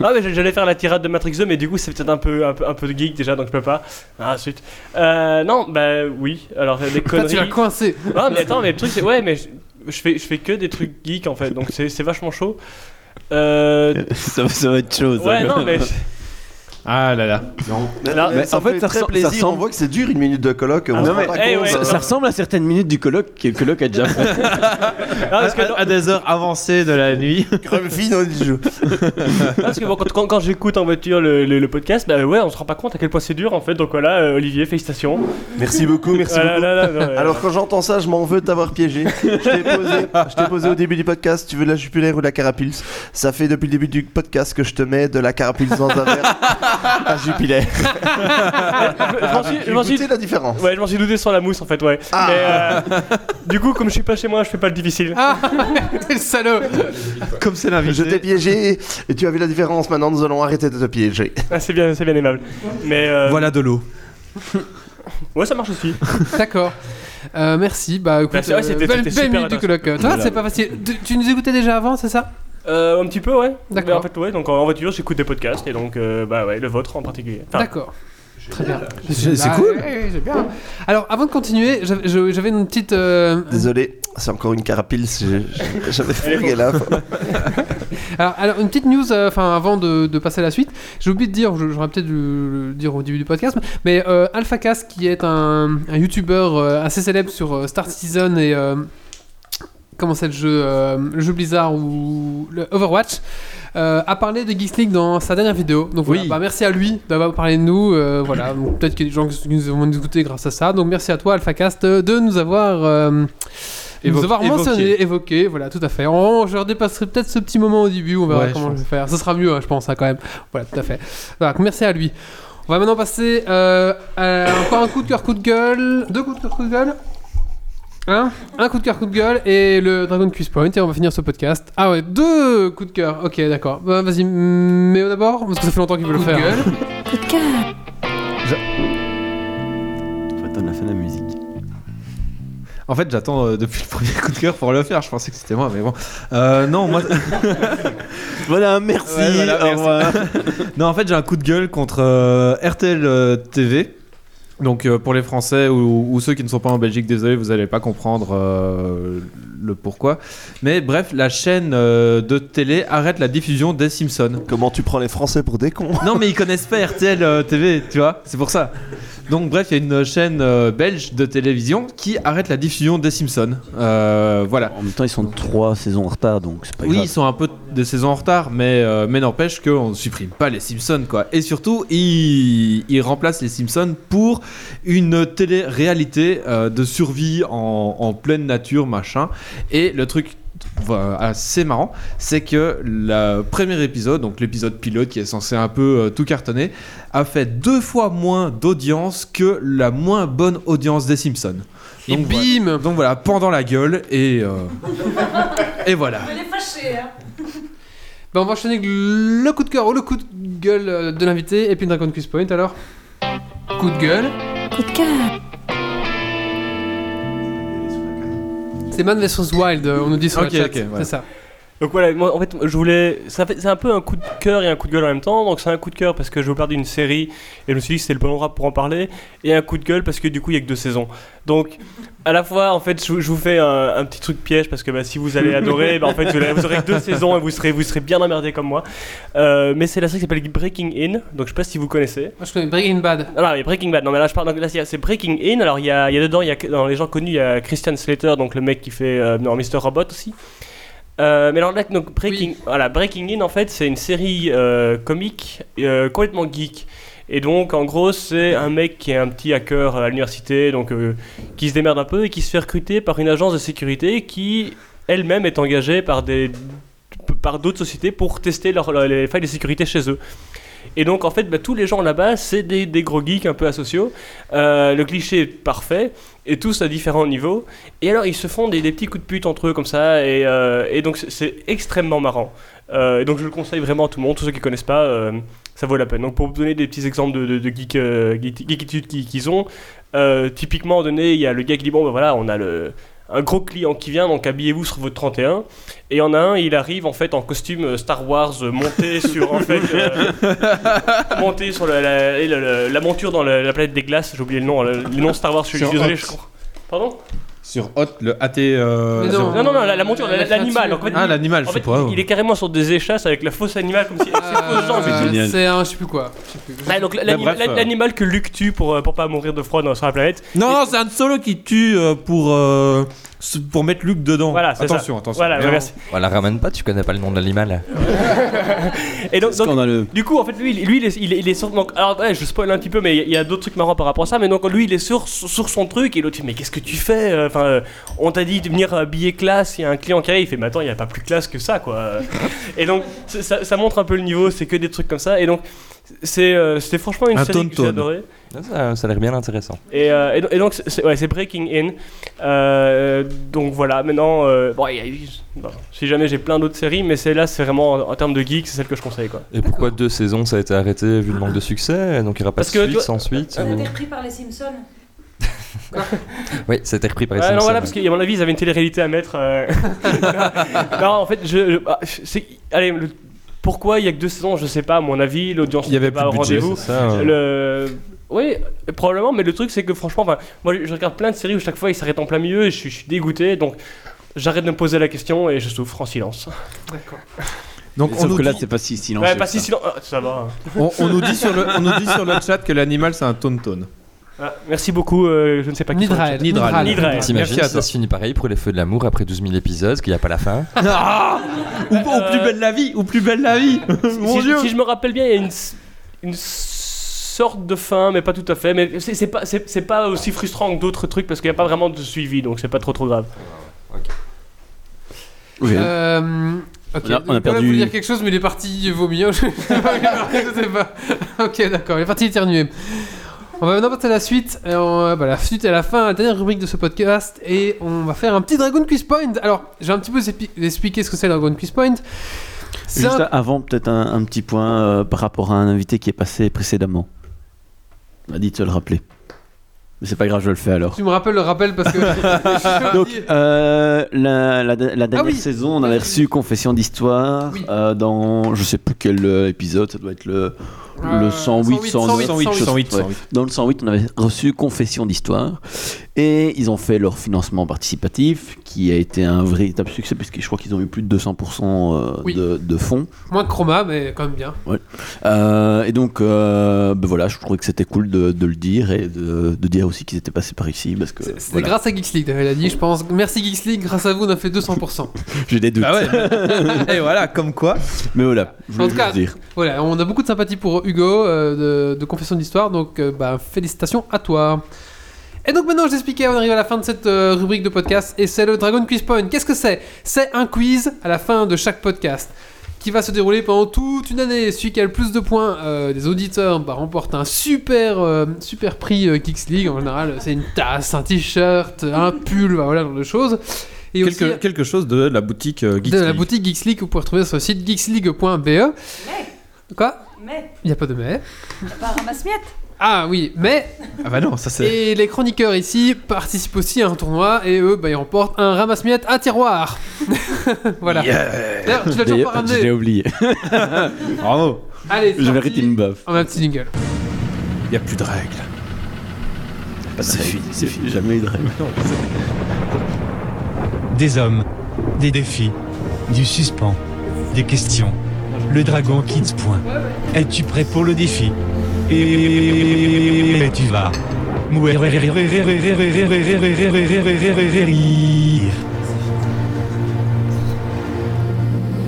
Speaker 5: Ah mais j'allais faire la tirade de Matrix 2 mais du coup c'est peut-être un peu, un peu un peu de geek déjà donc je peux pas. Ah zut. Euh, non bah oui alors euh, des
Speaker 1: Putain,
Speaker 5: conneries.
Speaker 1: tu l'as coincé.
Speaker 5: Ah mais attends mais le truc c'est ouais mais je, je fais je fais que des trucs geek en fait donc c'est c'est vachement chaud. Euh,
Speaker 4: ça, va- ça va être chose.
Speaker 5: ouais non mais
Speaker 2: Ah là là.
Speaker 5: Non, mais
Speaker 4: en fait, ça
Speaker 7: très
Speaker 4: ressemble-
Speaker 7: plaisir.
Speaker 4: ça ressemble-
Speaker 7: On voit que c'est dur une minute de colloque. on
Speaker 4: non,
Speaker 7: se
Speaker 4: mais,
Speaker 7: rend pas compte. euh,
Speaker 4: ça, ça ressemble à certaines minutes du colloque que le colloque a déjà fait.
Speaker 1: Ah,
Speaker 2: à, à des heures avancées de la nuit.
Speaker 5: Ah, parce que bon, quand, quand- quand j'écoute en voiture le, le- le podcast bah ouais on se rend pas compte à quel point c'est dur en fait donc voilà euh, Olivier félicitations.
Speaker 7: Merci beaucoup, merci
Speaker 5: Ah là
Speaker 7: beaucoup.
Speaker 5: là là, non, ouais.
Speaker 7: Alors quand j'entends ça, je m'en veux de t'avoir piégé. Je t'ai posé, je t'ai posé au début du podcast, tu veux de la jupulaire ou de la carapulse Ça fait depuis le début du podcast que je te mets de la carapulse dans un verre à jupulaire.
Speaker 5: Je m'en suis- je m'en suis-
Speaker 7: Goûtez la Ah. différence.
Speaker 5: Ouais, je m'en suis douté sur la mousse en fait, ouais. Mais, euh, du coup, comme je suis pas chez moi, je fais pas le difficile.
Speaker 1: Ah, t'es le salaud.
Speaker 2: Comme c'est l'invité.
Speaker 7: Je t'ai piégé et tu as vu la différence. Maintenant, nous allons arrêter de te piéger.
Speaker 5: Ah, c'est bien, c'est bien aimable. Mais euh,
Speaker 2: Voilà de l'eau.
Speaker 5: ouais, ça marche aussi.
Speaker 1: D'accord. Euh, merci. Bah écoute,
Speaker 5: Bah, c'est- ouais,
Speaker 1: euh,
Speaker 5: c'était-
Speaker 1: belle,
Speaker 5: c'était
Speaker 1: belle
Speaker 5: super
Speaker 1: minute du colloque. Tu vois,
Speaker 5: Voilà.
Speaker 1: c'est pas facile. Tu, tu nous écoutais déjà avant, c'est ça
Speaker 5: Euh, un petit peu, ouais.
Speaker 1: D'accord.
Speaker 5: Mais En fait, ouais. Donc en en voiture, j'écoute des podcasts et donc euh, bah ouais, le vôtre en particulier. Enfin,
Speaker 1: D'accord. Très bien.
Speaker 2: C'est c'est
Speaker 1: Ah,
Speaker 2: cool.
Speaker 1: ouais, ouais, c'est bien. Alors, avant de continuer, j'avais je- j'avais une petite. euh,
Speaker 7: Désolé, c'est encore une carapulse. je- je- J'avais fourgué là.
Speaker 1: Alors, alors, une petite news, euh, enfin avant de, de passer à la suite, j'ai oublié de dire, je- j'aurais peut-être dû le dire au début du podcast, mais euh, AlphaCast qui est un, un youtubeur euh, assez célèbre sur euh, Star Citizen et euh, comment c'est le jeu, euh, le jeu Blizzard ou le Overwatch, euh, a parlé de Geeks League dans sa dernière vidéo. Donc voilà,
Speaker 2: Oui.
Speaker 1: bah, merci à lui d'avoir parlé de nous. euh, voilà, Donc, peut-être qu'il y a des gens qui nous ont écouté grâce à ça. Donc merci à toi AlphaCast euh, de nous avoir euh, de nous
Speaker 2: Évoqué-
Speaker 1: avoir mentionné, évoqué, voilà, tout à fait. On, je dépasserai peut-être ce petit moment au début, on verra
Speaker 2: Ouais, je
Speaker 1: comment je,
Speaker 2: pense.
Speaker 1: vais faire. Ce sera mieux, hein, je pense, hein, quand même. Voilà, tout à fait. Voilà, donc merci à lui. On va maintenant passer euh, à encore un coup de cœur, coup de gueule. Deux coups de cœur, coup de gueule. Hein un coup de cœur, coup de gueule et le Dragon Quiz Point et on va finir ce podcast. Ah ouais, deux coups de cœur. Ok, d'accord. Bah, vas-y, Méo d'abord parce que ça fait longtemps qu'il veut le faire.
Speaker 12: Coup de cœur.
Speaker 4: Faut attendre la fin de la musique.
Speaker 2: En fait, j'attends euh, depuis le premier coup de cœur pour le faire. Je pensais que c'était moi, mais bon. Euh, non, moi.
Speaker 4: voilà, merci.
Speaker 2: Ouais, voilà,
Speaker 4: au
Speaker 2: merci.
Speaker 4: revoir.
Speaker 2: non, en fait, j'ai un coup de gueule contre euh, RTL euh, TV. Donc, euh, pour les Français ou, ou ceux qui ne sont pas en Belgique, désolé, vous n'allez pas comprendre euh, le pourquoi. Mais bref, la chaîne euh, de télé arrête la diffusion des Simpsons.
Speaker 7: Comment tu prends les Français pour des cons
Speaker 2: Non, mais ils connaissent pas RTL euh, TV, tu vois, c'est pour ça. Donc, bref, il y a une chaîne euh, belge de télévision qui arrête la diffusion des Simpsons. Euh, voilà.
Speaker 4: En même temps, ils sont trois saisons en retard, donc c'est pas
Speaker 2: Oui,
Speaker 4: grave.
Speaker 2: ils sont un peu des saisons en retard, mais, euh, mais n'empêche qu'on ne supprime pas les Simpsons, quoi. Et surtout, ils, ils remplacent les Simpsons pour une télé-réalité euh, de survie en, en pleine nature, machin. Et le truc euh, assez marrant, c'est que le premier épisode, donc l'épisode pilote qui est censé un peu euh, tout cartonner, a fait deux fois moins d'audience que la moins bonne audience des Simpsons.
Speaker 1: Et
Speaker 2: Donc, bim Donc voilà, pendant la gueule et... euh, et voilà.
Speaker 12: les fâcher, hein.
Speaker 1: Bah, on va enchaîner avec le coup de cœur ou le coup de gueule euh, de l'invité et puis le Dragon Quiz Point alors. Coup de gueule.
Speaker 12: Coup de cœur.
Speaker 1: C'est Man vs Wild, euh, on nous dit sur
Speaker 2: Ok,
Speaker 1: le chat.
Speaker 2: ok, ouais.
Speaker 1: C'est ça.
Speaker 5: Donc voilà, moi en fait, je voulais. ça fait- C'est un peu un coup de cœur et un coup de gueule en même temps. Donc c'est un coup de cœur parce que je vous parle d'une série et je me suis dit que c'était le bon endroit pour en parler. Et un coup de gueule parce que du coup, il y a que deux saisons. Donc à la fois, en fait, je, je vous fais un, un petit truc piège parce que bah, si vous allez adorer, bah, en fait, vous, allez- vous aurez que deux saisons et vous serez, vous serez bien emmerdé comme moi. Euh, mais c'est la série qui s'appelle Breaking In. Donc je sais pas si vous connaissez.
Speaker 1: Moi je connais Breaking Bad.
Speaker 5: Ah Non, mais Breaking Bad, non, mais là, je parle, donc là, c'est c'est Breaking In. Alors, il y a, il y a dedans, il y a, dans les gens connus, il y a Christian Slater, donc le mec qui fait euh, dans Mr. Robot aussi. Euh, mais alors là, donc Breaking, voilà, Breaking In, en fait, c'est une série euh, comique euh, complètement geek. Et donc, en gros, c'est un mec qui est un petit hacker à l'université, donc euh, qui se démerde un peu et qui se fait recruter par une agence de sécurité qui, elle-même, est engagée par des par d'autres sociétés pour tester leur- leur- les failles de sécurité chez eux. Et donc, en fait, bah, tous les gens là-bas, c'est des, des gros geeks un peu asociaux. Euh, le cliché est parfait, et tous à différents niveaux. Et alors, ils se font des, des petits coups de pute entre eux comme ça, et, euh, et donc c'est- c'est extrêmement marrant. Euh, et donc, je le conseille vraiment à tout le monde, tous ceux qui connaissent pas, euh, ça vaut la peine. Donc, pour vous donner des petits exemples de, de, de geek, euh, geek- geekitude qu'ils qu'ils ont, euh, typiquement, donné, il y a le gars qui dit Bon, bah voilà, on a le un gros client qui vient, donc habillez-vous sur votre 31. Et il y en a un, il arrive en fait en costume euh, Star Wars euh, monté sur en fait euh, monté sur la, la- et le- le- la monture dans la, la planète des glaces. J'ai oublié le nom, le, le nom Star Wars. Je suis
Speaker 2: Sur
Speaker 5: désolé,
Speaker 2: Hot.
Speaker 5: je crois. Pardon
Speaker 2: Sur Hot, le AT. euh,
Speaker 5: non,
Speaker 2: zéro.
Speaker 5: non, non, la, la monture, la-
Speaker 1: la
Speaker 5: l'animal.
Speaker 1: créature.
Speaker 5: en fait,
Speaker 2: Ah,
Speaker 5: il-
Speaker 2: l'animal,
Speaker 5: en
Speaker 2: je
Speaker 5: fait,
Speaker 2: sais pas.
Speaker 5: Il, il est carrément sur des échasses avec la fausse animale comme si.
Speaker 1: Euh,
Speaker 2: génial.
Speaker 1: c'est un je sais plus quoi. Je sais plus.
Speaker 5: Ouais, Ah, donc
Speaker 1: Mais
Speaker 5: l'animal
Speaker 1: bref, euh,
Speaker 5: l'animal que Luke tue pour, euh, pour pas mourir de froid dans- sur la planète.
Speaker 2: Non, non, c'est un solo qui tue euh, pour, euh, s- pour mettre Luke dedans.
Speaker 5: Voilà, c'est
Speaker 2: attention,
Speaker 5: ça.
Speaker 2: attention.
Speaker 5: Voilà,
Speaker 2: Non.
Speaker 5: merci.
Speaker 8: Voilà, ramène pas, tu connais pas le nom de l'animal.
Speaker 5: Et donc, donc, du coup, en fait, lui, il- lui, il est, il est- il est sur. donc, alors, ouais, je spoil un petit peu, mais il y a- il y a, d'autres trucs marrants par rapport à ça. Mais donc, lui, il est sur, sur son truc, et l'autre, il dit, mais qu'est-ce que tu fais Enfin, euh, on t'a dit de venir habiller classe. Il y a un client qui arrive, il fait, mais attends, il n'y a pas plus classe que ça, quoi. et donc, c'est- ça, ça montre un peu le niveau. C'est que des trucs comme ça. Et donc, c'est, euh, c'était franchement une
Speaker 8: Un
Speaker 5: série que j'ai
Speaker 8: tonton.
Speaker 5: adorée.
Speaker 8: Ah, Ça, ça a l'air bien intéressant.
Speaker 5: Et, euh, et do- et donc, c'est- c'est ouais, c'est Breaking In. Euh, donc voilà, maintenant, euh, bon, il y a eu- bon, si jamais j'ai plein d'autres séries, mais celle-là, c'est vraiment en, en termes de geek, c'est celle que je conseille. Quoi.
Speaker 8: Et pourquoi deux saisons ça a été arrêté vu le manque de succès Donc il n'y aura pas
Speaker 5: Parce
Speaker 8: de
Speaker 5: que
Speaker 8: suite
Speaker 5: toi-
Speaker 8: sans suite
Speaker 5: Euh,
Speaker 8: ou-
Speaker 5: t'es
Speaker 12: Pris par les Simpsons.
Speaker 8: Oui, ça a été repris par les
Speaker 5: Ah, non,
Speaker 8: Simpsons.
Speaker 5: voilà, parce qu'à mon avis, ils avaient une télé-réalité à mettre. euh. non, en fait, je. je- ah, c'est- allez, le- pourquoi il y a que deux saisons Je sais pas, à mon avis, l'audience
Speaker 8: Il y avait
Speaker 5: n'était pas
Speaker 8: plus
Speaker 5: au
Speaker 8: de budget,
Speaker 5: rendez-vous.
Speaker 8: c'est ça, euh, ouais.
Speaker 5: Le- Oui, probablement, mais le truc, c'est que franchement, enfin, moi, je regarde plein de séries où chaque fois ils s'arrêtent en plein milieu et je suis, je suis dégoûté, donc j'arrête de me poser la question et je souffre en silence. D'accord.
Speaker 2: Donc, on
Speaker 4: Sauf
Speaker 2: nous,
Speaker 4: que là,
Speaker 2: dit,
Speaker 4: c'est pas si silencieux.
Speaker 5: Ouais, pas
Speaker 4: que
Speaker 5: si
Speaker 4: ça.
Speaker 5: silence. ah, ça va.
Speaker 2: on, on nous dit sur le, on nous dit sur le chat que l'animal c'est un tonton.
Speaker 5: Ah, merci beaucoup, euh, je ne sais pas qui. sont les chats.
Speaker 2: Nidral.
Speaker 5: Nidral.
Speaker 8: T'imagines
Speaker 5: Merci à
Speaker 8: si
Speaker 5: toi.
Speaker 8: ça se finit pareil pour les Feux de l'amour après 12 000 épisodes, qu'il n'y a pas la fin
Speaker 2: ou, ou
Speaker 5: Euh.
Speaker 2: plus belle la vie, ou plus belle la vie. Mon
Speaker 5: si,
Speaker 2: Dieu.
Speaker 5: si je me rappelle bien, il y a une, s- une sorte de fin, mais pas tout à fait. Mais c'est c'est pas, c'est- c'est pas aussi frustrant que d'autres trucs parce qu'il n'y a pas vraiment de suivi, donc c'est pas trop trop grave.
Speaker 4: Oui.
Speaker 1: Euh, ok.
Speaker 4: On a- on a
Speaker 1: Nicolas
Speaker 4: perdu-
Speaker 1: voulait dire quelque chose, mais il est parti vomir. Je sais pas, je sais pas. Ok, d'accord. Il est parti éternuer. On va maintenant passer à la suite. Et on- bah, la suite à la fin, la dernière rubrique de ce podcast. Et on va faire un petit Dragon Quiz Point. Alors, j'ai un petit peu expi- expliqué ce que c'est le Dragon Quiz Point. C'est
Speaker 4: Juste
Speaker 1: un-
Speaker 4: avant, peut-être un, un petit point euh, par rapport à un invité qui est passé précédemment. On m'a dit de se le rappeler. Mais c'est pas grave, je le fais alors.
Speaker 1: Tu me rappelles le rappel parce que.
Speaker 4: Donc, euh, la, la- la dernière
Speaker 1: Ah oui.
Speaker 4: saison, on avait reçu Confession d'histoire euh, dans je sais plus quel euh, épisode, ça doit être le,
Speaker 1: Euh,
Speaker 4: le 108,
Speaker 1: 108,
Speaker 4: 109,
Speaker 1: 108,
Speaker 4: chose-
Speaker 1: 108,
Speaker 4: ouais.
Speaker 1: 108.
Speaker 4: Dans le 108, on avait reçu Confession d'histoire et ils ont fait leur financement participatif qui a été un véritable succès puisque je crois qu'ils ont eu plus de 200% euh,
Speaker 1: Oui.
Speaker 4: de, de fonds.
Speaker 1: Moins de chroma, mais quand même bien.
Speaker 4: Ouais. Euh, et donc, euh, ben voilà, je trouvais que c'était cool de, de le dire et de, de dire aussi qu'ils étaient passés par ici parce que
Speaker 1: C'est
Speaker 4: Euh, voilà,
Speaker 1: grâce à Geeks League, elle a dit, je pense. Merci Geeks League, grâce à vous, on a fait 200%.
Speaker 4: j'ai des doutes.
Speaker 2: Ah Et voilà, comme quoi.
Speaker 4: Mais voilà, je voulais
Speaker 1: Bah En tout
Speaker 4: juste
Speaker 1: cas,
Speaker 4: dire.
Speaker 1: voilà, on a beaucoup de sympathie pour Hugo euh, de, de Confession d'Histoire, donc euh, bah, félicitations à toi. Et donc maintenant, je t'expliquais, on arrive à la fin de cette euh, rubrique de podcast, et c'est le Dragon Quiz Point. Qu'est-ce que c'est C'est un quiz à la fin de chaque podcast qui va se dérouler pendant toute une année. Celui qui a le plus de points euh, des auditeurs bah, remporte un super, euh, super prix euh, Kicks League. En général, c'est une tasse, un t-shirt, un pull, bah, voilà, genre de choses. Et
Speaker 2: Quelque,
Speaker 1: aussi-
Speaker 2: quelque chose de la boutique euh, Geeks
Speaker 1: de la
Speaker 2: League.
Speaker 1: boutique Geeks League, vous pouvez retrouver sur le site geeksleague.be. E. Quoi
Speaker 12: Mais,
Speaker 1: Il n'y a pas de mais.
Speaker 12: par un masse-miette
Speaker 1: Ah oui, mais.
Speaker 2: Ah bah non, ça c'est.
Speaker 1: Et les chroniqueurs ici participent aussi à un tournoi et eux, bah, ils remportent un ramasse-miettes à tiroir. voilà. D'ailleurs, tu l'as toujours pas
Speaker 4: D'ailleurs, Je l'ai
Speaker 1: ramené.
Speaker 4: oublié.
Speaker 2: Bravo.
Speaker 1: Allez, c'est parti.
Speaker 4: Je mérite une baffe.
Speaker 1: On a un petit jingle.
Speaker 2: Il n'y a plus de règles.
Speaker 4: C'est fini, c'est fini, jamais eu de rêve.
Speaker 14: Des hommes, des défis, du suspens, des questions. Le dragon quitte point. Es-tu prêt pour le défi Et tu vas.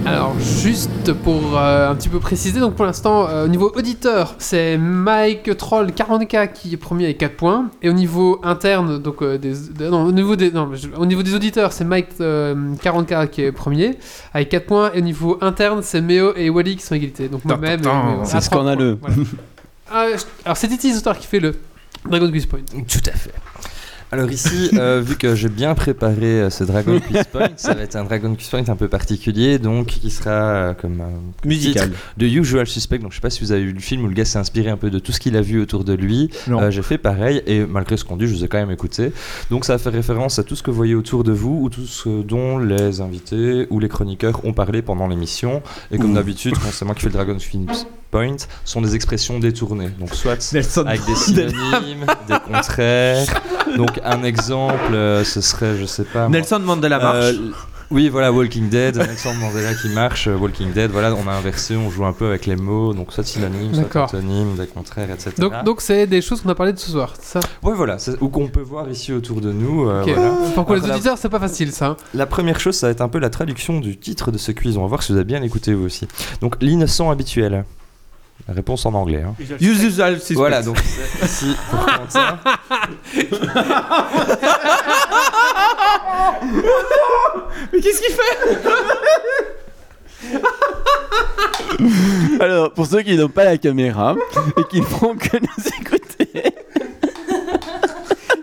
Speaker 1: Alors, juste pour euh, un petit peu préciser, donc pour l'instant, euh, au niveau auditeur, c'est Mike Troll 40K qui est premier avec 4 points. Et au niveau interne, donc euh, des, de- non, au, niveau des, non, je- au niveau des auditeurs, c'est Mike euh, 40K qui est premier avec 4 points. Et au niveau interne, c'est Méo et Wally qui sont à égalité. Donc moi-même. et Méo.
Speaker 4: C'est
Speaker 1: À trois
Speaker 4: scandaleux.
Speaker 1: Ah, je- alors c'est Titi Zotar qui fait le Dragon Quiz Point.
Speaker 8: Tout à fait. Alors ici, euh, vu que j'ai bien préparé euh, ce Dragon Quiz Point, ça va être un Dragon Quiz Point un peu particulier, donc qui sera euh, comme euh,
Speaker 2: Musical.
Speaker 8: titre de Usual Suspect. Donc je sais pas si vous avez vu le film où le gars s'est inspiré un peu de tout ce qu'il a vu autour de lui. Euh, j'ai fait pareil et malgré ce qu'on dit, je vous ai quand même écouté. Donc ça fait référence à tout ce que vous voyez autour de vous ou tout ce dont les invités ou les chroniqueurs ont parlé pendant l'émission. Et comme
Speaker 2: Ouh.
Speaker 8: d'habitude, quand c'est moi qui fais le Dragon Quiz Point, sont des expressions détournées. Donc soit
Speaker 2: Nelson
Speaker 8: avec des
Speaker 2: Mandela.
Speaker 8: synonymes, des contraires. Donc un exemple, euh, ce serait, je sais pas. moi.
Speaker 2: Nelson Mandela marche.
Speaker 8: oui, voilà, Walking Dead, Nelson Mandela qui marche, euh, Walking Dead, voilà, on a inversé, on joue un peu avec les mots, donc soit synonyme, soit
Speaker 1: D'accord.
Speaker 8: antonyme, des contraires, etc.
Speaker 1: Donc donc c'est des choses qu'on a parlé de ce soir, c'est ça
Speaker 8: Ouais, voilà, c'est- ou qu'on peut voir ici autour de nous. euh,
Speaker 1: Ok.
Speaker 8: voilà.
Speaker 1: Pourquoi
Speaker 8: Après,
Speaker 1: les
Speaker 8: la-
Speaker 1: auditeurs, c'est pas facile ça. hein.
Speaker 8: la première chose, ça va être un peu la traduction du titre de ce quiz. On va voir si vous avez bien écouté vous aussi. Donc, l'innocent habituel. La réponse en anglais. hein.
Speaker 2: Usual suspect.
Speaker 8: Voilà, donc c'est- si pour prendre ça.
Speaker 10: Mais qu'est-ce qu'il fait
Speaker 4: Alors, pour ceux qui n'ont pas la caméra et qui ne font que nous écouter,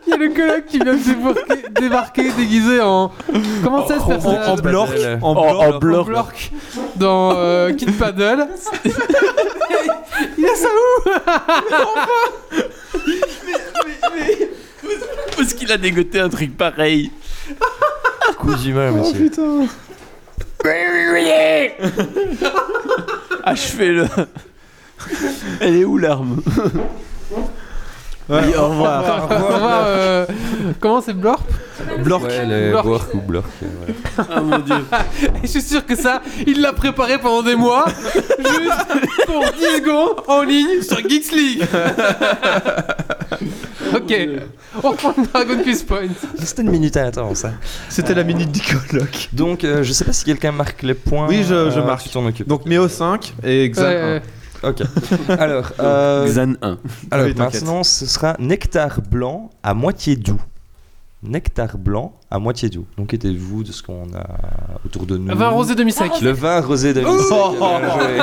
Speaker 1: Il y a le coloc qui vient de débarquer, débarquer déguisé en. Comment c'est ce
Speaker 2: En- en-
Speaker 1: personnage
Speaker 2: en bloc, en
Speaker 1: En-
Speaker 2: bloc.
Speaker 1: en bloc. Dans euh, Kid Paddle. Il a ça où
Speaker 4: parce qu'il a dégoté un truc pareil.
Speaker 8: Kojima,
Speaker 10: Oh
Speaker 8: monsieur.
Speaker 10: putain
Speaker 4: Achevez-le. Elle est où l'arme Oui, au
Speaker 2: Ah,
Speaker 4: revoir.
Speaker 1: Au revoir, euh, Comment c'est Blorp
Speaker 8: Blork. Ouais, le
Speaker 1: Blork.
Speaker 8: Blork ou Blork. euh, voilà.
Speaker 1: Ah mon dieu. Je suis sûr que ça, il l'a préparé pendant des mois, juste pour 10 secondes en ligne sur Geeks League. ok, on reprend le Dragon Quiz Point.
Speaker 8: C'était une minute à attendre, ça.
Speaker 2: C'était la minute du colloque.
Speaker 8: Donc, euh, je sais pas si quelqu'un marque les points.
Speaker 2: Oui, je, je
Speaker 8: euh,
Speaker 2: marque.
Speaker 8: Tu t'en occupes.
Speaker 2: Donc Méo 5 et Xan
Speaker 8: Ouais,
Speaker 2: 1.
Speaker 1: Euh,
Speaker 8: ouais. Ok. Alors, euh,
Speaker 4: Xan 1.
Speaker 8: Alors
Speaker 2: Oui, t'inquiète.
Speaker 8: maintenant, ce sera nectar blanc à moitié doux. Nectar blanc à moitié doux. Donc, aidez-vous de ce qu'on a autour de nous.
Speaker 2: Ah,
Speaker 1: Vin rosé demi-sec.
Speaker 2: Oh.
Speaker 8: Le vin rosé demi-sec.
Speaker 1: Oh
Speaker 8: Bien joué.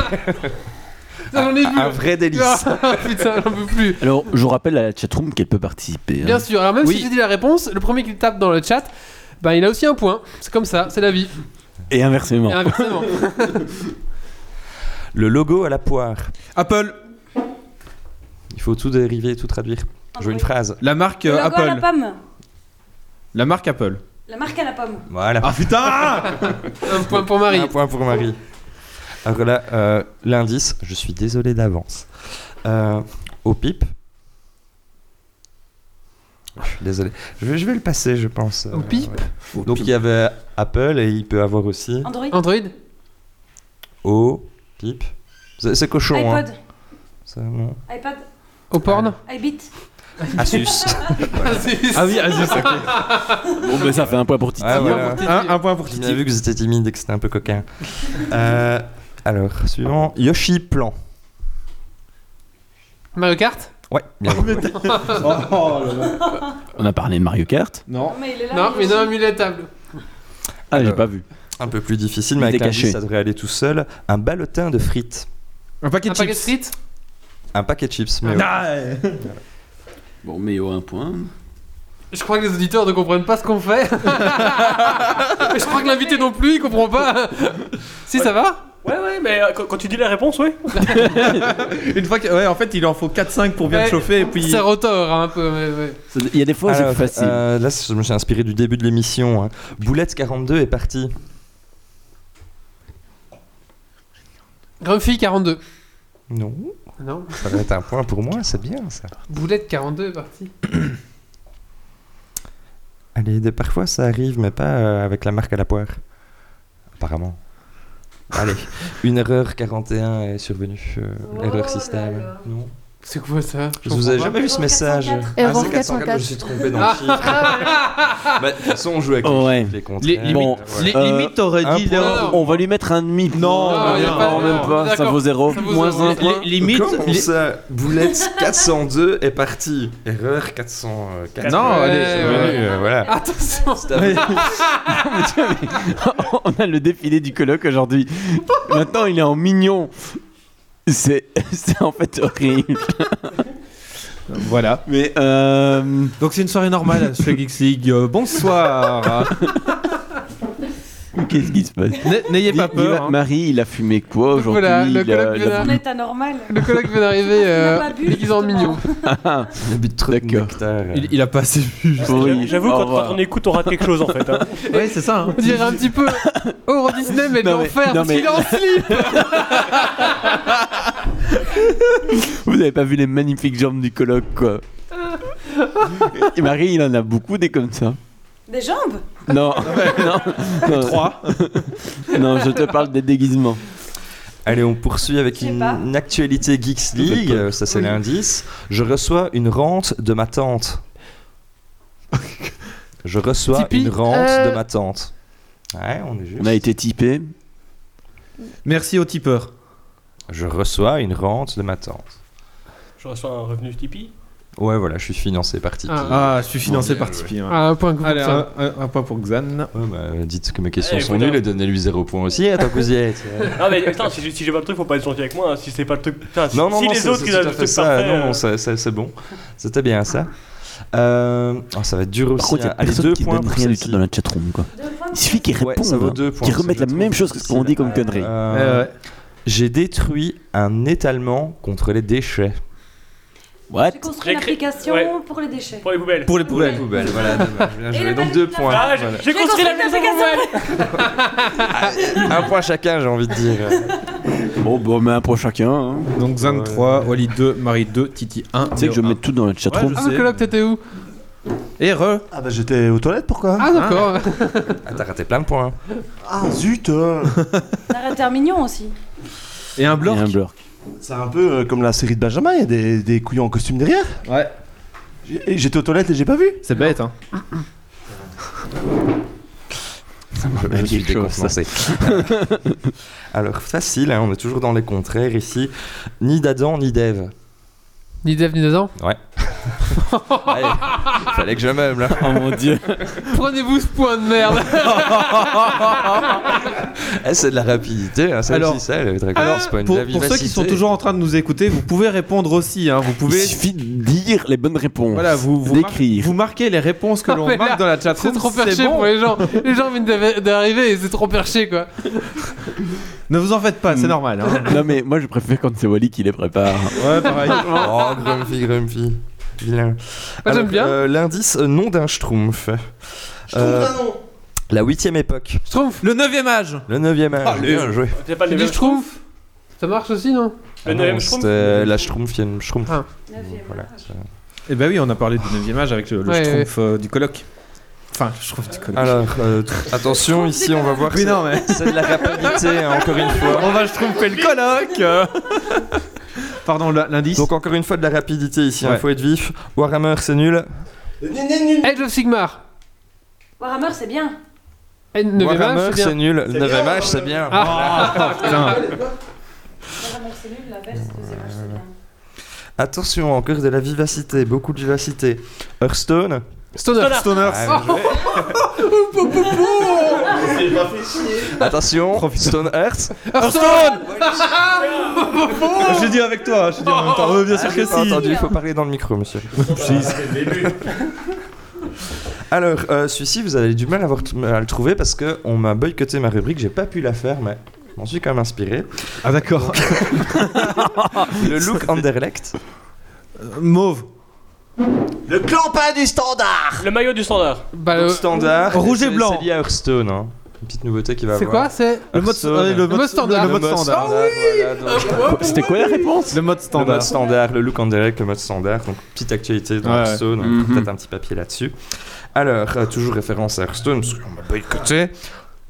Speaker 1: j'en ai vu.
Speaker 8: un vrai délice.
Speaker 1: Ah, putain, j'en peux plus.
Speaker 4: Alors, je vous rappelle à la chatroom qu'elle peut participer. hein.
Speaker 1: Bien sûr, alors même
Speaker 4: Oui.
Speaker 1: si j'ai dit la réponse, le premier qui tape dans le chat, ben il a aussi un point. C'est comme ça, c'est la vie.
Speaker 4: Et inversement.
Speaker 1: Et inversement.
Speaker 8: Le logo à la poire.
Speaker 2: Apple.
Speaker 8: Il faut tout dériver, tout traduire.
Speaker 2: Je veux une phrase. La marque euh,
Speaker 12: Le logo à la
Speaker 2: Apple.
Speaker 12: pomme.
Speaker 2: La marque Apple.
Speaker 12: La marque à la pomme.
Speaker 8: Voilà.
Speaker 2: Ah putain
Speaker 1: Un point pour Marie.
Speaker 8: Un point pour Marie. Alors là, euh, l'indice, je suis désolé d'avance. Euh, au pipe. Je suis désolé. Je vais, je vais le passer, je pense. Au
Speaker 1: pipe
Speaker 8: Donc il y avait Apple et il peut avoir aussi.
Speaker 12: Android.
Speaker 1: Android
Speaker 8: Au pipe. C'est c'est cochon. hein.
Speaker 12: iPod.
Speaker 8: Ça, non.
Speaker 12: iPad.
Speaker 1: Au porn
Speaker 12: iBit.
Speaker 8: Asus.
Speaker 1: Asus.
Speaker 8: Ah oui, Asus, ok.
Speaker 4: Bon, ben ça fait un point pour Titi.
Speaker 8: Ouais, voilà.
Speaker 2: Hein,
Speaker 1: Ah.
Speaker 2: Un, un point pour
Speaker 8: J'ai vu que vous étiez timide et que c'était un peu coquin. Euh, alors, suivant. Yoshi Plan.
Speaker 1: Mario Kart
Speaker 8: Ouais, bien joué.
Speaker 4: On a parlé de Mario Kart.
Speaker 2: Non.
Speaker 1: Non, mais
Speaker 12: il est
Speaker 1: là. Non, mais non, il est à table.
Speaker 4: Ah, j'ai pas vu.
Speaker 8: Un peu plus difficile,
Speaker 4: Il
Speaker 8: mais avec
Speaker 4: était
Speaker 8: l'indice,
Speaker 4: caché.
Speaker 8: ça devrait aller tout seul. Un ballotin de frites.
Speaker 2: Un paquet
Speaker 1: Un
Speaker 2: de
Speaker 1: paquet de
Speaker 2: chips.
Speaker 1: frites
Speaker 8: Un paquet de chips, mais ouais.
Speaker 4: Bon, mais au un point.
Speaker 1: Je crois que les auditeurs ne comprennent pas ce qu'on fait. Mais je crois que l'invité non plus, il comprend pas. si, ça va
Speaker 5: Ouais, ouais, mais euh, quand, quand tu dis la réponse, oui.
Speaker 2: Une fois que, ouais, en fait, il en faut 4-5 pour bien
Speaker 1: Ouais.
Speaker 2: te chauffer et puis.
Speaker 1: C'est retort un peu, mais ouais.
Speaker 4: Il y a des fois, c'est
Speaker 8: Alors,
Speaker 4: plus facile.
Speaker 8: euh, là, je me suis inspiré du début de l'émission. hein. Boulette 42 est parti.
Speaker 1: Grumpy 42.
Speaker 8: Non,
Speaker 1: Non
Speaker 8: ça va être un point pour moi, c'est bien ça.
Speaker 1: Boulette 42 est parti.
Speaker 8: Allez, de- parfois ça arrive, mais pas euh, avec la marque à la poire. Apparemment. Allez, une erreur 41 est survenue. euh, erreur système. Non.
Speaker 1: C'est quoi ça
Speaker 8: Je vous ai jamais vu ce
Speaker 12: Erreur
Speaker 8: message.
Speaker 12: 404.
Speaker 8: Ah,
Speaker 6: Erreur
Speaker 8: c'est 404, Je me
Speaker 6: 404.
Speaker 8: suis trompé dans le chiffre. Bah, De toute façon, on joue avec
Speaker 4: Oh, ouais.
Speaker 8: les chiffres, les contraires.
Speaker 2: Les- limite-
Speaker 4: Bon,
Speaker 2: les-
Speaker 4: euh,
Speaker 2: limite, t'aurais
Speaker 4: un
Speaker 2: dit.
Speaker 4: point.
Speaker 1: Non, non.
Speaker 4: On va lui mettre un demi.
Speaker 2: Non,
Speaker 1: Non, il y a
Speaker 4: non,
Speaker 1: pas-
Speaker 4: même
Speaker 1: non,
Speaker 4: pas. Ça
Speaker 1: d'accord.
Speaker 4: vaut
Speaker 8: Euh, oh,
Speaker 4: zéro.
Speaker 1: Ça vaut
Speaker 4: Moins
Speaker 1: zéro.
Speaker 4: un point.
Speaker 2: Li- limite.
Speaker 8: Comment
Speaker 2: li-
Speaker 8: ça Boulette 402 est parti. Erreur 404.
Speaker 2: Non,
Speaker 1: Ouais,
Speaker 2: allez,
Speaker 1: ouais.
Speaker 2: c'est revenu, euh,
Speaker 4: Ah.
Speaker 2: voilà.
Speaker 1: Attention
Speaker 4: On a le défilé du colloque aujourd'hui. Maintenant, il est en mignon. C'est c'est en fait horrible.
Speaker 2: Voilà.
Speaker 4: Mais euh,
Speaker 2: Donc c'est une soirée normale sur Geeks League. Euh, bonsoir.
Speaker 4: qu'est-ce qui se passe
Speaker 2: N- N'ayez pas
Speaker 4: Il- il a-
Speaker 2: peur. hein.
Speaker 4: Marie, il a fumé quoi aujourd'hui
Speaker 1: Voilà, le
Speaker 4: Il a-
Speaker 1: colloque
Speaker 4: il a-
Speaker 1: vient
Speaker 12: On est anormal.
Speaker 1: Le collègue vient d'arriver
Speaker 12: On
Speaker 1: euh,
Speaker 12: n'a pas bu,
Speaker 1: déguisé en
Speaker 12: justement.
Speaker 1: mignon.
Speaker 4: Ah,
Speaker 8: Il a bu trop de
Speaker 4: D'accord.
Speaker 8: nectar.
Speaker 2: Il, il a pas assez vu.
Speaker 4: oui.
Speaker 5: J'avoue,
Speaker 4: Au
Speaker 5: quand,
Speaker 4: revoir.
Speaker 5: quand on écoute, on rate quelque chose en fait. hein.
Speaker 2: Ouais, c'est ça. hein.
Speaker 1: On dirait un petit peu Euro Disney, mais de
Speaker 4: Non, mais-
Speaker 1: l'enfer,
Speaker 4: non,
Speaker 1: parce
Speaker 4: mais-
Speaker 1: qu'il est en slip
Speaker 4: Vous n'avez pas vu les magnifiques jambes du colloque, quoi. Et Marie, il en a beaucoup des comme ça.
Speaker 12: Des jambes
Speaker 4: Non, non, non.
Speaker 2: Trois.
Speaker 4: Non, je te parle des déguisements.
Speaker 8: Allez, on poursuit avec
Speaker 12: Je sais
Speaker 8: une,
Speaker 12: pas.
Speaker 8: une actualité Geeks League. Euh, Ça, c'est l'indice. Je reçois une rente de ma tante. Je reçois
Speaker 1: Tipeee,
Speaker 8: une rente
Speaker 6: euh,
Speaker 8: de ma tante. Ouais, on est juste.
Speaker 4: On a été typé.
Speaker 2: Merci aux tipeurs.
Speaker 8: Je reçois une rente de ma tante.
Speaker 5: Je reçois un revenu Tipeee.
Speaker 8: Ouais, voilà, je suis financé par Tipeee.
Speaker 2: Ah, je suis financé
Speaker 8: Bon,
Speaker 2: par
Speaker 8: bien
Speaker 2: Tipeee. hein. ouais.
Speaker 1: Ah, un point que vous
Speaker 2: Allez,
Speaker 1: observez.
Speaker 2: un, un- un point pour Xan.
Speaker 8: Ouais, bah, dites que mes questions
Speaker 5: Eh,
Speaker 8: sont
Speaker 5: écoute,
Speaker 8: nulles
Speaker 5: hein.
Speaker 8: et donnez-lui 0 points aussi. Attends, que vous y êtes.
Speaker 5: Non, Ah, mais attends, si, si j'ai pas le truc, faut pas être gentil avec moi. hein. Si c'est pas le truc. Putain, si,
Speaker 8: Non, non,
Speaker 5: si
Speaker 8: non,
Speaker 5: les
Speaker 8: c'est-
Speaker 5: autres
Speaker 8: c'est
Speaker 5: ils
Speaker 8: tout
Speaker 5: avaient le
Speaker 8: à fait
Speaker 5: truc
Speaker 8: ça.
Speaker 5: parfait.
Speaker 8: Non,
Speaker 5: euh,
Speaker 8: non, c'est- c'est c'est bon. C'était bien ça. Euh, oh, ça va être dur
Speaker 4: Par
Speaker 8: aussi.
Speaker 4: contre, il y a
Speaker 8: hein. Allez,
Speaker 4: personne
Speaker 8: deux
Speaker 4: qui
Speaker 8: points
Speaker 4: donne
Speaker 8: pour
Speaker 4: rien du
Speaker 8: celle-ci.
Speaker 4: tout dans la chatroom, quoi.
Speaker 12: Deux fois.
Speaker 4: Il suffit qu'ils
Speaker 8: Ouais,
Speaker 4: répondent,
Speaker 8: ça vaut
Speaker 4: hein,
Speaker 8: deux points,
Speaker 4: qu'ils
Speaker 8: ça,
Speaker 4: remettent
Speaker 8: je
Speaker 4: la
Speaker 8: trouve
Speaker 4: même chose que ce qu'on dit comme connerie.
Speaker 8: Euh,
Speaker 2: Ouais, ouais.
Speaker 8: J'ai détruit un étalement contre les déchets.
Speaker 4: What
Speaker 12: J'ai construit une
Speaker 5: J'ai créé-
Speaker 12: application
Speaker 5: ouais.
Speaker 12: pour les déchets.
Speaker 5: Pour les poubelles.
Speaker 2: Pour les poubelles.
Speaker 8: Poubelle, voilà, dommage. Bien
Speaker 12: Et
Speaker 8: joué.
Speaker 12: le
Speaker 8: Donc
Speaker 12: mec
Speaker 8: deux
Speaker 12: de la
Speaker 8: points.
Speaker 5: Ah, j'ai
Speaker 8: voilà.
Speaker 5: j'ai construit la maison
Speaker 12: application.
Speaker 8: Un point chacun, j'ai envie de dire.
Speaker 4: Bon, bon, mais un pour chacun. hein.
Speaker 2: Donc Xan 3, Wally 2, Marie 2, Titi 1.
Speaker 4: Tu sais que je mets tout dans la chatroom.
Speaker 2: Ouais,
Speaker 1: Ah, le colloque, t'étais où
Speaker 2: Et re.
Speaker 7: Ah bah j'étais aux toilettes, pourquoi
Speaker 1: Ah, d'accord.
Speaker 8: Ah, T'as raté plein de points.
Speaker 7: Ah zut euh.
Speaker 12: On a raté un mignon aussi.
Speaker 2: Et un
Speaker 4: Et
Speaker 2: bloc.
Speaker 4: un bloc.
Speaker 7: C'est un peu euh, comme la série de Benjamin, il y a des, des couillons en costume derrière.
Speaker 2: Ouais.
Speaker 7: J'ai- et J'étais aux toilettes et j'ai pas vu.
Speaker 2: C'est bête, hein.
Speaker 4: Ah,
Speaker 8: Je suis
Speaker 4: quelque chose, ça.
Speaker 8: décontenancé. Alors, facile, hein, on est toujours dans les contraires ici. Ni d'Adam, ni d'Ève.
Speaker 1: Ni Dev, ni Dazan
Speaker 8: Ouais. Allez, fallait que je hein. m'aime là.
Speaker 4: Oh mon dieu.
Speaker 1: Prenez-vous ce point de merde.
Speaker 8: Eh, c'est de la rapidité, hein, ça
Speaker 2: Alors-
Speaker 8: aussi, ça, le dragon,
Speaker 2: Alors,
Speaker 8: c'est pas une
Speaker 2: pour,
Speaker 8: la
Speaker 2: pour ceux qui
Speaker 8: vivacité.
Speaker 2: sont toujours en train de nous écouter, vous pouvez répondre aussi. hein, vous pouvez.
Speaker 4: Il suffit de dire les bonnes réponses.
Speaker 2: Voilà, vous, vous, mar-
Speaker 4: d'écrire.
Speaker 2: vous marquez les réponses que l'on
Speaker 1: Mais là,
Speaker 2: marque dans la chat.
Speaker 1: C'est trop perché
Speaker 2: bon.
Speaker 1: pour les gens. Les gens viennent d'arri- d'arriver et c'est trop perché quoi.
Speaker 2: Ne vous en faites pas, c'est normal. hein.
Speaker 4: non mais moi je préfère quand c'est Wally qui les prépare.
Speaker 2: Ouais, pareil.
Speaker 8: Oh, Grumpy, Grumpy. Vilain.
Speaker 1: Ah, j'aime
Speaker 8: Alors,
Speaker 1: bien.
Speaker 8: euh, L'indice euh, nom d'un schtroumpf. Euh,
Speaker 13: d'un nom.
Speaker 8: La huitième époque.
Speaker 1: Schtroumpf.
Speaker 2: Le 9ème âge.
Speaker 8: Le 9 âge.
Speaker 2: Ah,
Speaker 8: bien joué.
Speaker 5: C'est pas le
Speaker 1: Tu dis
Speaker 5: même schtroumpf
Speaker 1: Schtroumpf Ça marche aussi non
Speaker 5: Le
Speaker 8: Ah non,
Speaker 5: neuvième schtroumpf
Speaker 8: C'était la schtroumpfienne. Schtroumpf.
Speaker 1: Ah.
Speaker 8: Voilà, ça-
Speaker 2: Eh ben oui, on a parlé du 9 âge avec le, le
Speaker 1: Ouais,
Speaker 2: schtroumpf euh, du colloque. Enfin, je trouve du colloque.
Speaker 8: Alors, euh, tr- attention, ici on va voir.
Speaker 2: Oui,
Speaker 8: c'est-
Speaker 2: non, mais.
Speaker 8: C'est de la rapidité, hein, encore une fois.
Speaker 2: On va schtroumpfer le colloque. Pardon, la- l'indice.
Speaker 8: Donc, encore une fois, de la rapidité ici, il
Speaker 2: Ouais.
Speaker 8: faut être vif. Warhammer, c'est nul.
Speaker 1: Edge of Sigmar.
Speaker 12: Warhammer, c'est bien.
Speaker 1: 9
Speaker 8: Warhammer,
Speaker 1: âge, c'est
Speaker 8: c'est
Speaker 1: bien.
Speaker 8: nul. 9 âge, c'est bien.
Speaker 2: Putain.
Speaker 12: Warhammer, c'est nul. L'inverse, deuxième âge, c'est bien.
Speaker 8: Attention, encore de la vivacité, beaucoup de vivacité. Hearthstone.
Speaker 1: Stoner.
Speaker 2: Stoner.
Speaker 8: Ah, bien joué.
Speaker 13: C'est pas fait chier.
Speaker 8: Attention, Stonehearth.
Speaker 1: Ah, Hearthstone
Speaker 2: Je dis avec toi, je dis en même temps. Oh, bien sûr que
Speaker 8: J'ai pas
Speaker 2: si.
Speaker 8: entendu, il faut parler dans le micro, monsieur. Alors, euh, celui-ci, vous avez du mal à, avoir- à le trouver parce que on m'a boycotté ma rubrique, j'ai pas pu la faire, mais je m'en suis quand même inspiré.
Speaker 2: Ah, d'accord.
Speaker 8: Le look Anderlecht.
Speaker 2: Euh, Mauve.
Speaker 13: Le clampin du standard
Speaker 5: Le maillot du standard.
Speaker 1: Bah,
Speaker 8: Look
Speaker 1: le-
Speaker 8: standard.
Speaker 2: rouge et
Speaker 8: c'est-
Speaker 2: blanc.
Speaker 8: C'est lié à Hearthstone. hein. Une petite nouveauté qui va
Speaker 1: euh, C'est
Speaker 8: avoir.
Speaker 1: quoi C'est
Speaker 2: Le mode,
Speaker 8: Hearthstone. Ah,
Speaker 2: euh, le
Speaker 1: Le mode standard.
Speaker 2: Le mode standard.
Speaker 8: voilà, donc-
Speaker 4: C'était quoi la réponse
Speaker 2: Le mode
Speaker 8: Le
Speaker 2: standard.
Speaker 8: mode standard, le look en direct, le mode standard. Donc, petite actualité dans
Speaker 2: Ouais.
Speaker 8: Hearthstone. donc
Speaker 2: Mhm.
Speaker 8: Peut-être un petit papier là-dessus. Alors, euh, toujours référence à Hearthstone, parce qu'on m'a boycotté.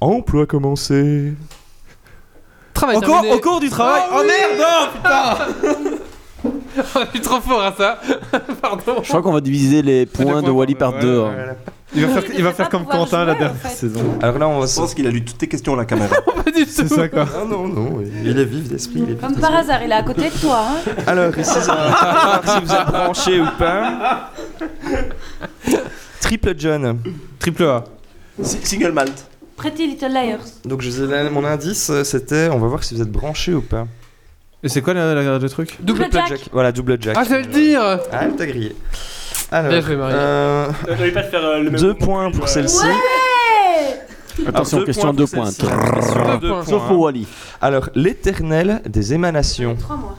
Speaker 8: Emploi commencé.
Speaker 1: Travail
Speaker 2: Au cours,
Speaker 1: terminé.
Speaker 2: au cours du travail. Oh, merde, non, putain.
Speaker 1: Je suis trop fort à ça. Pardon.
Speaker 4: Je crois qu'on va diviser les points de
Speaker 2: points,
Speaker 4: Wally par
Speaker 2: ouais,
Speaker 4: deux.
Speaker 2: ouais,
Speaker 4: hein.
Speaker 2: Il va
Speaker 12: Mais
Speaker 2: faire,
Speaker 12: je
Speaker 2: il va
Speaker 12: vais
Speaker 2: faire
Speaker 12: pas
Speaker 2: comme
Speaker 12: pouvoir
Speaker 2: Quentin
Speaker 12: jouer,
Speaker 2: la
Speaker 12: en
Speaker 2: dernière
Speaker 12: fait.
Speaker 2: saison.
Speaker 8: Alors là, on va.
Speaker 7: Je pense qu'il a lu toutes tes questions à la caméra.
Speaker 1: Pas du
Speaker 2: C'est
Speaker 1: tout.
Speaker 2: ça quoi.
Speaker 8: Ah non, non, il est vif d'esprit. il est vif
Speaker 12: Comme par hasard, il est à côté de toi. Hein.
Speaker 8: d'esprit. Alors, ici, ça va savoir si vous êtes branché ou pas. Triple John.
Speaker 2: Triple A.
Speaker 13: Si- Single malt.
Speaker 12: Pretty Little Liars.
Speaker 8: Donc, je vous ai donné mon indice, euh, c'était. On va voir si vous êtes branché ou pas.
Speaker 2: Et c'est quoi la- la- le truc
Speaker 12: Double Jack.
Speaker 8: Voilà, double Jack.
Speaker 1: Ah, je vais le dire.
Speaker 8: Ah, elle t'a grillé. Alors,
Speaker 1: Bien joué, Marie.
Speaker 8: euh,
Speaker 5: Euh, J'avais pas de faire euh, le même
Speaker 8: deux
Speaker 5: mouvement que
Speaker 8: points
Speaker 5: lui,
Speaker 8: pour
Speaker 5: euh,
Speaker 8: celle-ci.
Speaker 12: Hey
Speaker 4: Attention,
Speaker 8: Alors, deux
Speaker 4: question à deux points.
Speaker 8: points pour celle-ci.
Speaker 1: Deux
Speaker 8: Deux
Speaker 1: points.
Speaker 8: points,
Speaker 4: Sauf
Speaker 8: hein.
Speaker 4: pour Wally.
Speaker 8: Alors, l'éternel des émanations.
Speaker 12: Trois mois.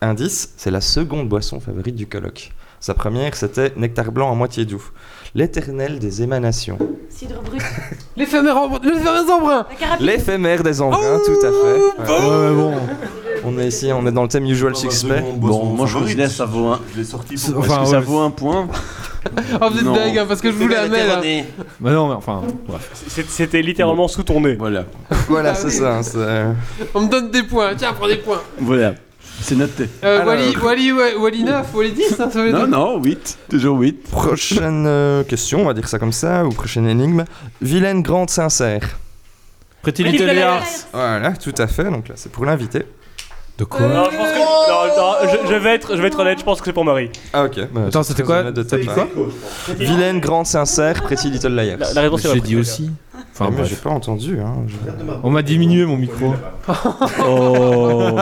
Speaker 8: Indice, c'est la seconde boisson favorite du colloque. Sa première, c'était nectar blanc à moitié doux. L'éternel des émanations.
Speaker 12: Cidre brut.
Speaker 1: Les fameux embruns. Les fameux embruns.
Speaker 12: La carabine.
Speaker 8: L'éphémère des embruns, tout à fait. Ouais, On est ici, on est dans le thème usual suspect.
Speaker 4: Bon, bah, moi je considère ça vaut un.
Speaker 13: Je l'ai sorti
Speaker 4: Est-ce
Speaker 13: pour.
Speaker 2: Enfin,
Speaker 4: que ça
Speaker 2: ouais.
Speaker 4: vaut un point
Speaker 1: Oh, vous êtes
Speaker 4: Non.
Speaker 1: dingue hein, parce que je vous la mets là.
Speaker 2: Bah non, mais enfin, bref.
Speaker 5: c'est- C'était littéralement sous ton nez.
Speaker 4: Voilà.
Speaker 8: Voilà, c'est ça. c'est- euh,
Speaker 1: On me donne des points. Tiens, prends des points.
Speaker 4: Voilà. C'est noté.
Speaker 1: Euh,
Speaker 8: Alors.
Speaker 1: Wally, Wally, ouais, Wally 9, Wally 10, hein, ça veut dire.
Speaker 4: Non, non, 8. Toujours 8.
Speaker 8: Prochaine euh, question, on va dire ça comme ça, ou prochaine énigme. Vilaine grande sincère.
Speaker 2: Pretty
Speaker 5: Pretty
Speaker 2: Little
Speaker 5: Little
Speaker 2: Liars.
Speaker 8: Voilà, tout à fait. Donc là, c'est pour l'invité.
Speaker 2: De
Speaker 5: Non, je pense que. non, non, je, je vais être, je vais être honnête, je pense que c'est pour Marie.
Speaker 8: Ah ok. bah,
Speaker 2: Attends,
Speaker 8: c'est
Speaker 2: c'était
Speaker 8: très
Speaker 2: quoi
Speaker 8: honnête de ta
Speaker 2: T'as dit
Speaker 8: part.
Speaker 2: quoi
Speaker 8: Vilaine grande sincère, Pretty Little Liars.
Speaker 5: La, la réponse est
Speaker 2: Je l'ai dit
Speaker 5: Pretty
Speaker 2: aussi. Enfin,
Speaker 8: Ah, mais
Speaker 2: bref.
Speaker 8: j'ai pas entendu. Hein. je-
Speaker 2: On m'a diminué mon micro.
Speaker 4: Oh.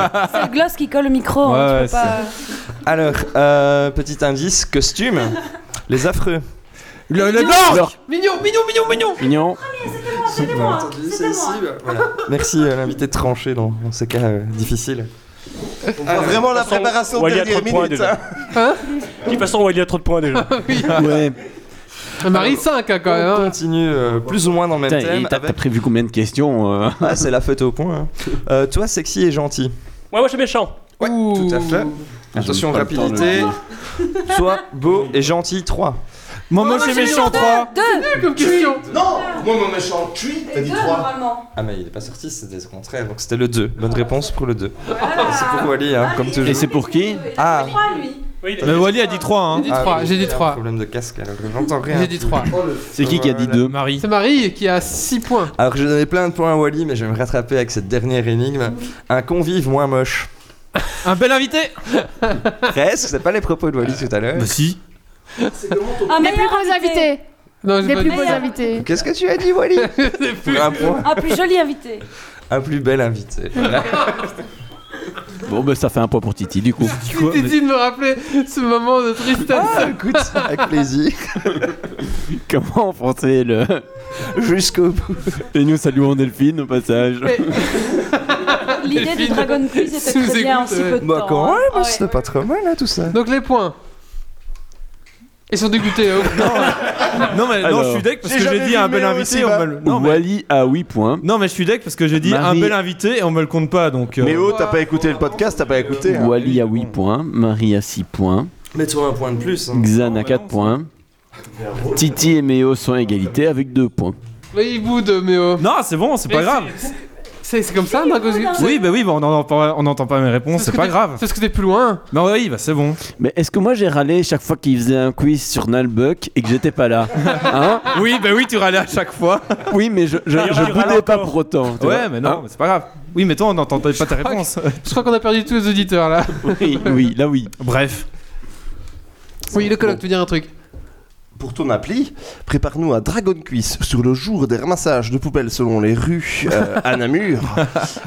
Speaker 12: C'est le gloss qui colle au micro. hein,
Speaker 2: Ouais,
Speaker 12: tu peux pas...
Speaker 8: Alors, euh, petit indice, costume. Les affreux.
Speaker 2: Le, le blanc
Speaker 1: Mignon, mignon, mignon, mignon.
Speaker 4: Mignon.
Speaker 12: C'était moi. C'était moi.
Speaker 8: Merci à l'invité de trancher dans, dans ces cas euh, difficiles. Ah, Euh,
Speaker 13: On voit vraiment la préparation de
Speaker 5: Wally a trop
Speaker 13: dernière
Speaker 5: de points
Speaker 13: minute.
Speaker 5: déjà. De toute façon, Wally a trop de points déjà.
Speaker 4: Ouais.
Speaker 1: Ah, Marie 5 hein, quand même.
Speaker 8: On
Speaker 1: hein.
Speaker 8: continue euh, plus ou moins dans le même
Speaker 4: Putain, et
Speaker 8: thème.
Speaker 4: T'as t'as
Speaker 8: avec-
Speaker 4: prévu combien de questions euh
Speaker 8: Ah, c'est la fête au point. hein. Euh, toi, sexy et gentil.
Speaker 5: Ouais, moi je suis méchant.
Speaker 8: Ouais, tout à fait.
Speaker 4: Ah,
Speaker 8: Attention,
Speaker 4: pas le temps de le
Speaker 8: rapidité. Toi, beau et gentil, 3.
Speaker 2: Moi, moi, j'ai méchant 3.
Speaker 12: Deux.
Speaker 1: Comme question.
Speaker 13: Non Moi, mon méchant cuit, t'as
Speaker 12: Et
Speaker 13: dit
Speaker 12: deux
Speaker 13: 3.
Speaker 12: normalement.
Speaker 8: Ah, mais il est pas sorti, c'était le contraire. Donc c'était le 2. Bonne réponse pour le 2.
Speaker 5: Ah,
Speaker 8: C'est pour Wally, hein, comme toujours.
Speaker 4: Et c'est pour qui
Speaker 8: Ah.
Speaker 12: Ah. Trois lui.
Speaker 5: Oui,
Speaker 2: Mais Wally a dit 3, hein.
Speaker 1: J'ai dit 3, j'ai dit 3.
Speaker 8: Problème de casque, alors je n'entends rien.
Speaker 1: J'ai dit 3.
Speaker 4: C'est qui qui a dit
Speaker 8: Voilà.
Speaker 4: 2
Speaker 2: Euh, Marie.
Speaker 1: C'est Marie qui a 6 points.
Speaker 8: Alors j'ai donné plein de points à Wally, mais je vais me rattraper avec cette dernière énigme. Un convive moins moche.
Speaker 2: Un bel invité
Speaker 15: Presque, c'est pas les propos de Wally tout à l'heure. Bah
Speaker 2: si
Speaker 12: Un
Speaker 6: Les plus
Speaker 12: meilleur
Speaker 6: beaux
Speaker 12: invité.
Speaker 6: invités Les plus beaux
Speaker 12: Meilleur.
Speaker 6: invités
Speaker 15: Qu'est-ce que tu as dit, Wally Pour un point.
Speaker 12: Un plus joli invité.
Speaker 15: Un plus bel invité. Voilà.
Speaker 4: Bon, ben ça fait un point pour Titi, du coup.
Speaker 1: Il t'est dit de me rappeler ce moment de tristesse.
Speaker 12: Ah.
Speaker 15: écoute, avec plaisir.
Speaker 4: Comment enfoncer le.
Speaker 15: Jusqu'au bout.
Speaker 4: Et nous saluons Delphine au passage.
Speaker 12: L'idée du Dragon Quiz était
Speaker 1: Sous
Speaker 12: très bien en
Speaker 1: écoute,
Speaker 12: si
Speaker 5: euh,
Speaker 12: peu de
Speaker 15: Bah,
Speaker 12: temps.
Speaker 15: quand
Speaker 12: hein.
Speaker 15: même,
Speaker 12: Ah ouais.
Speaker 15: c'était pas trop mal, là, tout ça.
Speaker 1: Donc les points. Ils sont dégoûtés. hein.
Speaker 2: Non, mais non,
Speaker 4: Alors.
Speaker 2: je suis deck parce
Speaker 4: J'ai
Speaker 2: que j'ai
Speaker 4: jamais
Speaker 2: dit
Speaker 4: vu
Speaker 2: un
Speaker 4: le
Speaker 2: bel
Speaker 4: meilleur
Speaker 2: invité.
Speaker 4: aussi
Speaker 2: On
Speaker 4: bas.
Speaker 2: me le... non, mais...
Speaker 4: Wally à 8 points.
Speaker 2: non, mais je suis deck parce que j'ai dit
Speaker 4: Marie-
Speaker 2: un bel invité et on me le compte pas donc. euh,
Speaker 7: Mais oh, t'as pas écouté le podcast, t'as pas écouté. hein.
Speaker 4: Wally à 8 points. Marie à 6 points.
Speaker 13: Mais toi, un point de plus. hein.
Speaker 4: Xan à 4 points. Titi et Méo sont à égalité avec 2 points.
Speaker 1: Mais ils boudent, mais oh.
Speaker 2: Non, c'est bon, c'est pas
Speaker 1: Mais
Speaker 2: grave.
Speaker 1: C'est c'est comme ça, Dragon Quiz
Speaker 2: Oui, bah oui, bah, on n'entend pas, on n'entend pas mes réponses,
Speaker 1: Parce
Speaker 2: c'est
Speaker 1: que
Speaker 2: pas
Speaker 1: t'es-
Speaker 2: grave.
Speaker 1: Parce que t'es plus loin.
Speaker 2: Non, oui, bah c'est bon.
Speaker 4: Mais est-ce que moi j'ai râlé chaque fois qu'il faisait un quiz sur Nalbuck et que j'étais pas là Hein
Speaker 2: Oui, bah oui, tu râlais à chaque fois.
Speaker 4: Oui, mais je, je,
Speaker 5: Il y
Speaker 4: je
Speaker 5: aura
Speaker 4: boudais
Speaker 5: encore.
Speaker 4: pas pour autant. tu vois.
Speaker 2: Ouais, mais non, mais c'est pas grave. Oui, mais toi, on n'entendait pas ta réponse.
Speaker 1: Je crois qu'on a perdu tous les auditeurs là.
Speaker 4: Oui, oui, là oui.
Speaker 2: Bref.
Speaker 1: Oui, le colloque, tu veux dire un truc
Speaker 7: Pour ton appli, prépare-nous à Dragon Quiz sur le jour des ramassages de poubelles selon les rues euh, à Namur.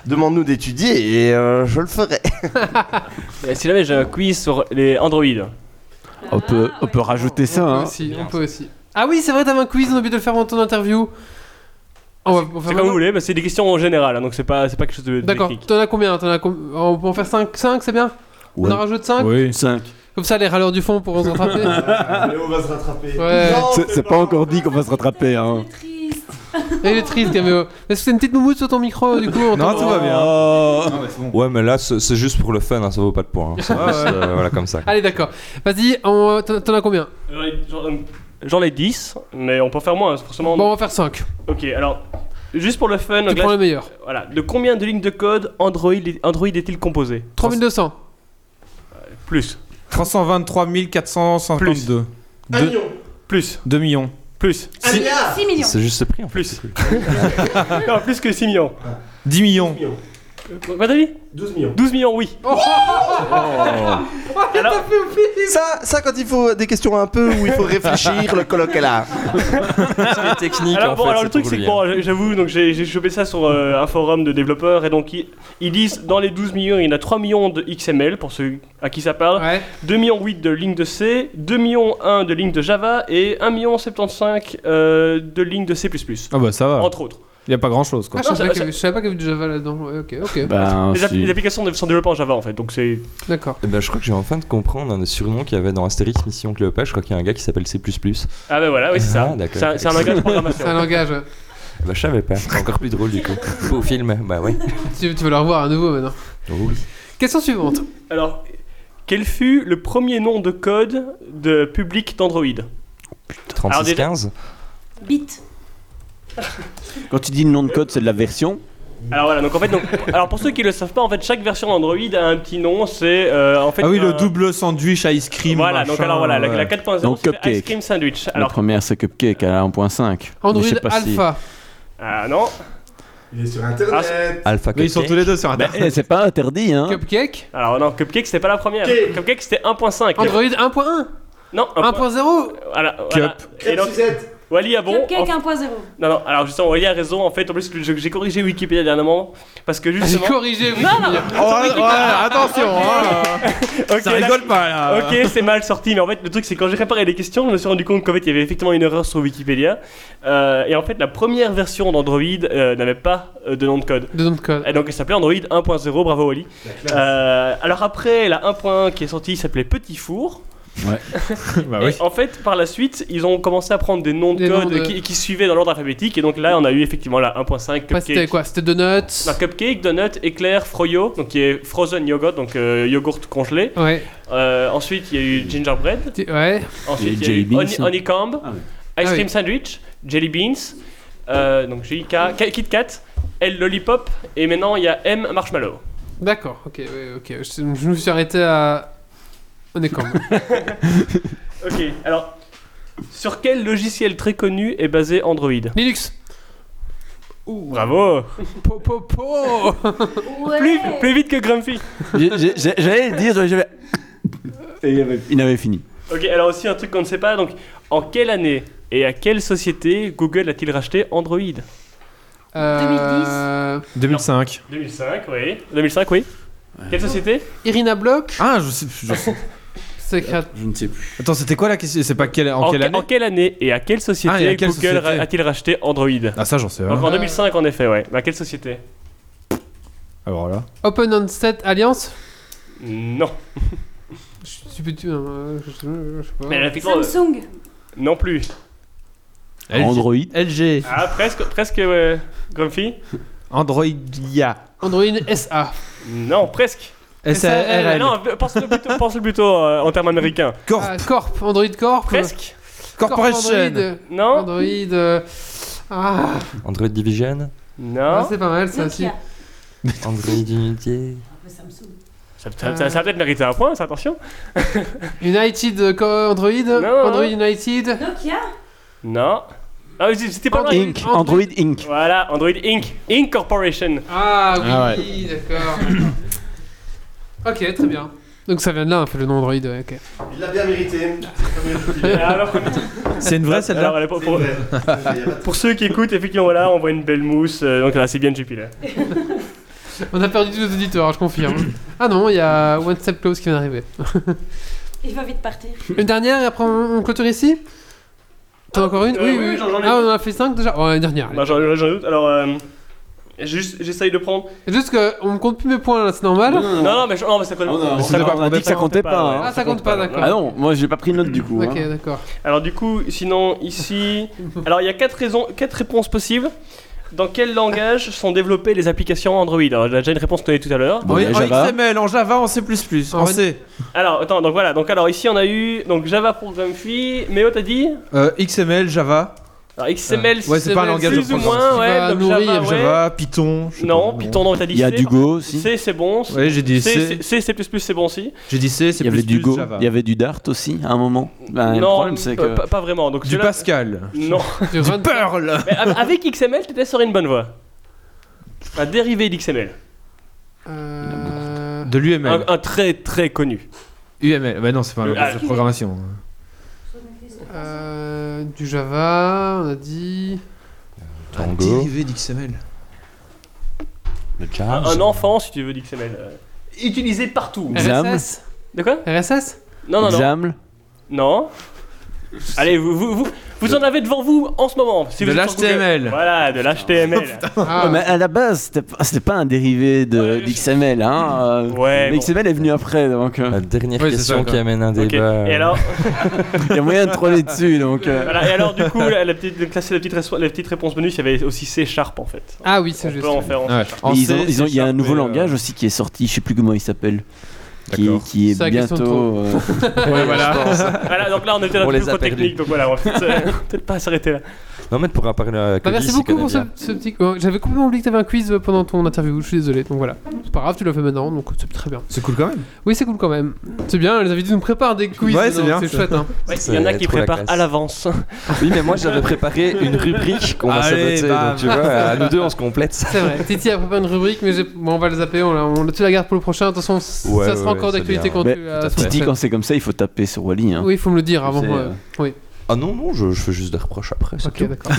Speaker 7: Demande-nous d'étudier et euh, je le ferai.
Speaker 5: Et Si jamais j'ai un quiz sur les Android.
Speaker 4: On peut, on peut rajouter ça.
Speaker 1: On peut
Speaker 4: Hein.
Speaker 1: aussi, on peut aussi. Ah oui, c'est vrai, t'avais un quiz, on a oublié de le faire en ton interview. On va- on va faire
Speaker 5: C'est comme vous
Speaker 1: maintenant.
Speaker 5: voulez, mais c'est des questions en général, hein, donc c'est pas, c'est pas quelque chose de de
Speaker 1: D'accord,
Speaker 5: technique.
Speaker 1: t'en as combien T'en as com- On peut en faire 5, 5 c'est bien
Speaker 4: Ouais.
Speaker 1: On en rajoute 5
Speaker 2: Oui.
Speaker 4: 5.
Speaker 1: Comme ça, les râleurs du fond pourront se rattraper.
Speaker 3: Léo va se rattraper.
Speaker 1: Ouais.
Speaker 4: C'est c'est pas encore dit qu'on va se rattraper. Hein.
Speaker 12: Triste.
Speaker 1: Et il est triste, Caméo. Est-ce que c'est une petite moumoute sur ton micro du coup on
Speaker 2: Non,
Speaker 1: t'entend-
Speaker 2: tout va bien.
Speaker 15: Oh.
Speaker 2: Non, mais c'est bon.
Speaker 8: Ouais, mais là, c'est c'est juste pour le fun, hein, ça vaut pas de points. hein. C'est
Speaker 2: Ouais,
Speaker 8: juste,
Speaker 2: ouais.
Speaker 8: euh, voilà, comme ça.
Speaker 1: Allez, d'accord. Vas-y, on- t'en t'en as combien
Speaker 5: J'en ai- j'en- J'en ai 10, mais on peut en faire moins, forcément.
Speaker 1: Bon, on va faire 5.
Speaker 5: Ok, alors, juste pour le fun,
Speaker 1: Tu
Speaker 5: donc là,
Speaker 1: prends le meilleur.
Speaker 5: voilà, de combien de lignes de code Android, Android est-il composé
Speaker 1: 3200.
Speaker 5: Plus,
Speaker 2: 323 452.
Speaker 3: Un
Speaker 2: 2,
Speaker 3: million.
Speaker 5: plus,
Speaker 2: 2 millions.
Speaker 5: plus,
Speaker 3: Un milliard.
Speaker 12: 6 millions.
Speaker 8: C'est juste le prix en fait.
Speaker 5: plus. non, plus que 6 millions.
Speaker 2: 10 millions.
Speaker 5: Euh, Quoi t'as dit
Speaker 3: 12 millions.
Speaker 5: 12 millions, oui.
Speaker 7: Ça, ça quand il faut des questions un peu où il faut réfléchir, le colloque est là.
Speaker 8: C'est technique
Speaker 5: Alors,
Speaker 8: en
Speaker 5: bon,
Speaker 8: fait.
Speaker 5: alors le truc,
Speaker 8: pour
Speaker 5: c'est que
Speaker 8: lui,
Speaker 5: bon,
Speaker 8: hein.
Speaker 5: j- j'avoue, donc j'ai j'ai chopé ça sur euh, un forum de développeurs et donc ils, ils disent dans les 12 millions, il y en a 3 millions de XML pour ceux à qui ça parle,
Speaker 1: Ouais.
Speaker 5: 2 millions 8 de lignes de C, 2 millions 1 de lignes de Java et 1 million 75 euh, de lignes de C++,
Speaker 2: Ah bah ça va.
Speaker 5: entre autres.
Speaker 2: Il y a pas grand chose
Speaker 1: Ah,
Speaker 2: quoi.
Speaker 1: je
Speaker 5: Non,
Speaker 1: savais
Speaker 5: ça-
Speaker 1: pas qu'il y avait- je savais pas qu'il y avait du Java là-dedans. Ouais, Ok, ok.
Speaker 4: Ben,
Speaker 5: Les, app-
Speaker 4: si.
Speaker 5: les applications de- sont développées en Java en fait, donc c'est
Speaker 1: D'accord.
Speaker 8: Eh ben, je crois que j'ai enfin de comprendre un des surnoms qu'il y avait dans Astérix Mission Cléopâtre. Je crois qu'il y a un gars qui s'appelle C. Eh
Speaker 5: ah ben voilà, oui c'est
Speaker 8: Ah,
Speaker 5: ça.
Speaker 8: d'accord.
Speaker 5: C'est un- c'est un langage de
Speaker 1: C'est un
Speaker 5: programmation.
Speaker 1: langage. ouais.
Speaker 8: ben, je savais pas. C'est encore plus drôle du coup. Beau film. Bah ouais.
Speaker 1: Tu, tu veux le revoir à nouveau maintenant.
Speaker 8: Oh oui.
Speaker 1: Question suivante.
Speaker 5: Alors, quel fut le premier nom de code de public d'Android Alors, déjà-
Speaker 8: 36-15
Speaker 12: Bit.
Speaker 4: Quand tu dis le nom de code, c'est de la version.
Speaker 5: Alors voilà, donc en fait, donc, alors pour ceux qui le savent pas, en fait, chaque version Android a un petit nom. C'est euh, en fait.
Speaker 2: Ah oui, le
Speaker 5: un-
Speaker 2: double sandwich ice cream.
Speaker 5: Voilà, donc
Speaker 2: machin,
Speaker 5: alors voilà, la,
Speaker 2: ouais.
Speaker 5: la 4.0
Speaker 4: Donc,
Speaker 5: c'est
Speaker 4: cupcake.
Speaker 5: Ice Cream Sandwich.
Speaker 4: La
Speaker 5: Alors,
Speaker 4: première, c'est Cupcake à 1.5.
Speaker 1: Android
Speaker 4: Mais je sais pas si-
Speaker 1: Alpha.
Speaker 5: ah non,
Speaker 3: Il est sur
Speaker 5: Ah,
Speaker 3: internet.
Speaker 8: Alpha
Speaker 2: Mais ils sont tous les deux sur
Speaker 4: Ben,
Speaker 2: internet.
Speaker 4: eh, c'est pas interdit, hein.
Speaker 1: Cupcake.
Speaker 5: alors non, Cupcake c'était pas la première.
Speaker 3: Cake.
Speaker 5: Cupcake c'était 1.5.
Speaker 1: Android 1.1.
Speaker 5: Non,
Speaker 1: 1.0.
Speaker 5: Voilà, voilà. Et
Speaker 3: Crêpe
Speaker 5: donc,
Speaker 3: Suzette.
Speaker 5: Wally a bon.
Speaker 12: Cupcake
Speaker 5: en-
Speaker 12: 1.0.
Speaker 5: Non, non, alors justement, Wally a raison. En fait, en plus, je- j'ai corrigé Wikipédia dernièrement. Parce
Speaker 2: Ah,
Speaker 5: que
Speaker 1: J'ai
Speaker 5: justement.
Speaker 1: corrigé. oui.
Speaker 12: Non, non.
Speaker 2: Oh, ouais, attention, hein,
Speaker 5: Ok,
Speaker 2: ça
Speaker 5: là-
Speaker 2: rigole pas là.
Speaker 5: Ok, c'est mal sorti, mais en fait, le truc, c'est que quand j'ai réparé les questions, je me suis rendu compte qu'en fait, il y avait effectivement une erreur sur Wikipédia. Euh, et en fait, la première version d'Android euh, n'avait pas euh, de nom de code.
Speaker 1: Deux noms de code.
Speaker 5: Et donc, elle s'appelait Android 1.0, bravo Wally. Euh, alors, après, la 1.1 qui est sortie s'appelait Petit Four.
Speaker 2: Bah
Speaker 5: et
Speaker 2: oui.
Speaker 5: en fait, par la suite, ils ont commencé à prendre des noms de
Speaker 1: Des noms
Speaker 5: code
Speaker 1: de-
Speaker 5: Qui, qui suivaient dans l'ordre alphabétique. Et donc là, on a eu effectivement la 1.5
Speaker 1: Pas, Bah, C'était
Speaker 5: Cupcake.
Speaker 1: quoi C'était Donuts.
Speaker 5: Non, cupcake, donut, éclair, froyo, donc qui est frozen yogurt, donc euh, yogourt congelé.
Speaker 1: Ouais.
Speaker 5: Euh, ensuite, il y a eu gingerbread.
Speaker 1: Ti- Ouais.
Speaker 5: Ensuite,
Speaker 4: Et
Speaker 5: il y a
Speaker 4: Jelly
Speaker 5: eu
Speaker 4: Beans,
Speaker 5: honey-
Speaker 4: hein.
Speaker 5: Honeycomb,
Speaker 4: Ah
Speaker 1: oui.
Speaker 5: Ice
Speaker 1: Ah
Speaker 5: Cream
Speaker 1: oui.
Speaker 5: Sandwich, Jelly Beans, euh, donc JK, Ki- Kit Kat, L Lollipop, et maintenant il y a M Marshmallow.
Speaker 1: D'accord. Ok. ouais, ok. Je, je me suis arrêté à. On est quand même.
Speaker 5: Ok, alors, sur quel logiciel très connu est basé Android
Speaker 1: Linux.
Speaker 5: Bravo
Speaker 1: Po, po, po
Speaker 5: plus, plus vite que Grumpy
Speaker 4: J'ai- j'ai- j'ai- J'allais le dire, j'allais- j'allais- Et il avait, il avait fini.
Speaker 5: Ok, alors aussi un truc qu'on ne sait pas, donc en quelle année et à quelle société Google a-t-il racheté Android
Speaker 1: Euh,
Speaker 2: 2005.
Speaker 5: 2005, oui. 2005, oui. Quelle société
Speaker 1: Irina Bloch
Speaker 2: Ah, je sais. Je, sais-
Speaker 1: Secret.
Speaker 4: je ne sais plus.
Speaker 2: Attends, c'était quoi la question C'est pas quelle, en,
Speaker 5: En,
Speaker 2: quelle
Speaker 5: que-
Speaker 2: année
Speaker 5: en quelle année et à quelle société
Speaker 2: Ah, et à quelle
Speaker 5: Google ra-
Speaker 2: société
Speaker 5: a-t-il racheté Android
Speaker 2: Ah, ça, j'en sais rien.
Speaker 5: Donc en 2005, en effet, ouais. Bah, quelle société
Speaker 2: Alors là.
Speaker 1: Open Onset Alliance
Speaker 5: Non.
Speaker 1: Je suis plus tu- euh, je sais- je sais pas.
Speaker 5: Mais effectivement, euh,
Speaker 12: Samsung
Speaker 5: Non plus.
Speaker 4: Android.
Speaker 2: LG.
Speaker 5: Ah, presque, presque, ouais. Grumpy
Speaker 2: Android IA.
Speaker 1: Android SA.
Speaker 5: Non, presque. euh,
Speaker 2: SARL.
Speaker 5: Non, pense-le plutôt, pense-le plutôt, euh, en termes américains.
Speaker 2: Corp.
Speaker 1: Ah, Corp, Android Corp.
Speaker 5: Presque. Oh.
Speaker 1: Corporation. Android.
Speaker 5: Non.
Speaker 1: Android. euh, Ah,
Speaker 8: Android Division
Speaker 1: ah,
Speaker 5: Non.
Speaker 1: c'est pas mal ça aussi.
Speaker 12: Nokia.
Speaker 8: Android Unity
Speaker 12: Samsung.
Speaker 5: Ça, ça- ça- ça va peut-être mériter un point, ça, attention.
Speaker 1: United euh, co- Android.
Speaker 5: Non.
Speaker 1: Android United.
Speaker 12: Nokia
Speaker 5: Non. Ah, oui, c'était pas loin.
Speaker 4: Inc. Android Inc.
Speaker 5: Voilà, Android Inc. Inc. Corporation.
Speaker 1: Ah oui,
Speaker 2: Ah
Speaker 1: d'accord. ok, très bien. Donc ça vient de là, un peu le nom Android. ouais, ok.
Speaker 13: Il l'a bien mérité.
Speaker 5: Alors,
Speaker 2: C'est une vraie
Speaker 5: alors,
Speaker 2: celle-là
Speaker 5: elle est pour, pour- pour ceux qui écoutent, effectivement, voilà, on voit une belle mousse. euh, donc là, c'est bien Jupiler.
Speaker 1: On a perdu tous nos auditeurs, hein, je confirme. ah non, il y a One Step Close qui vient d'arriver.
Speaker 12: Il va vite partir.
Speaker 1: Une dernière et après on, on clôture ici T'as encore une
Speaker 5: euh, oui, oui, j'en- j'en ai
Speaker 1: Ah,
Speaker 5: une.
Speaker 1: on en a fait 5 déjà Oh, une dernière. allez.
Speaker 5: Bah, j'en j'en doute. Alors, euh, juste- j'essaye de prendre.
Speaker 1: Juste qu'on me compte plus mes points là, c'est normal
Speaker 5: Non, non, mais, je- non, mais ça compte
Speaker 4: Ah, on
Speaker 5: ça
Speaker 4: a
Speaker 5: compte-
Speaker 4: dit que ça comptait pas. hein.
Speaker 1: Ah, ça compte pas, d'accord.
Speaker 4: Ah non, moi j'ai pas pris note du
Speaker 2: Ah
Speaker 4: coup.
Speaker 1: Ok,
Speaker 4: hein.
Speaker 1: d'accord.
Speaker 5: Alors du coup, sinon ici, alors il y a quatre raisons, quatre réponses possibles. Dans quel langage sont développées les applications Android Alors, j'ai déjà une réponse donnée tout à l'heure.
Speaker 4: Bon,
Speaker 2: Oui,
Speaker 4: il y a
Speaker 2: en
Speaker 4: Java.
Speaker 2: XML, en Java, en C++, en
Speaker 1: En
Speaker 2: C.
Speaker 5: Alors attends, donc voilà, donc alors ici on a eu donc Java pour Grumpy, Méo t'as dit
Speaker 2: Euh, XML, Java.
Speaker 5: Alors XML,
Speaker 4: Ah.
Speaker 2: Ouais, c'est pas un langage de
Speaker 5: plus ou
Speaker 2: programmation.
Speaker 5: moins,
Speaker 1: Qui va
Speaker 5: ouais, donc
Speaker 1: nourrir
Speaker 5: Java, ouais.
Speaker 2: Java, Python. je sais
Speaker 5: Non,
Speaker 2: pas,
Speaker 5: Python non, t'as dit
Speaker 4: Il y a
Speaker 5: C.
Speaker 4: du Go aussi.
Speaker 5: C c'est bon.
Speaker 2: Ouais, j'ai dit
Speaker 5: C,
Speaker 2: C.
Speaker 5: c'est- C, c'est c'est bon aussi.
Speaker 2: J'ai dit C, c'est
Speaker 4: Il y avait
Speaker 2: plus
Speaker 4: du Go,
Speaker 2: Java.
Speaker 4: il y avait du Dart aussi à un moment. Ben, le
Speaker 5: non,
Speaker 4: problème c'est
Speaker 5: pas-
Speaker 4: que.
Speaker 5: pas, pas vraiment. Donc
Speaker 2: Du
Speaker 5: celui-là-
Speaker 2: Pascal.
Speaker 5: Non.
Speaker 1: Du Run-
Speaker 2: Perl.
Speaker 5: Mais av- avec XML, t'étais sur une bonne voie. Un dérivé d'XML.
Speaker 1: Euh,
Speaker 2: De
Speaker 5: Un,
Speaker 2: l'UML.
Speaker 5: un très très connu.
Speaker 2: UML, bah non, c'est pas un
Speaker 5: Le-
Speaker 2: langage
Speaker 5: ah.
Speaker 2: de programmation.
Speaker 1: euh, du Java, on a dit.
Speaker 8: Tango
Speaker 2: d'XML.
Speaker 8: Le
Speaker 5: Un,
Speaker 8: Jazz
Speaker 5: un enfant, si tu veux, d'XML. euh, utilisé partout.
Speaker 4: Xam.
Speaker 1: RSS
Speaker 5: De quoi
Speaker 1: RSS
Speaker 5: Non, non, non.
Speaker 4: Xaml.
Speaker 5: Non. Allez, vous, vous, vous, vous en avez devant vous en ce moment. Si
Speaker 2: De
Speaker 5: vous êtes sur Google.
Speaker 2: l'HTML.
Speaker 5: Voilà, de l'HTML.
Speaker 1: Ah,
Speaker 4: Ouais, mais à la base, c'était pas, c'était pas un dérivé de
Speaker 5: Ouais,
Speaker 4: d'XML, hein. euh,
Speaker 5: Ouais,
Speaker 4: mais
Speaker 5: bon.
Speaker 4: XML est venu après, donc euh,
Speaker 2: Bah,
Speaker 8: La dernière
Speaker 2: Oui, c'est ça,
Speaker 8: question
Speaker 2: quoi.
Speaker 8: qui amène un
Speaker 5: Ok. Et
Speaker 8: débat.
Speaker 5: alors,
Speaker 4: il y a moyen de troller dessus, donc. euh,
Speaker 5: voilà, et alors, du coup, la, la petite, de classer la petite, réso- la petite réponse bonus, il y avait aussi C Sharp en fait.
Speaker 1: Ah oui, c'est
Speaker 5: On
Speaker 1: juste.
Speaker 5: peut en faire. en-
Speaker 2: Ouais. En
Speaker 4: mais ils
Speaker 2: C,
Speaker 4: ont- ils ont- il y a un
Speaker 2: C#,
Speaker 4: nouveau
Speaker 2: mais, euh,
Speaker 4: langage aussi qui est sorti, je sais plus comment il s'appelle, qui,
Speaker 2: D'accord.
Speaker 4: qui est,
Speaker 1: C'est la question de
Speaker 4: bientôt. euh,
Speaker 2: Ouais, voilà.
Speaker 5: Voilà, donc là, on était dans
Speaker 8: On
Speaker 5: le
Speaker 8: les
Speaker 5: plus
Speaker 8: a
Speaker 5: gros
Speaker 8: perdus.
Speaker 5: technique, donc voilà, on va peut-être euh, peut-être pas s'arrêter là.
Speaker 8: Non, mais pour en parler à
Speaker 1: Bah,
Speaker 8: Cody,
Speaker 1: merci
Speaker 8: s'y
Speaker 1: beaucoup
Speaker 8: connaît
Speaker 1: pour ce,
Speaker 8: bien.
Speaker 1: ce petit. euh, J'avais complètement oublié que t'avais un quiz euh, pendant ton interview, je suis désolé. Donc voilà, c'est pas grave, tu l'as fait maintenant, donc c'est très bien.
Speaker 2: C'est cool quand même.
Speaker 1: Oui, c'est cool quand même. C'est bien, les invités nous préparent des quiz.
Speaker 2: Ouais, c'est
Speaker 1: maintenant,
Speaker 2: bien.
Speaker 1: C'est chouette, hein.
Speaker 5: Ouais, Il
Speaker 8: C'est
Speaker 5: y en a qui
Speaker 8: trop la
Speaker 5: préparent
Speaker 8: classe.
Speaker 5: à l'avance.
Speaker 8: Oui, mais moi j'avais préparé une rubrique qu'on va
Speaker 2: Allez,
Speaker 8: saboter.
Speaker 2: bam.
Speaker 8: Donc tu vois, à nous deux on se complète.
Speaker 1: C'est vrai. Titi a préparé une rubrique, mais j'ai- bon, on va le zapper. On, la- on, tu la garde pour le prochain. De toute façon, c-
Speaker 8: Ouais,
Speaker 1: ça
Speaker 8: ouais,
Speaker 1: sera encore
Speaker 8: ouais,
Speaker 1: d'actualité
Speaker 8: c'est
Speaker 1: quand
Speaker 4: bien.
Speaker 1: tu la semaine
Speaker 4: Titi,
Speaker 1: prochaine.
Speaker 4: quand c'est comme ça, il faut taper sur Wally. Hein.
Speaker 1: Oui, il faut me le dire avant.
Speaker 4: C'est,
Speaker 1: euh,
Speaker 4: euh,
Speaker 1: Oui.
Speaker 8: Ah non, non, je, je fais juste des reproches après. c'est
Speaker 1: Ok,
Speaker 8: tout.
Speaker 1: d'accord.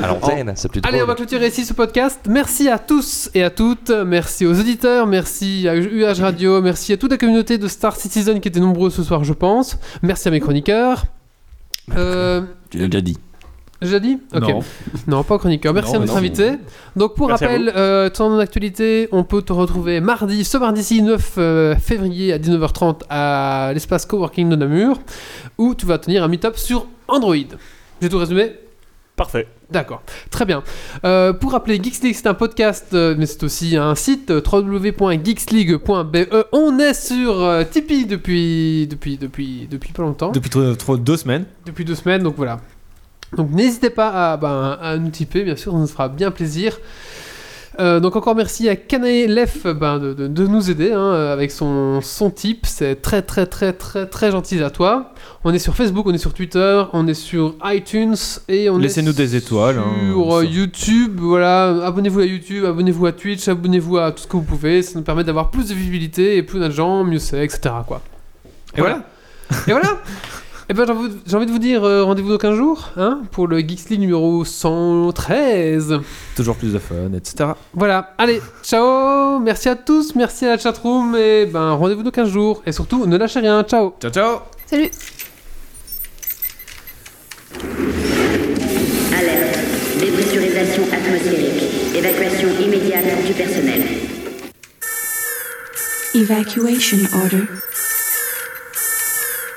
Speaker 8: À l'antenne, c'est plus drôle.
Speaker 1: Allez, on va clôturer ici ce podcast. Merci à tous et à toutes. Merci aux auditeurs. Merci à UH Radio. Merci à toute la communauté de Star Citizen qui était nombreuse ce soir, je pense. Merci à mes chroniqueurs. Euh,
Speaker 4: Tu l'as déjà dit.
Speaker 1: j'ai déjà dit Ok.
Speaker 2: Non.
Speaker 1: Non, pas aux chroniqueurs. Merci
Speaker 2: Non,
Speaker 1: à notre
Speaker 2: non.
Speaker 1: invité. Donc, pour
Speaker 5: Merci à
Speaker 1: rappel, euh, ton actualité, on peut te retrouver mardi, ce mardi 9 février à 19h30 à l'espace coworking de Namur, où tu vas tenir un meet-up sur Android. J'ai tout résumé
Speaker 5: Parfait.
Speaker 1: D'accord, très bien. Euh, pour rappeler, Geeks League, c'est un podcast, euh, mais c'est aussi un site euh, www.geeksleague.be. On est sur euh, Tipeee depuis, depuis, depuis, depuis pas longtemps,
Speaker 2: Depuis trop- trop- deux semaines.
Speaker 1: depuis deux semaines, donc voilà. Donc n'hésitez pas à, ben, à nous tiper, bien sûr, ça nous fera bien plaisir. Euh, donc encore merci à Kanae Lef ben, de, de- de nous aider hein, avec son, son type. C'est très très très très très gentil à toi. On est sur Facebook, on est sur Twitter, on est sur iTunes et on est
Speaker 2: Laissez-nous des étoiles. hein.
Speaker 1: sur euh, YouTube, voilà, abonnez-vous à YouTube, abonnez-vous à Twitch, abonnez-vous à tout ce que vous pouvez, ça nous permet d'avoir plus de visibilité et plus d'argent, mieux c'est, etc. Quoi. Et voilà. et voilà. Et ben j'ai envie de- j'ai envie de vous dire euh, rendez-vous dans 15 jours hein, pour le Geeks League numéro 113.
Speaker 2: Toujours plus de fun, etc.
Speaker 1: Voilà, allez, ciao, merci à tous, merci à la chatroom et ben rendez-vous dans 15 jours et surtout ne lâchez rien, ciao.
Speaker 2: Ciao ciao.
Speaker 6: Salut
Speaker 16: Alerte. Dépressurisation atmosphérique. Évacuation immédiate du personnel.
Speaker 17: Evacuation order.